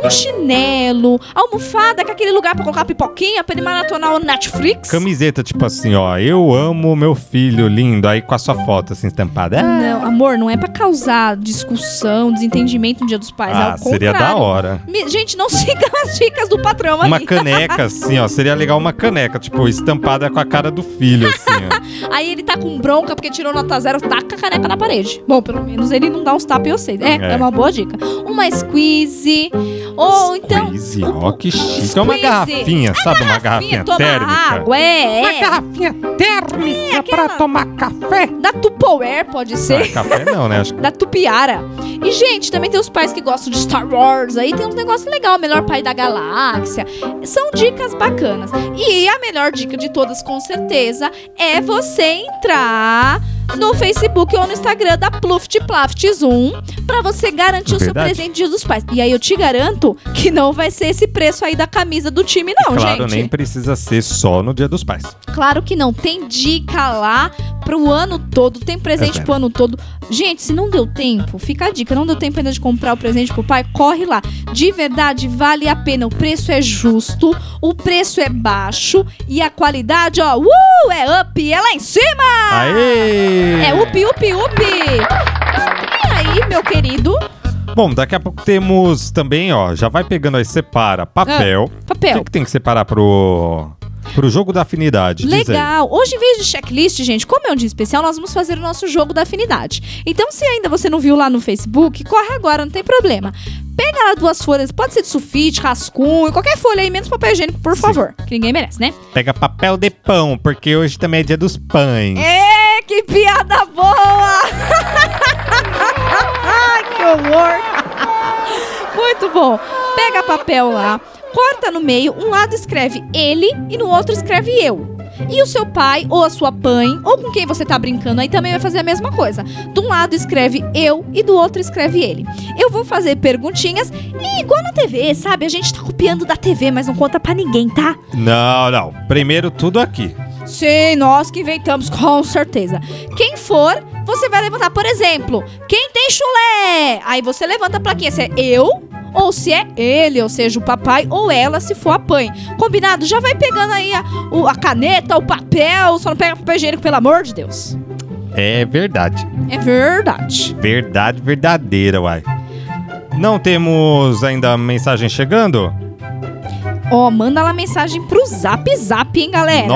Um chinelo, almofada, que é aquele lugar pra colocar pipoquinha, pra ele maratonar o Netflix.
Camiseta, tipo assim, ó, eu amo meu filho lindo, aí com a sua foto assim estampada. Ah,
Não, amor, não é pra causar é discussão, desentendimento. casamento no Dia dos Pais. é
Ah,
o
seria da
contrário.
hora.
Me- gente, não siga as dicas do patrão
Uma
ali.
caneca, assim, ó. Seria legal uma caneca, tipo, estampada com a cara do filho, assim,
Aí ele tá com bronca porque tirou nota zero, taca a caneca na parede. Bom, pelo menos ele não dá uns tapas, eu sei. É, é,
É.
uma boa dica. Uma squeeze. Ou
ó.
então.
Crazy, ó, que chique. É uma
Squeeze.
garrafinha, sabe? Uma
Garrafinha,
garrafinha
toma
Ah, térmica.
água, é.
Uma garrafinha térmica pra tomar café.
Da Tupperware, pode ser.
Ah, café não, né? Acho que
da Tupiara. E, gente, também tem os pais que gostam de Star Wars. Aí tem uns negócios legais. Melhor pai da galáxia. São dicas bacanas. E a melhor dica de todas, com certeza, é você entrar no Facebook ou no Instagram da Pluft Plaft Zoom pra você garantir o seu
Verdade.
presente de Dia dos Pais. E aí eu te garanto que não vai ser esse preço aí da camisa do time, não,
claro,
gente.
nem precisa ser só no Dia dos Pais.
Claro que não. Tem dica lá pro ano todo, tem presente
Exato.
pro ano todo. Gente, se não deu tempo, fica a dica. Não deu tempo ainda de comprar o presente pro pai, corre lá. De verdade, vale a pena. O preço é justo, o preço é baixo e a qualidade, ó, uh, é up, é lá em cima!
Aê!
É up, up, up! E aí, meu querido?
Bom, daqui a pouco temos também, ó, já vai pegando aí, separa papel.
Ah, papel.
O que, que tem que separar pro, pro jogo da afinidade? Diz aí.
Legal! Hoje, em vez de checklist, gente, como é um dia especial, nós vamos fazer o nosso jogo da afinidade. Então, se ainda você não viu lá no Facebook, corre agora, não tem problema. Pega lá duas folhas, pode ser de sulfite, rascunho, qualquer folha aí, menos papel higiênico, por favor. Que ninguém merece, né?
Pega papel de pão, porque hoje também é dia dos pães.
É, que piada boa! Ai, que horror! Muito bom. Pega papel lá, corta no meio, um lado escreve ele e no outro escreve eu. E o seu pai, ou a sua mãe, ou com quem você tá brincando aí também vai fazer a mesma coisa. De um lado escreve eu e do outro escreve ele. Eu vou fazer perguntinhas e igual na TV, sabe? A gente tá copiando da TV, mas não conta pra ninguém, tá?
Não, não. Primeiro tudo aqui.
Sim, nós que inventamos, com certeza. Quem for, você vai levantar. Por exemplo, quem tem chulé? Aí você levanta a plaquinha. Se é eu ou se é ele, ou seja, o papai ou ela, se for a mãe. Combinado? Já vai pegando aí a, o- a caneta, o papel. Só não pega papel higiênico, pelo amor de Deus.
É verdade.
É verdade.
Verdade verdadeira, uai. Não temos ainda mensagem chegando?
Ó, manda lá mensagem pro zap zap, hein, galera?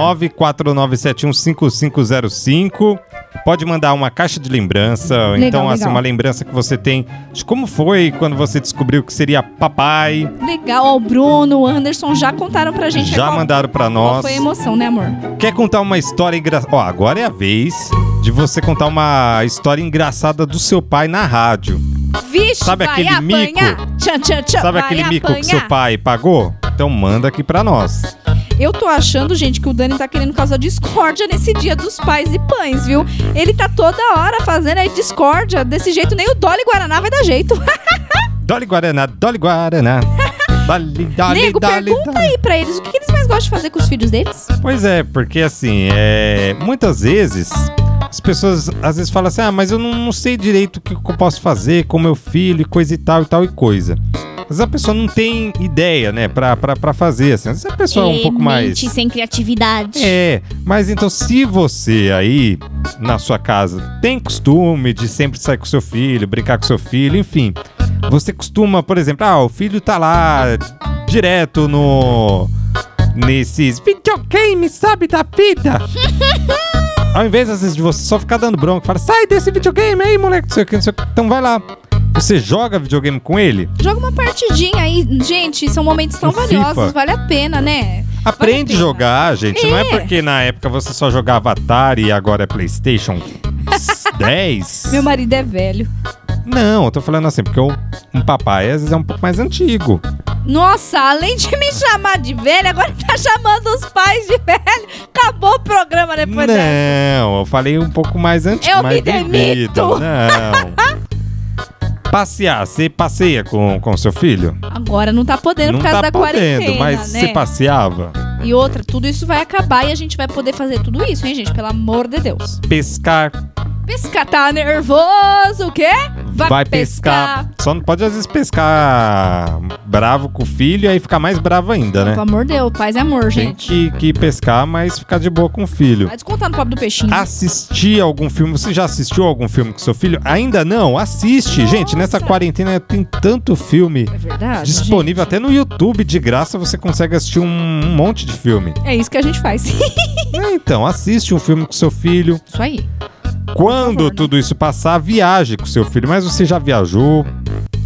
949715505. Pode mandar uma caixa de lembrança, ou
Legal,
então assim
legal.
uma lembrança que você tem de como foi quando você descobriu que seria papai.
Legal, ó, o Bruno, o Anderson já contaram pra gente
Já
qual,
mandaram pra
qual
nós.
foi a emoção, né, amor?
Quer contar uma história engraçada? Ó, agora é a vez de você contar uma história engraçada do seu pai na rádio.
Vixe,
Sabe
vai
aquele
apanhar.
mico?
Tchan, tchan, tchan,
Sabe
vai
aquele mico
apanhar.
que seu pai pagou? Então manda aqui pra nós.
Eu tô achando, gente, que o Dani tá querendo causar discórdia nesse dia dos pais e pães, viu? Ele tá toda hora fazendo aí discórdia. Desse jeito, nem o Dolly Guaraná vai dar jeito.
Dole Guaraná, Dole Guaraná. Dole, dole,
Nego,
dole,
pergunta aí pra eles o que que eles mais gostam de fazer com os filhos deles.
Pois é, porque assim, é, muitas vezes as pessoas às vezes falam assim: ah, mas eu não, não sei direito o que eu posso fazer com meu filho, e coisa e tal e tal e coisa. Mas a pessoa não tem ideia, né, pra, pra, pra fazer. Assim. Às vezes a pessoa é um pouco mais.
Mente sem criatividade.
É, mas então se você aí na sua casa tem costume de sempre sair com seu filho, brincar com seu filho, enfim, você costuma, por exemplo, ah, o filho tá lá direto no nesses
Videogame, sabe, da vida.
Ao invés, às vezes, de você só ficar dando bronca, fala, sai desse videogame aí, moleque, não sei o que, não sei o que. Então vai lá. Você joga videogame com ele,
Joga uma partidinha aí. Gente, são momentos tão
No
valiosos.
FIFA.
Vale a pena, né?
aprende a jogar, gente. Não é
É.
porque na época você só jogava Atari e agora é PlayStation 10.
Meu marido é velho.
Não, eu tô falando assim, porque um, um papai às vezes é um pouco mais antigo.
Nossa, além de me chamar de velho, agora tá chamando os pais de velho. Acabou o programa
Né?
depois dessa.
Não, eu falei um pouco mais antigo.
É Eu
mais
me demito.
vivido. Não. Passear, você passeia com com seu filho?
Agora não tá podendo
não
por causa
tá
da
podendo,
quarentena,
mas
né?
você passeava?
E outra, tudo isso vai acabar e a gente vai poder fazer tudo isso, hein, gente? Pelo amor de Deus.
Pescar,
Pescar tá nervoso, o quê? Vai,
vai
pescar.
pescar. Só não pode às vezes pescar bravo com o filho e aí ficar mais bravo ainda, né?
Pelo amor de Deus, paz é amor,
Tem
gente.
que, que pescar, mas ficar de boa com o filho.
Vai descontar no pobre do peixinho.
Ah, Assistir algum filme. Você já assistiu algum filme com seu filho? Ainda não? Assiste, gente. Nessa quarentena tem tanto filme
É verdade.
disponível até no YouTube de graça. Você consegue assistir um, um monte de filme.
gente. É isso que a gente faz.
Então, assiste um filme com seu filho.
isso aí.
Quando tudo isso passar, viaje com seu filho. Mas você já viajou?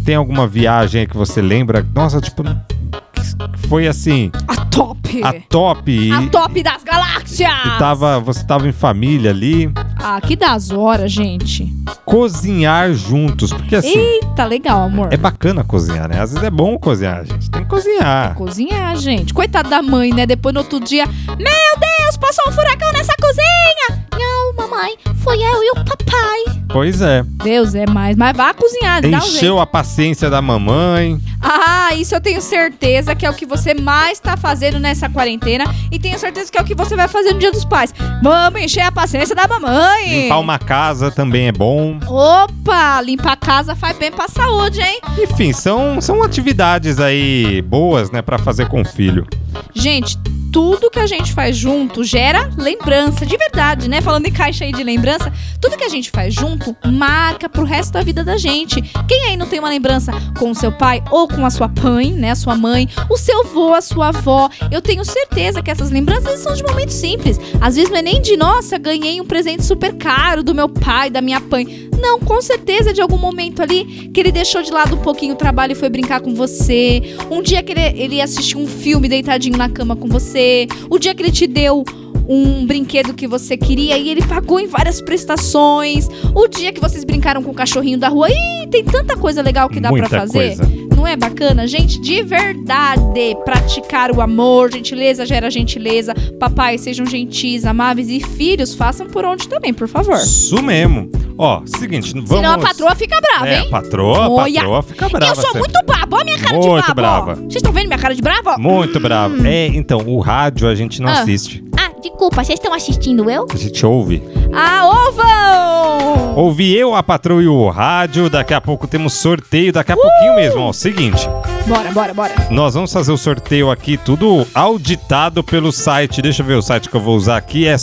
Tem alguma viagem aí que você lembra? Nossa, tipo, que foi assim,
A top.
a top. e-
A top das galáxias.
E tá- tava, você tava em família ali.
Ah, que das horas, gente.
Cozinhar juntos. Porque assim,
Eita, legal, amor.
é bacana cozinhar, né? Às vezes é bom cozinhar, gente. Tem que cozinhar.
Cozinhar, gente. Coitada da mãe, né? Depois no outro dia, meu Deus, passou um furacão nessa cozinha. Não, mamãe, foi eu e o papai.
Pois é.
Deus é mais, mas vá cozinhar, um dá um jeito.
Encheu a paciência da mamãe.
Ah, isso eu tenho certeza que é o que você mais tá fazendo nessa quarentena e tenho certeza que é o que você vai fazer no Dia dos Pais. Vamos encher a paciência da mamãe.
Limpar uma casa também é bom.
Opa, limpar a casa faz bem pra saúde, hein?
Enfim, são, são atividades aí boas, né, Pra fazer com o filho.
Gente, tudo que a gente faz junto gera lembrança, de verdade, né? Falando em caixa aí de lembrança, tudo que a gente faz junto marca pro resto da vida da gente. Quem aí não tem uma lembrança com o seu pai ou com a sua mãe, né? A sua mãe, o seu avô, a sua avó. Eu tenho certeza que essas lembranças são de momentos simples. Às vezes não é nem de, nossa, ganhei um presente super caro do meu pai, da minha mãe. Não, com certeza de algum momento ali que ele deixou de lado um pouquinho o trabalho e foi brincar com você. Um dia que ele, ele assistiu um filme deitadinho na cama com você. O dia que ele te deu um brinquedo que você queria e ele pagou em várias prestações. O dia que vocês brincaram com o cachorrinho da rua. Ih, tem tanta coisa legal que dá
Muita
pra fazer.
coisa.
Não é bacana? Gente, de verdade, praticar o amor, gentileza gera gentileza. Papai, sejam gentis, amáveis e filhos, façam por onde também, por favor.
Isso mesmo. Ó, seguinte, vamos...
Senão a patroa fica brava,
É,
hein?
a patroa, a
Olha,
patroa fica brava.
Eu sou
sempre.
muito brabo, olha minha cara
Muito
de brabo. ó.
brava.
Vocês estão vendo minha cara de brabo? ó?
Muito brava. É, então, o rádio a gente não
Hum. Ah.
assiste.
Ah, desculpa, vocês estão assistindo eu?
A gente ouve.
Ah, ovão!
Ouvi eu, a patroa e o rádio. Daqui a pouco temos sorteio. Daqui a pouquinho mesmo. Ó, seguinte.
Bora, bora, bora.
Nós vamos fazer o sorteio aqui, tudo auditado pelo site. Deixa eu ver o site que eu vou usar aqui. É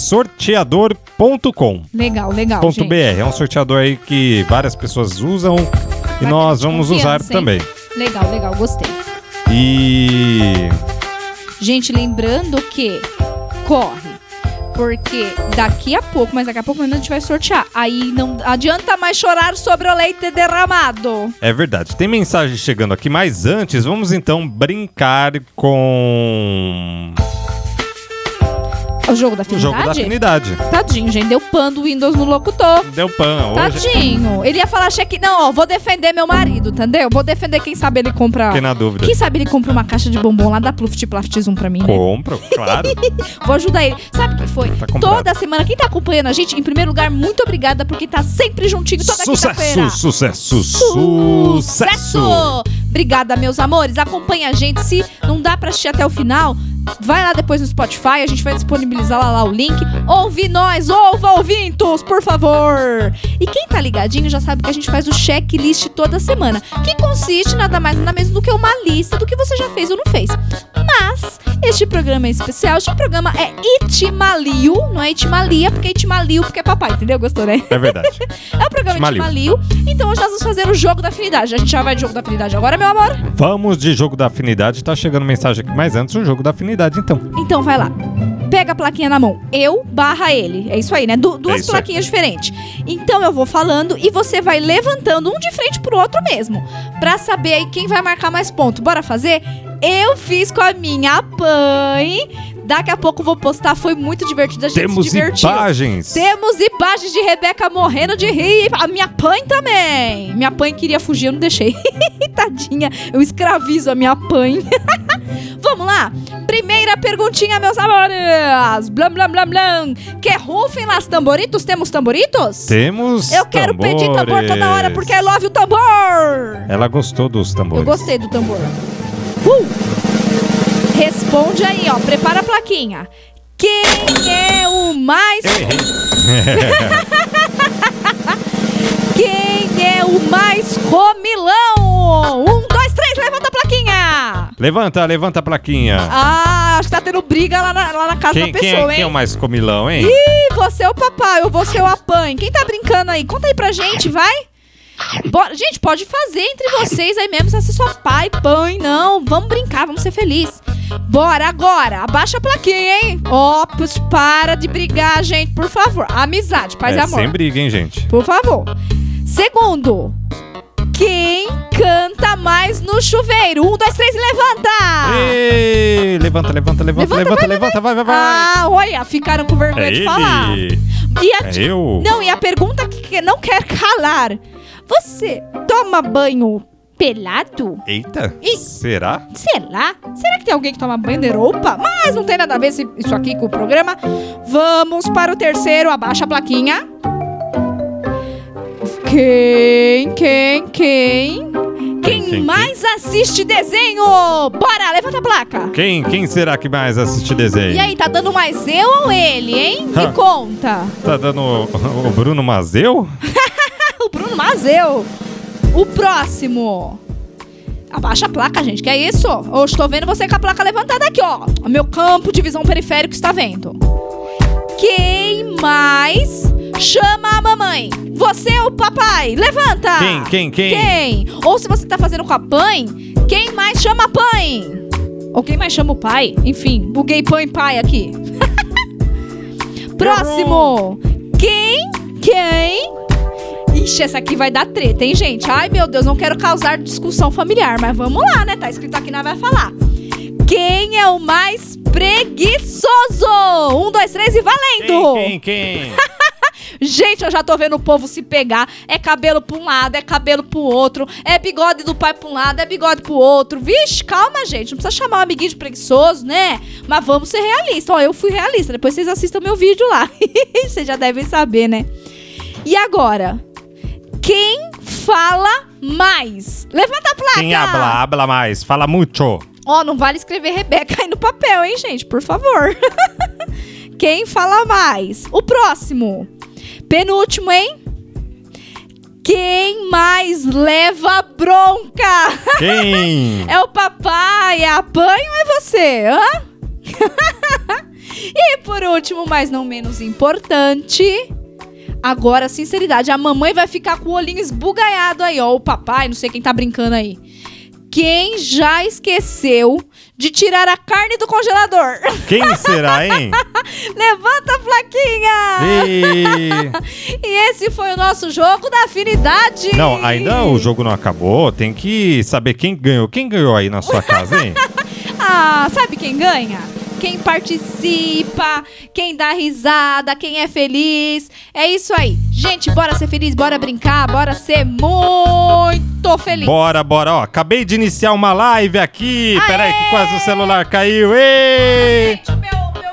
sorteador.com.
Legal, legal,
Ponto
Tá, gente.
.br. É um sorteador aí que várias pessoas usam e nós vamos usar
Confiança, hein?
também.
Legal, legal, gostei.
E
Gente, lembrando que corre. Porque daqui a pouco, mas daqui a pouco mesmo a gente vai sortear. Aí não adianta mais chorar sobre o leite derramado.
é verdade, tem mensagem chegando aqui, mas antes vamos então brincar com
É o jogo da
o
afinidade?
jogo da afinidade.
Tadinho, gente. Deu pan do Windows no locutor.
Deu pan
Tá
hoje.
Tadinho. Ele ia falar cheque. Não, ó, vou defender meu marido, entendeu? Vou defender quem sabe ele compra.
Fiquei na dúvida.
Quem sabe ele compra uma caixa de bombom lá da Pluft Plaftiz um pra mim, né?
Compro, claro.
Vou ajudar ele. Sabe o que foi?
comprado.
toda semana, quem tá acompanhando a gente, em primeiro lugar, muito obrigada, porque tá sempre juntinho toda quinta-feira.
sucesso, sucesso, sucesso.
Obrigada, meus amores. Acompanha a gente. Se não dá pra assistir até o final, vai lá depois no Spotify. A gente vai disponibilizar lá, lá o link. Ouve nós, ouva ouvintos, por favor. E quem tá ligadinho já sabe que a gente faz o checklist toda semana, que consiste nada mais nada menos do que uma lista do que você já fez ou não fez. Mas este programa é especial. Este programa é Itimaliu, não é Itimalia, porque é Itimaliu porque é papai, entendeu? Gostou, né?
É verdade.
É o programa
Itimaliu.
Itimaliu. Então hoje nós vamos fazer o jogo da afinidade. A gente já vai de jogo da afinidade agora, meu amor.
Vamos de jogo da afinidade. Tá chegando mensagem aqui, mas antes o jogo da afinidade, então.
Então vai lá. Pega a plaquinha na mão. Eu barra ele. É isso aí, né? Du- duas
isso aí.
plaquinhas diferentes. Então eu vou falando e você vai levantando um de frente pro outro mesmo. Pra saber aí quem vai marcar mais ponto. Bora fazer? Eu fiz com a minha mãe. Daqui a pouco eu vou postar. Foi muito divertido. A gente
Temos
se divertiu.
imagens.
Temos imagens de Rebeca morrendo de rir. A minha mãe também. Minha mãe queria fugir, eu não deixei. Tadinha, eu escravizo a minha mãe. Vamos lá. Primeira perguntinha, meus amores. Blam, blam, blam, blam. Que rufem las tamboritos? Temos tamboritos?
Temos.
Eu quero pedir tambor toda hora porque I love o tambor.
Ela gostou dos
Eu
tambores.
gostei do tambor. Uh! Responde aí, ó. Prepara a plaquinha. Quem é o mais. Quem é o o mais comilão. Um, dois, três, levanta a plaquinha.
Levanta, levanta a plaquinha.
Ah, acho que tá tendo briga lá na, lá na casa
Quem,
da
quem
pessoa,
é,
hein?
quem é o mais comilão, hein?
Ih, você é o papai, eu vou ser o apanho. Quem tá brincando aí? Conta aí pra gente, vai. Bo- gente, pode fazer entre vocês aí mesmo, se ser só pai, pãe, não. Vamos brincar, vamos ser felizes. Bora, agora. Abaixa a plaquinha, hein? Ó, pus- para de brigar, gente, por favor. Amizade, paz
é,
e amor.
Sem briga, hein, gente?
Por favor. Segundo, quem canta mais no chuveiro? Um, dois, três, levanta!
Ei, levanta, levanta, levanta, levanta, levanta, vai, vai, vai.
Ah, olha, ficaram com vergonha
é
de
ele.
falar. E a,
É eu.
Não, e a pergunta que que não quer calar. Você toma banho pelado?
Eita,
Ih.
será?
Sei lá. Será que tem alguém que toma banho de roupa? Mas não tem nada a ver esse- isso aqui com o programa. Vamos para o terceiro. Abaixa a plaquinha. Quem, quem, quem? Quem,
quem,
mais assiste desenho? Bora, levanta a placa.
Quem, quem será que mais assiste desenho?
E aí, tá dando mais eu ou ele, hein? Me
Ha.
conta.
Tá dando o, o Bruno Mazeu?
o Bruno Mazeu. O próximo. Abaixa a placa, gente. Que é isso? Eu estou vendo você com a placa levantada aqui, ó. O meu campo de visão periférico está vendo. Quem mais chama a mamãe? Você ou o papai? Levanta!
Quem, quem, quem?
Quem? Ou se você tá fazendo com a pãe, quem mais chama a pãe? Ou quem mais chama o pai? Enfim, buguei pãe pai aqui. Próximo! Quem? Quem? Ixi, essa aqui vai dar treta, hein, gente? Ai, meu Deus, não quero causar discussão familiar, mas vamos lá, né? Tá escrito aqui, nós vai falar. Quem é o mais preguiçoso? Um, dois, três e valendo!
Quem, quem?
Gente, eu já tô vendo o povo se pegar. É cabelo pra um lado, é cabelo pro outro. É bigode do pai pra um lado, é bigode pro outro. Vixe, calma, gente. Não precisa chamar o amiguinho de preguiçoso, né? Mas vamos ser realistas. Ó, eu fui realista. Depois vocês assistam meu vídeo lá. vocês já devem saber, né? E agora? Quem fala mais? Levanta a placa!
Quem habla, habla mais, fala muito.
Ó, não vale escrever Rebeca aí no papel, hein, gente? Por favor. Quem fala mais? O próximo. Penúltimo, hein? Quem mais leva bronca?
Quem?
É o papai, é a apanho ou é você? Hã? e por último, mas não menos importante, agora, sinceridade, a mamãe vai ficar com o olhinho esbugalhado aí, ó. O papai, não sei quem tá brincando aí. Quem já esqueceu de tirar a carne do congelador?
Quem será, hein?
Levanta a plaquinha!
Ei.
E esse foi o nosso jogo da afinidade!
Não, ainda o jogo não acabou. Tem que saber quem ganhou. Quem ganhou aí na sua casa, hein?
Ah, sabe quem ganha? Quem participa, quem dá risada, quem é feliz. É isso aí. Gente, bora ser feliz, bora brincar, bora ser muito feliz.
Bora, bora. Ó, acabei de iniciar uma live aqui. Peraí, que quase o celular caiu. Ei!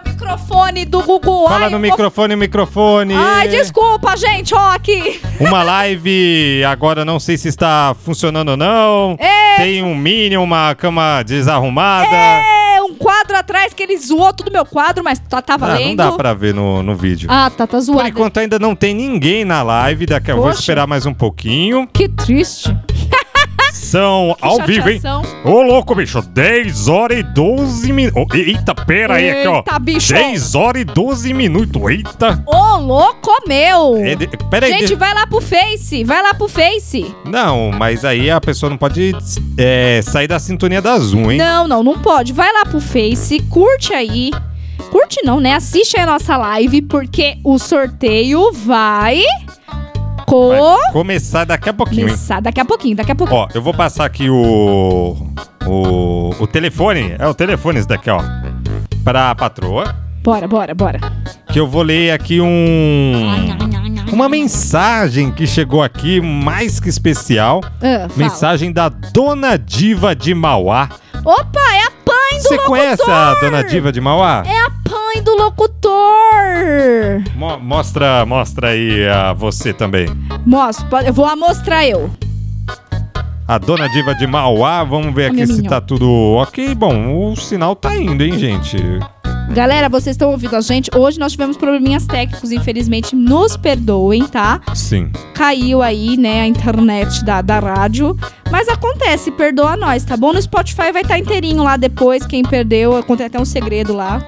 Microfone do Gugu.
Fala
Ai,
no
o-
microfone, microfone.
Ai, desculpa, gente, ó, aqui.
Uma live, agora não sei se está funcionando ou não.
É.
Tem um Minion, uma cama desarrumada. Ah,
É um quadro atrás que ele zoou todo o meu quadro, mas tá, tá
Ah, não
valendo.
dá pra ver no, no vídeo.
Ah, tá, tá
Por
zoado.
enquanto ainda não tem ninguém na live, daqui eu vou
Poxa.
esperar mais um pouquinho.
Que triste.
São ao vivo, hein?
chateação.
Ô, louco, bicho, 10 horas e 12 minutos. eita, pera aí, aqui, ó.
Eita, bicho.
10 horas e 12 minutos, eita.
Ô, louco meu!
É, de- pera aí,
gente,
de-
vai lá pro Face, vai lá pro Face.
Não, mas aí a pessoa não pode é, sair da sintonia da Zoom, hein?
Não, não, não pode. Vai lá pro Face, curte aí. Curte não, né? Assiste aí a nossa live, porque o sorteio vai
Vai começar daqui a pouquinho, hein?
começar daqui a pouquinho, daqui a pouquinho.
Ó, eu vou passar aqui o. O, o telefone. É o telefone esse daqui, ó. Pra patroa.
Bora, bora, bora.
Que eu vou ler aqui um. Uma mensagem que chegou aqui, mais que especial.
Ah, fala.
Mensagem da Dona Diva de Mauá.
Opa, é a pãe do
Você
locutor!
conhece a Dona Diva de Mauá?
É a pãe do locutor!
Mo- mostra, mostra aí a você também.
Mostra, pode- eu vou amostrar eu.
A Dona Diva de Mauá, vamos ver
meu
aqui se
mignon.
tá tudo ok. Bom, o sinal tá indo, hein, gente?
Galera, vocês estão ouvindo a gente? Hoje nós tivemos probleminhas técnicos, infelizmente. Nos perdoem, tá?
Sim.
Caiu aí, né, a internet da, da rádio. Mas acontece, perdoa nós, tá bom? No Spotify vai estar inteirinho lá depois. Quem perdeu, contei até um segredo lá.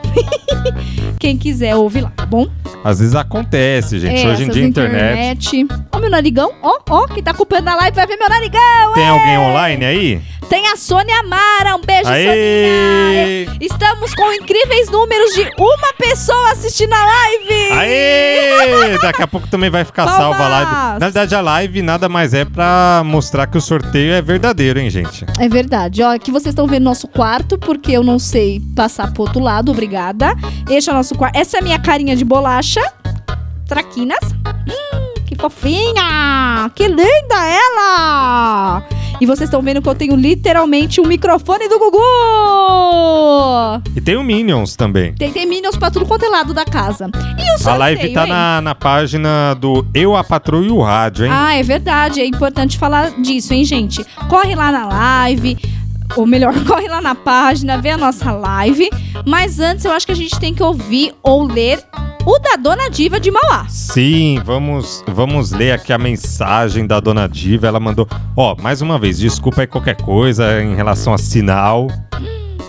quem quiser, ouve lá, tá bom? É,
Às vezes acontece, gente. Hoje em
Essas
dia, internet.
internet. Ó, meu narigão, ó, ó, quem tá culpando a live vai ver meu narigão!
Tem
é!
alguém online aí?
Tem a Sônia Amara, um beijo,
Aê!
Soninha! Estamos com incríveis números de uma pessoa assistindo a live!
Aê! Daqui a pouco também vai ficar salva a live.
Palmas!
Na verdade, a live nada mais é pra mostrar que o sorteio é verdadeiro, hein, gente?
É verdade. Ó, aqui vocês estão vendo nosso quarto, porque eu não sei passar pro outro lado, obrigada. Este é o nosso quarto. Essa é a minha carinha de bolacha. Traquinas. Hum, que fofinha! Que linda ela! E vocês estão vendo que eu tenho literalmente um microfone do Gugu!
E tem o Minions também.
Tem, tem Minions pra tudo quanto é lado da casa. E o
A
sorteio,
live tá
hein?
na, na página do Eu, a Patroa e o Rádio, hein?
Ah, é verdade. É importante falar disso, hein, gente? Corre lá na live. Ou melhor, corre lá na página, vê a nossa live. Mas antes, eu acho que a gente tem que ouvir ou ler o da Dona Diva de Mauá.
Sim, vamos, vamos ler aqui a mensagem da Dona Diva. Ela mandou. Ó, mais uma vez, desculpa aí qualquer coisa em relação a sinal.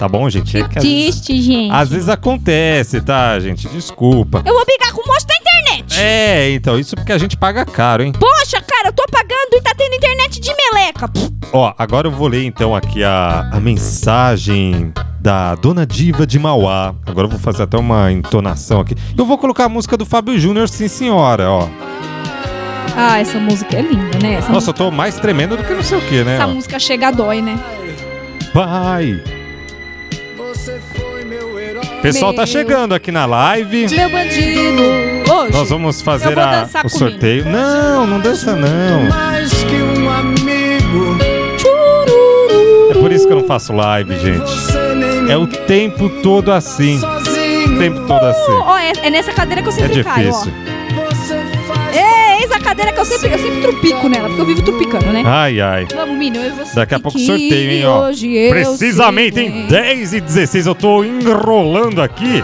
Tá bom, gente? É que às vezes-
Triste, gente.
às vezes acontece, tá, gente? Desculpa.
Eu vou brigar com o moço da internet.
É, então, isso porque a gente paga caro, hein?
Poxa, cara, eu tô pagando e tá tendo internet de meleca. Pff,
Ó, agora eu vou ler então aqui a, a mensagem da Dona Diva de Mauá. Agora eu vou fazer até uma entonação aqui. Eu vou colocar a música do Fábio Júnior, sim senhora, ó.
Ah, essa música é linda, né? Essa,
Nossa, eu tô mais tremendo do que não sei o que, né?
essa
ó.
música chega a dói, né?
Vai! Pessoal, tá
Meu.
chegando aqui na live.
Meu bandido, hoje.
Nós vamos
eu
fazer
vou
a-
dançar com
o
o
sorteio. Não, não dança não.
Mais que um amigo.
É por isso que eu não faço live, gente. É o tempo todo assim. O tempo todo assim.
Ó, é, é nessa cadeira que eu
É
sempre caio, ó.
difícil.
É, eis a cadeira que eu sempre, eu sempre trupico nela, porque eu vivo trupicando, né?
Ai, ai.
Vamos, Minion, eu vou
Daqui a pouco sorteio, hein, ó.
Hoje eu
Precisamente em 10 e 16 eu tô enrolando aqui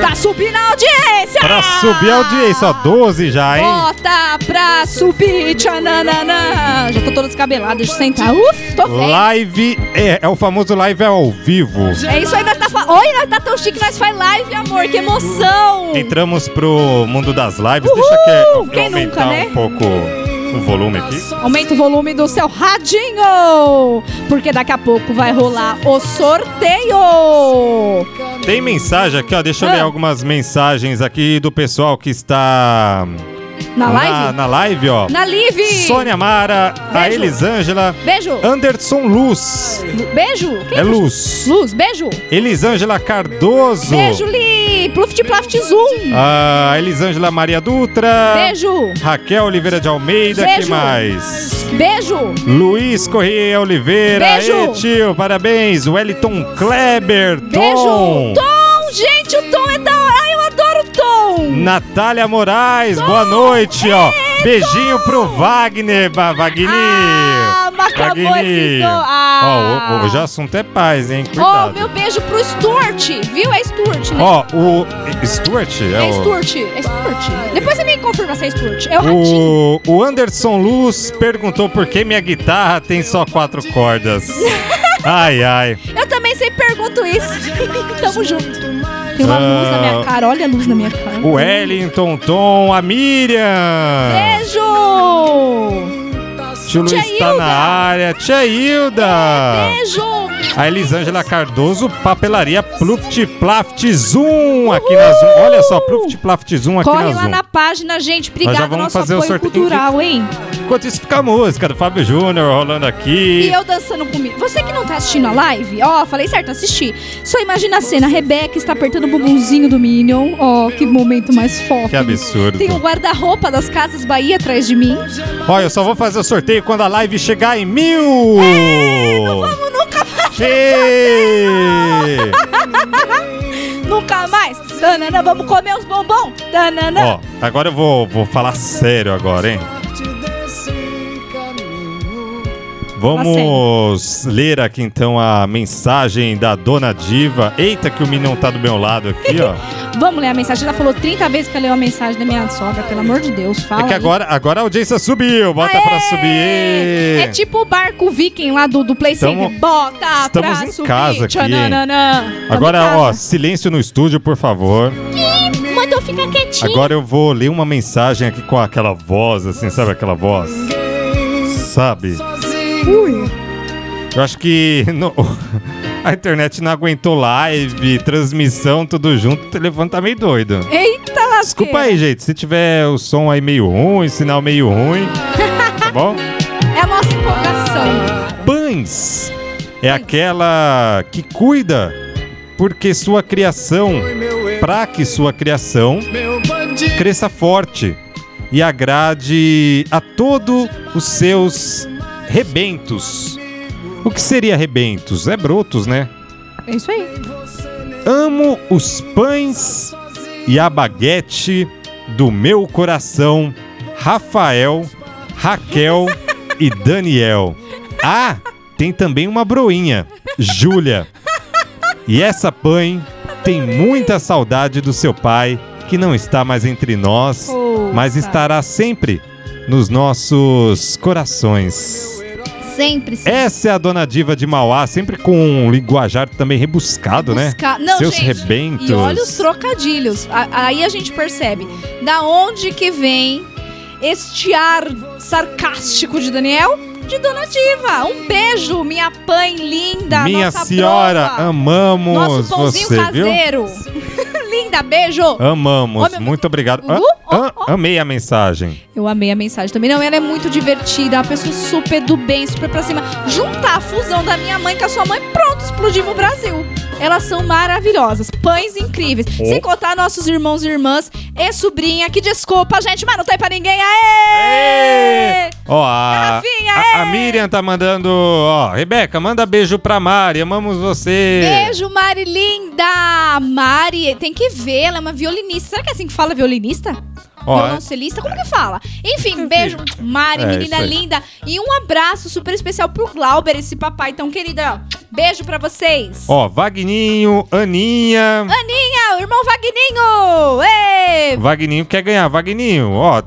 Tá subindo a audiência!
pra subir a audiência, ó, 12 já, hein?
Bota pra subir, tchananana. Já tô toda descabelada, deixa eu sentar. Uf, tô feia.
Live é, é o famoso live ao vivo.
É isso aí, nós tá falando. Oi, nós tá tão chique, nós faz live, amor, que emoção!
Entramos pro mundo das lives.
Uhul!
Deixa que eu, eu
Quem
aumentar
nunca, né?
um pouco o volume aqui.
Aumenta o volume do seu radinho, porque daqui a pouco vai rolar o sorteio.
Tem mensagem aqui, ó. Deixa eu
Ah.
ler algumas mensagens aqui do pessoal que está
Na
na,
live?
live, ó.
Na live!
Sônia Mara, a
Beijo.
Elisângela,
Beijo!
Anderson Luz.
Lu- Beijo! Quem
Ah. É Luz.
Luz, beijo!
Elisângela Cardoso.
Beijo, Li! Pluft, plaft, zoom!
A Elisângela Maria Dutra.
Beijo!
Raquel Oliveira de Almeida,
Beijo.
que mais?
Beijo!
Luiz Correia Oliveira,
Beijo.
Aê, tio, parabéns. Wellington Kleber, Tom.
Beijo! Tom, gente, o Tom é da hora! Ai, eu adoro o Tom!
Natália Moraes, boa noite, ó. Beijinho pro Wagner, ba- Wagner.
Ah, mas acabou esses dois. Ah.
Ó, ho- hoje o assunto é paz, hein?
Ó,
Cuidado.
meu beijo pro Stuart, viu? É Stuart, né?
Ó, o Stuart é,
É
o...
Stuart, é Stuart. Depois você me confirma se é Stuart. É o Ratinho.
O, o Anderson Luz perguntou por que minha guitarra tem só quatro cordas. Ai, ai.
Eu também sempre pergunto isso. Tamo junto. Tem uma luz na minha cara, olha a luz na minha cara.
Ah. O Wellington Tom, a
É,
Miriam.
Beijo!
Tio Luiz
Tia
tá
Hilda. É,
na área. Tia Hilda.
Beijo!
A Elisângela Cardoso, papelaria Pluft Plaft Zoom aqui na Zoom. Olha só, Pluft Plaft Zoom aqui
Corre
na
lá
Zoom.
na página, gente.
Nós já
Obrigada,
vamos
nosso
fazer o
apoio
sorteio.
cultural, hein?
Enquanto isso fica a música do Fábio Júnior rolando
E
aqui.
eu dançando comigo. Você que não tá assistindo a live, ó, falei certo, assisti. Só imagina a cena, a Rebeca está apertando o bumbumzinho do Minion. Ó, que momento mais fofo.
Que absurdo.
Tem o guarda-roupa das Casas Bahia atrás de mim.
Olha, eu só vou fazer o sorteio quando a live chegar em mil! não vamos
nunca
fazer
Nunca mais. Tanana, vamos comer uns bombom. Tanana.
Ó, agora eu vou, vou falar sério agora, hein? Vamos ler aqui então a mensagem da Dona Diva. Eita, que o Minão tá do meu lado aqui, ó.
Vamos ler a mensagem. Ela falou 30 vezes que ela leu a mensagem da minha sogra, pelo amor de Deus. Fala.
É que
aí.
agora, agora a audiência subiu. Bota pra subir. Ê!
É tipo o barco viking lá do, do Play
Tamo-
Center. Bota
estamos
pra
em
subir.
casa aqui, hein?
Tchananana. Tamo em
Agora,
casa.
ó, silêncio no estúdio, por favor.
Ih, mandou ficar quietinho.
Agora eu vou ler uma mensagem aqui com aquela voz, assim, sabe aquela voz? Sabe? Eu acho que no- a internet não aguentou live, transmissão, tudo junto, o telefone tá meio doido.
Eita, lasqueira.
Desculpa aí, gente, se tiver o som aí meio ruim, sinal meio ruim, tá bom?
É a nossa empolgação.
Pães é aquela que cuida porque sua criação, para que sua criação cresça forte e agrade a todos os seus rebentos. O que seria rebentos? É brotos, né?
É isso aí.
Amo os pães e a baguete do meu coração, Rafael, Raquel e Daniel. Ah, tem também uma broinha, Júlia. E essa pãe tem muita saudade do seu pai, que não está mais entre nós, mas estará sempre nos nossos corações.
Sempre, sempre.
Essa é a dona diva de Mauá, sempre com um linguajar também rebuscado,
Busca-
né?
Não,
Seus
gente,
rebentos.
E olha os trocadilhos. A- aí a gente percebe da onde que vem este ar sarcástico de Daniel de Dona Diva. Um beijo, minha pãe linda,
Minha
nossa
senhora,
broa,
amamos
nosso pãozinho
você, viu?
caseiro. linda, beijo.
Amamos,
Ó, meu- Uh, oh,
muito obrigado.
Uhul,
Ah, ah, amei a mensagem.
Eu amei a mensagem também. Não, ela é muito divertida, uma pessoa super do bem, super pra cima. Juntar a fusão da minha mãe com a sua mãe, pronto, explodimos o Brasil. Elas são maravilhosas, pães incríveis.
Oh.
Sem contar nossos irmãos e irmãs e sobrinha, que desculpa, gente, mas não tem pra ninguém. Aê!
Ó, a, a, a Miriam tá mandando, ó, Rebeca, manda beijo pra Mari, amamos você.
Beijo, Mari linda! Mari, tem que ver, ela é uma violinista. Será que é assim que fala violinista?
Ó,
Violoncelista? Como que fala? Enfim, beijo, Mari,
É,
menina
isso aí.
linda. E um abraço super especial pro Glauber, esse papai tão querido. ó. Beijo pra vocês.
Ó, Vagninho, Aninha.
Aninha, o irmão Vagninho! Ê!
Vagninho quer ganhar, Vagninho, ó.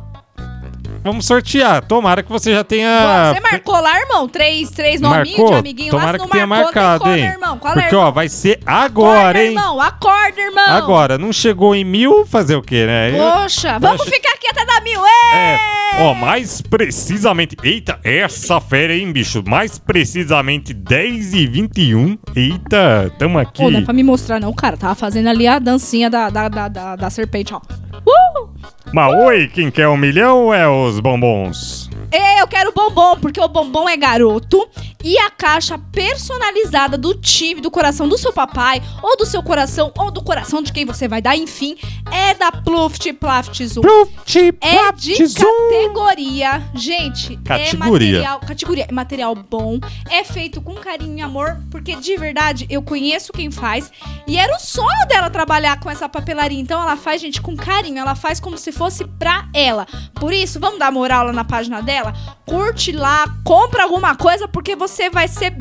Vamos sortear, tomara que você já tenha...
Você marcou lá, irmão? Três, três nominhos
Ah, Marcou?
de amiguinho lá.
Tomara
Se
que
não
tenha
marcou, tem
marcado,
cola,
hein?
irmão. Qual é,
Porque,
irmão?
ó, vai ser agora, hein?
irmão? Acorda, irmão!
Agora, não chegou em mil, fazer o quê, né?
Poxa, vamos
acho-
ficar aqui até dar mil. Ê!
É, ó, mais precisamente. Eita, essa fera, hein, bicho? Mais precisamente 10 e 21. Eita, tamo aqui.
Pô, não é pra me mostrar, não, cara. Tava fazendo ali a dancinha da, da, da, da, da serpente, ó. Uh!
Mas oi, quem quer um milhão é os bombons.
Ei, Eu quero bombom, porque o bombom é garoto. E a caixa personalizada do time, do coração do seu papai, ou do seu coração, ou do coração de quem você vai dar, enfim, é da Pluft Plaft Zoom. É de
Zoom.
categoria. Gente, é
Categoria.
material, categoria, é material bom, é feito com carinho e amor, porque de verdade eu conheço quem faz. E era o sonho dela trabalhar com essa papelaria. Então ela faz, gente, com carinho. Ela faz como se fosse pra ela. Por isso, vamos dar moral lá na página dela? Curte lá, compra alguma coisa, porque você vai ser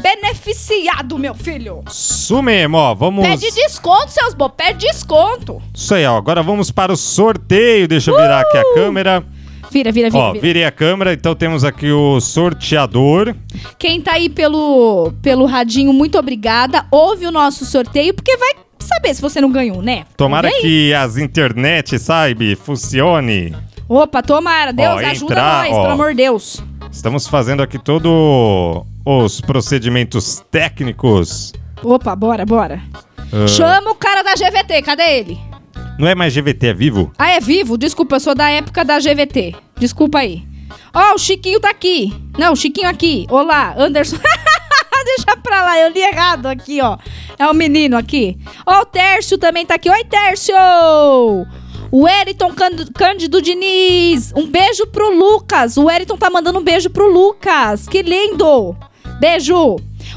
beneficiado, meu filho.
Isso mesmo, ó, vamos.
Pede desconto, seus bo, pede desconto.
Isso aí, ó, agora vamos para o sorteio. Deixa eu virar aqui
Uh!
a câmera.
Vira, vira, vira.
ó,
vira.
virei a câmera, então temos aqui o sorteador.
Quem tá aí pelo, pelo radinho, muito obrigada. Ouve o nosso sorteio, porque vai saber se você não ganhou, né?
Tomara
Ouve aí.
que as internet, sabe, funcione.
Opa, tomara. Deus,
Ó,
ajuda
entrar,
nós,
ó.
pelo amor de Deus.
Estamos fazendo aqui todo os procedimentos técnicos.
Opa, bora, bora.
Ah,
Chama o cara da GVT, cadê ele?
não é mais GVT, é vivo?
Ah, é vivo? Desculpa, eu sou da época da GVT. Desculpa aí. Ó, o Chiquinho tá aqui. Não, o Chiquinho aqui. Olá, Anderson. Deixa pra lá, eu li errado aqui, ó. É o menino aqui. Ó, o Tércio também tá aqui. Oi, Tércio! O Eriton Cand- Cândido Diniz. Um beijo pro Lucas. O Eriton tá mandando um beijo pro Lucas. Que lindo! Beijo!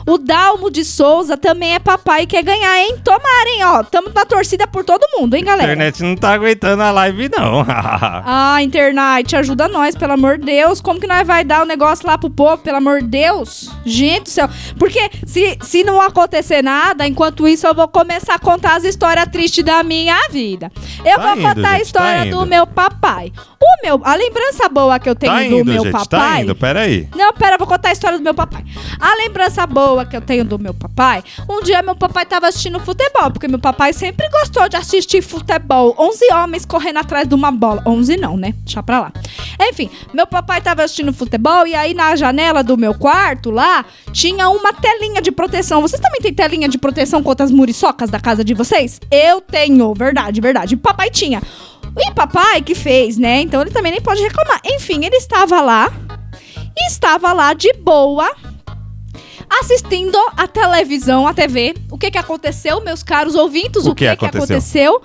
O Dalmo de Souza também é papai e quer ganhar, hein? Tomara, hein? Ó, tamo na torcida por todo mundo, hein,
A
galera?
internet não tá aguentando a live, não. Tá
Ah, internet, ajuda nós, pelo amor de Deus. Como que nós vai dar o negócio lá pro povo, pelo amor de Deus? Gente do céu. Porque se, se não acontecer nada, enquanto isso eu vou começar a contar as histórias tristes da minha vida. Eu
Tá
vou
indo,
contar a
gente,
história
tá indo.
do meu papai. O meu, a lembrança boa que eu tenho
tá
do
indo,
meu
gente.
papai.
Tá indo, peraí.
Não, pera, eu vou contar a história do meu papai. A lembrança boa que eu tenho do meu papai, um dia meu papai tava assistindo futebol, porque meu papai sempre gostou de assistir futebol. 11 homens correndo atrás de uma bola. 11 não, né? Deixa pra lá. Enfim, meu papai tava assistindo futebol e aí na janela do meu quarto lá tinha uma telinha de proteção. Vocês também têm telinha de proteção contra as muriçocas da casa de vocês? Eu tenho, verdade, verdade. Papai tinha. E papai que fez, né? Então ele também nem pode reclamar. Enfim, ele estava lá e estava lá de boa assistindo a televisão, a TV. O que que aconteceu, meus caros ouvintes?
O
O, que,
que
que aconteceu?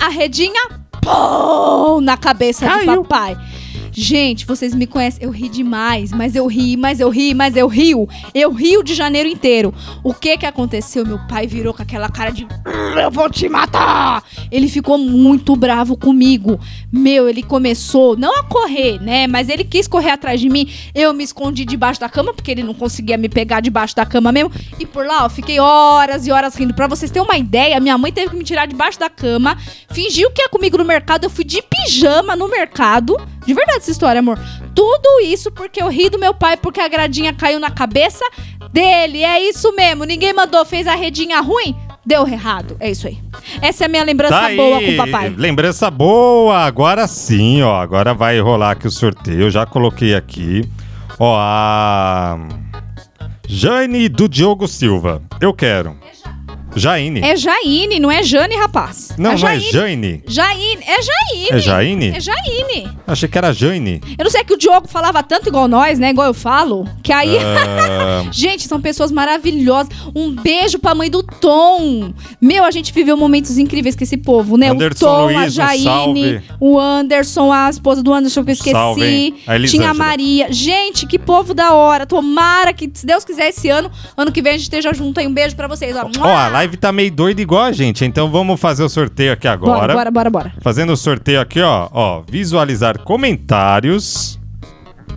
A redinha pô, na cabeça do papai. Gente, vocês me conhecem, eu ri demais, mas eu ri, mas eu ri, mas eu rio. Eu rio de janeiro inteiro. O que que aconteceu? Meu pai virou com aquela cara de eu vou te matar. Ele ficou muito bravo comigo. Meu, ele começou não a correr, né? Mas ele quis correr atrás de mim. Eu me escondi debaixo da cama, porque ele não conseguia me pegar debaixo da cama mesmo. E por lá, ó, fiquei horas e horas rindo. Pra vocês terem uma ideia, minha mãe teve que me tirar debaixo da cama, fingiu que ia comigo no mercado. Eu fui de pijama no mercado. De verdade essa história, amor. Tudo isso porque eu ri do meu pai, porque a gradinha caiu na cabeça dele. É isso mesmo. Ninguém mandou, fez a redinha ruim. Deu errado. É isso aí. Essa é a minha lembrança
Tá aí,
boa com o papai.
Lembrança boa, agora sim, ó. Agora vai rolar aqui o sorteio. Eu já coloquei aqui. Ó, a. Jane do Diogo Silva. Eu quero. Jaine.
É Jaine, não é Jane, rapaz.
Não,
é
não é
Jaine.
Jane.
Jaine. É Jaine.
É Jaine?
É Jaine.
Achei que era Jane.
Eu não sei é que o Diogo falava tanto igual nós, né? Igual eu falo. Que aí.
Ah,
Gente, são pessoas maravilhosas. Um beijo pra mãe do Tom. Meu, a gente viveu momentos incríveis com esse povo, né?
Anderson
o Tom, a
Luiz, um
Jaine,
salve.
o Anderson, a esposa do Anderson que eu esqueci.
salve, hein? A Elisângela.
Tinha a Maria. Gente, que povo da hora. Tomara que, se Deus quiser, esse ano, ano que vem a gente esteja junto aí. Um beijo pra vocês. Ó,
Ó, a live tá meio doida igual a gente, então vamos fazer o sorteio aqui agora.
bora, bora, bora, bora.
Fazendo o sorteio aqui, ó, ó, visualizar comentários.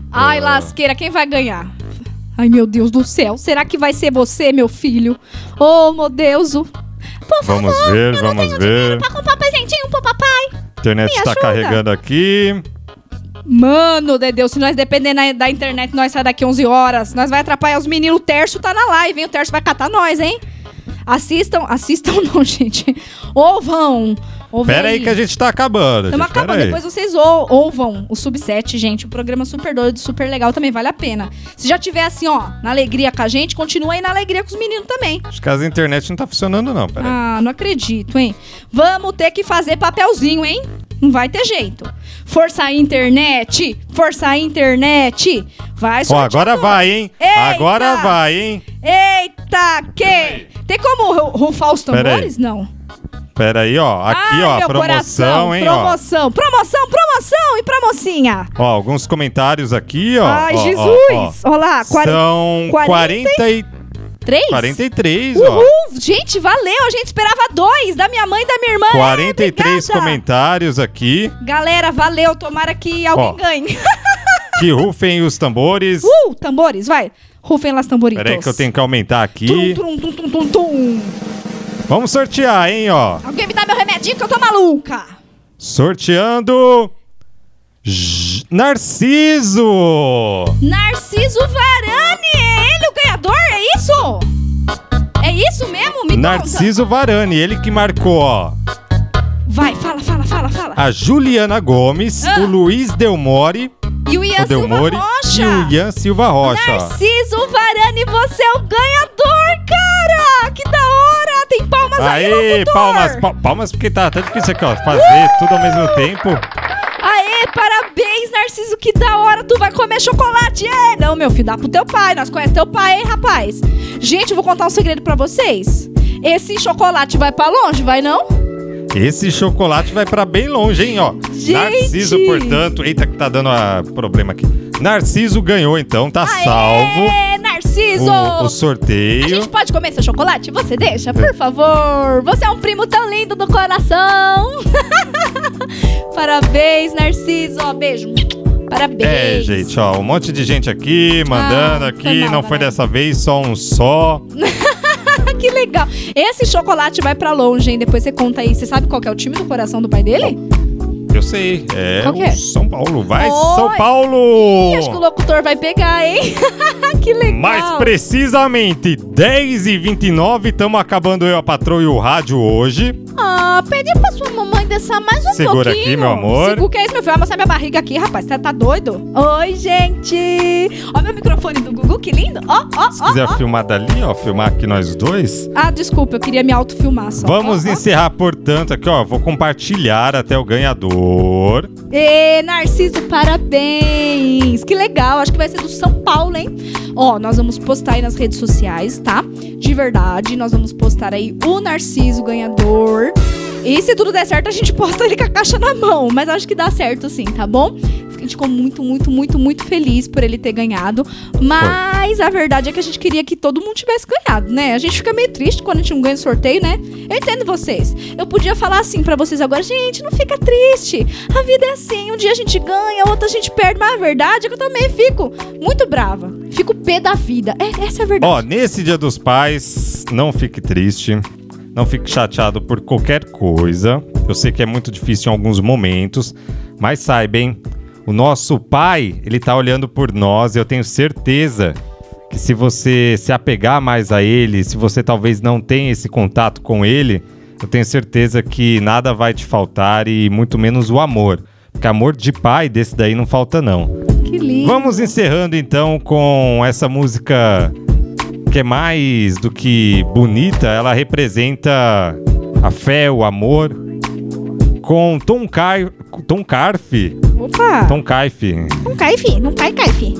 Ai, lasqueira, quem vai ganhar? Ai, meu Deus do céu. Será que vai ser você, meu filho? Ô, meu Deus.
vamos ver, vamos ver.
Pra comprar presentinho um pro papai.
Internet
Me
tá
ajuda.
carregando aqui.
Mano de Deus, se nós depender na- da internet, nós sai daqui 11 horas. Nós vai atrapalhar os meninos. O Tércio tá na live, hein? O Tércio vai catar nós, hein? Assistam, assistam não, gente. Ouvam. Ouvem
Pera aí que a gente tá acabando.
Estamos
gente, pera
acabando.
aí.
Então Depois vocês ou- ouvam o Sub7, gente. O programa super doido, super legal também, vale a pena. Se já tiver assim, ó, na alegria com a gente, continua aí na alegria com os meninos também.
Acho que as internet não tá funcionando, não. Pera aí.
Ah, não acredito, hein? Vamos ter que fazer papelzinho, hein? Não vai ter jeito. Força aí, internet! Força aí, internet! Vai,
Ó,
sortear um.
agora
nós.
vai, hein?
Eita!
Agora vai, hein?
Eita, que... Tem como ru- rufar os
Pera aí.
tambores? Não.
Pera aí, ó. Aqui,
Ai,
ó,
meu
promoção,
coração,
hein, ó.
Promoção, promoção, promoção e pra mocinha.
Ó, alguns comentários aqui, ó.
Ai,
ó, ó,
Jesus! Ah,
ó.
Olha lá, quaren-
São 40 e...
43?
43, ó.
Uhul! Gente, valeu! A gente esperava dois, da minha mãe e da minha irmã.
43
É, Obrigada.
comentários aqui.
Galera, valeu! Tomara que alguém
Ó.
ganhe.
Que rufem os tambores.
Uh, tambores, vai. Rufem las tamboritos.
Pera aí que eu tenho que aumentar aqui.
Tum, tum, tum, tum, tum, tum.
Vamos sortear, hein, ó.
Alguém me dá meu remedinho que eu tô maluca.
Sorteando. J- Narciso!
Narciso Varane, é ele o ganhador, é isso? É isso mesmo? Me
Narciso Varane, ele que marcou, ó.
conta. Vai, fala, fala, fala, fala.
A Juliana Gomes,
Ah.
o Luiz Delmore,
E o Ian
o Delmore
Silva Rocha.
e o Ian Silva Rocha. ó.
Narciso Varane, você é o ganhador, cara! Que da hora! Tem palmas aí,
Aê,
locutor!
palmas, pa- palmas, porque tá até difícil aqui, ó. Fazer tudo ao mesmo tempo.
Aê, parabéns, Narciso, que da hora! Tu vai comer chocolate! É, não, meu filho, dá pro teu pai. Nós conhecemos teu pai, hein, rapaz? Gente, eu vou contar um segredo pra vocês. Esse chocolate vai pra longe, vai não?
Esse chocolate vai pra bem longe, hein, ó.
Gente!
Narciso, portanto. Eita, que tá dando ah, problema aqui. Narciso ganhou, então, tá salvo.
É, Narciso preciso!
o, o sorteio.
A gente pode comer seu chocolate? Você deixa, por favor. Você é um primo tão lindo do coração. Parabéns, Narciso. Ó, Beijo. Parabéns.
É, gente, ó, um monte de gente aqui, mandando
Ah,
aqui.
foi mal,
não foi dessa vez, só um só.
que legal. Esse chocolate vai pra longe, hein? Depois você conta aí. Você sabe qual que é o time do coração do pai dele?
Eu sei, é
Qual que
o
é?
São Paulo. Vai,
Oi! Ih,
São
acho que o
Paulo!
locutor vai pegar, hein? que legal.
Mais precisamente, 10h29, estamos acabando eu, a patroa e o rádio hoje.
Ah, pede pra sua mamãe descer mais um
Segura
pouquinho.
aqui, meu amor.
Segura- O que é isso, meu filho? Vai mostrar minha barriga aqui, rapaz. Você tá doido? Oi, gente. Ó meu microfone do Gugu, que lindo. Ó, ó,
Se
ó,
quiser
ó.
filmar dali, ó, filmar aqui nós dois.
Ah, desculpa, eu queria me autofilmar só.
Vamos
Ó, ó.
encerrar, portanto, aqui, ó. Vou compartilhar até o ganhador.
Ê, Narciso, parabéns! Que legal, acho que vai ser do São Paulo, hein? Ó, nós vamos postar aí nas redes sociais, tá? De verdade, nós vamos postar aí o Narciso ganhador. E se tudo der certo, a gente posta ele com a caixa na mão. Mas acho que dá certo sim, tá bom? A gente ficou muito, muito, muito, muito feliz por ele ter ganhado. Mas a verdade é que a gente queria que todo mundo tivesse ganhado, né? A gente fica meio triste quando a gente não ganha sorteio, né? Eu entendo vocês. Eu podia falar assim pra vocês agora, gente, não fica triste. A vida é assim, um dia a gente ganha, outro a gente perde. Mas a verdade é que eu também fico muito brava. Fico pé da vida. É, essa é a verdade.
Ó, nesse Dia dos Pais, não fique triste, não fique chateado por qualquer coisa. Eu sei que é muito difícil em alguns momentos, mas saiba, hein? O nosso pai, ele tá olhando por nós, e eu tenho certeza que se você se apegar mais a ele, se você talvez não tenha esse contato com ele, eu tenho certeza que nada vai te faltar e muito menos o amor. Porque amor de pai desse daí não falta não.
Que lindo.
Vamos encerrando então com essa música que é mais do que bonita, ela representa a fé, o amor. Com Tom, Car Tom Carf.
Opa!
Tom Caif.
Não cai, fi. Não cai, cai, fi.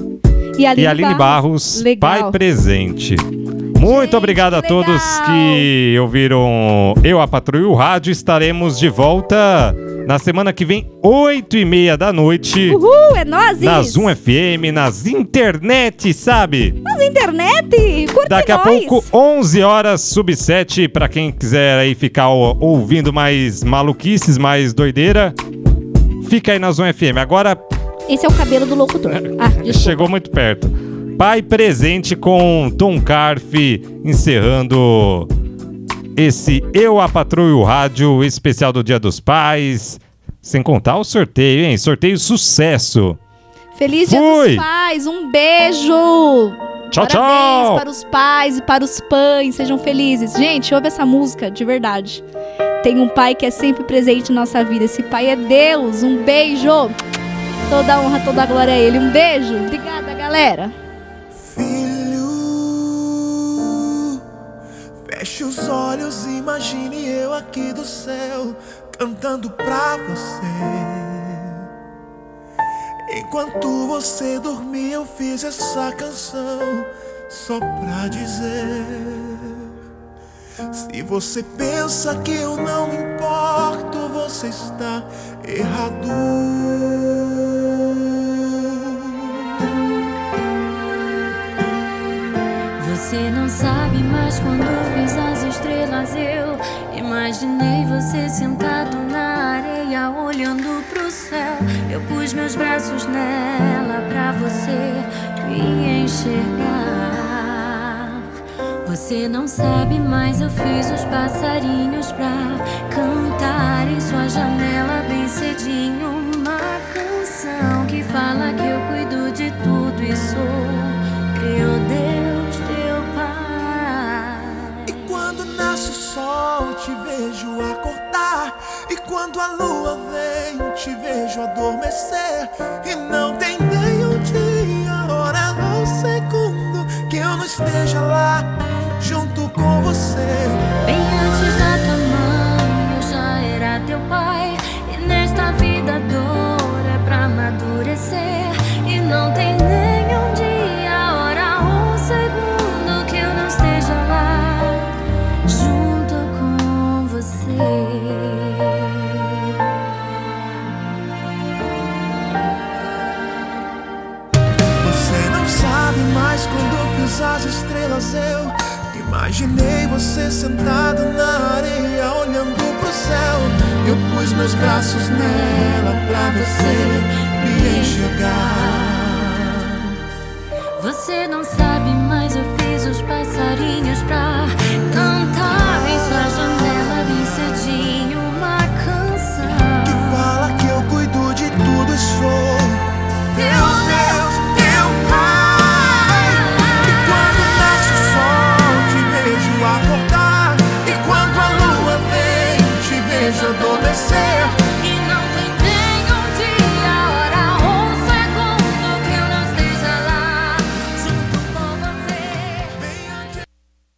E a Aline,
E Aline Barros,
Legal.
Pai Presente. Muito obrigado a todos que ouviram Eu, a Patrulha e o Rádio. Estaremos de volta na semana que vem, 8 e meia da noite.
Uhul, é nós,
Na Zoom FM, nas internet, sabe?
Nas internet, curte
Daqui a
nós.
pouco, 11 horas, sub 7, pra quem quiser aí ficar ó, ouvindo mais maluquices, mais doideira, fica aí na Zoom FM. Agora
Esse é o cabelo do locutor. Ah,
chegou muito perto. Pai presente com Tom Carf, encerrando esse Eu a Patrulho Rádio especial do Dia dos Pais. Sem contar o sorteio, hein? Sorteio sucesso.
Feliz Dia
Fui.
dos Pais, um beijo!
Tchau,
Parabéns
tchau.
para os pais e para os pães, sejam felizes. Gente, ouve essa música, de verdade. Tem um pai que é sempre presente em nossa vida, esse pai é Deus, um beijo! Toda a honra, toda a glória a ele, um beijo! Obrigada, galera!
Feche os olhos, imagine eu aqui do céu cantando pra você. Enquanto você dormia, eu fiz essa canção só pra dizer. Se você pensa que eu não me importo, você está errado.
Você não sabe, mas quando fiz as estrelas eu imaginei você sentado na areia olhando pro céu. Eu pus meus braços nela pra você me enxergar. Você não sabe, mas eu fiz os passarinhos pra cantar em sua janela bem cedinho uma canção que fala que eu cuido de tudo e sou teu Deus, teu Pai.
E quando nasce o sol, te vejo acordar. E quando a lua vem, te vejo adormecer. E não tem nem um dia, hora ou segundo que eu não esteja lá junto com você.
Bem antes da tua mãe eu já era teu pai E nesta vida a dor é pra amadurecer E não tem nenhum dia, hora ou segundo Que eu não esteja lá junto com você
as estrelas eu imaginei você sentado na areia olhando pro céu. Eu pus meus braços nela pra você me enxergar.
Você não sabe.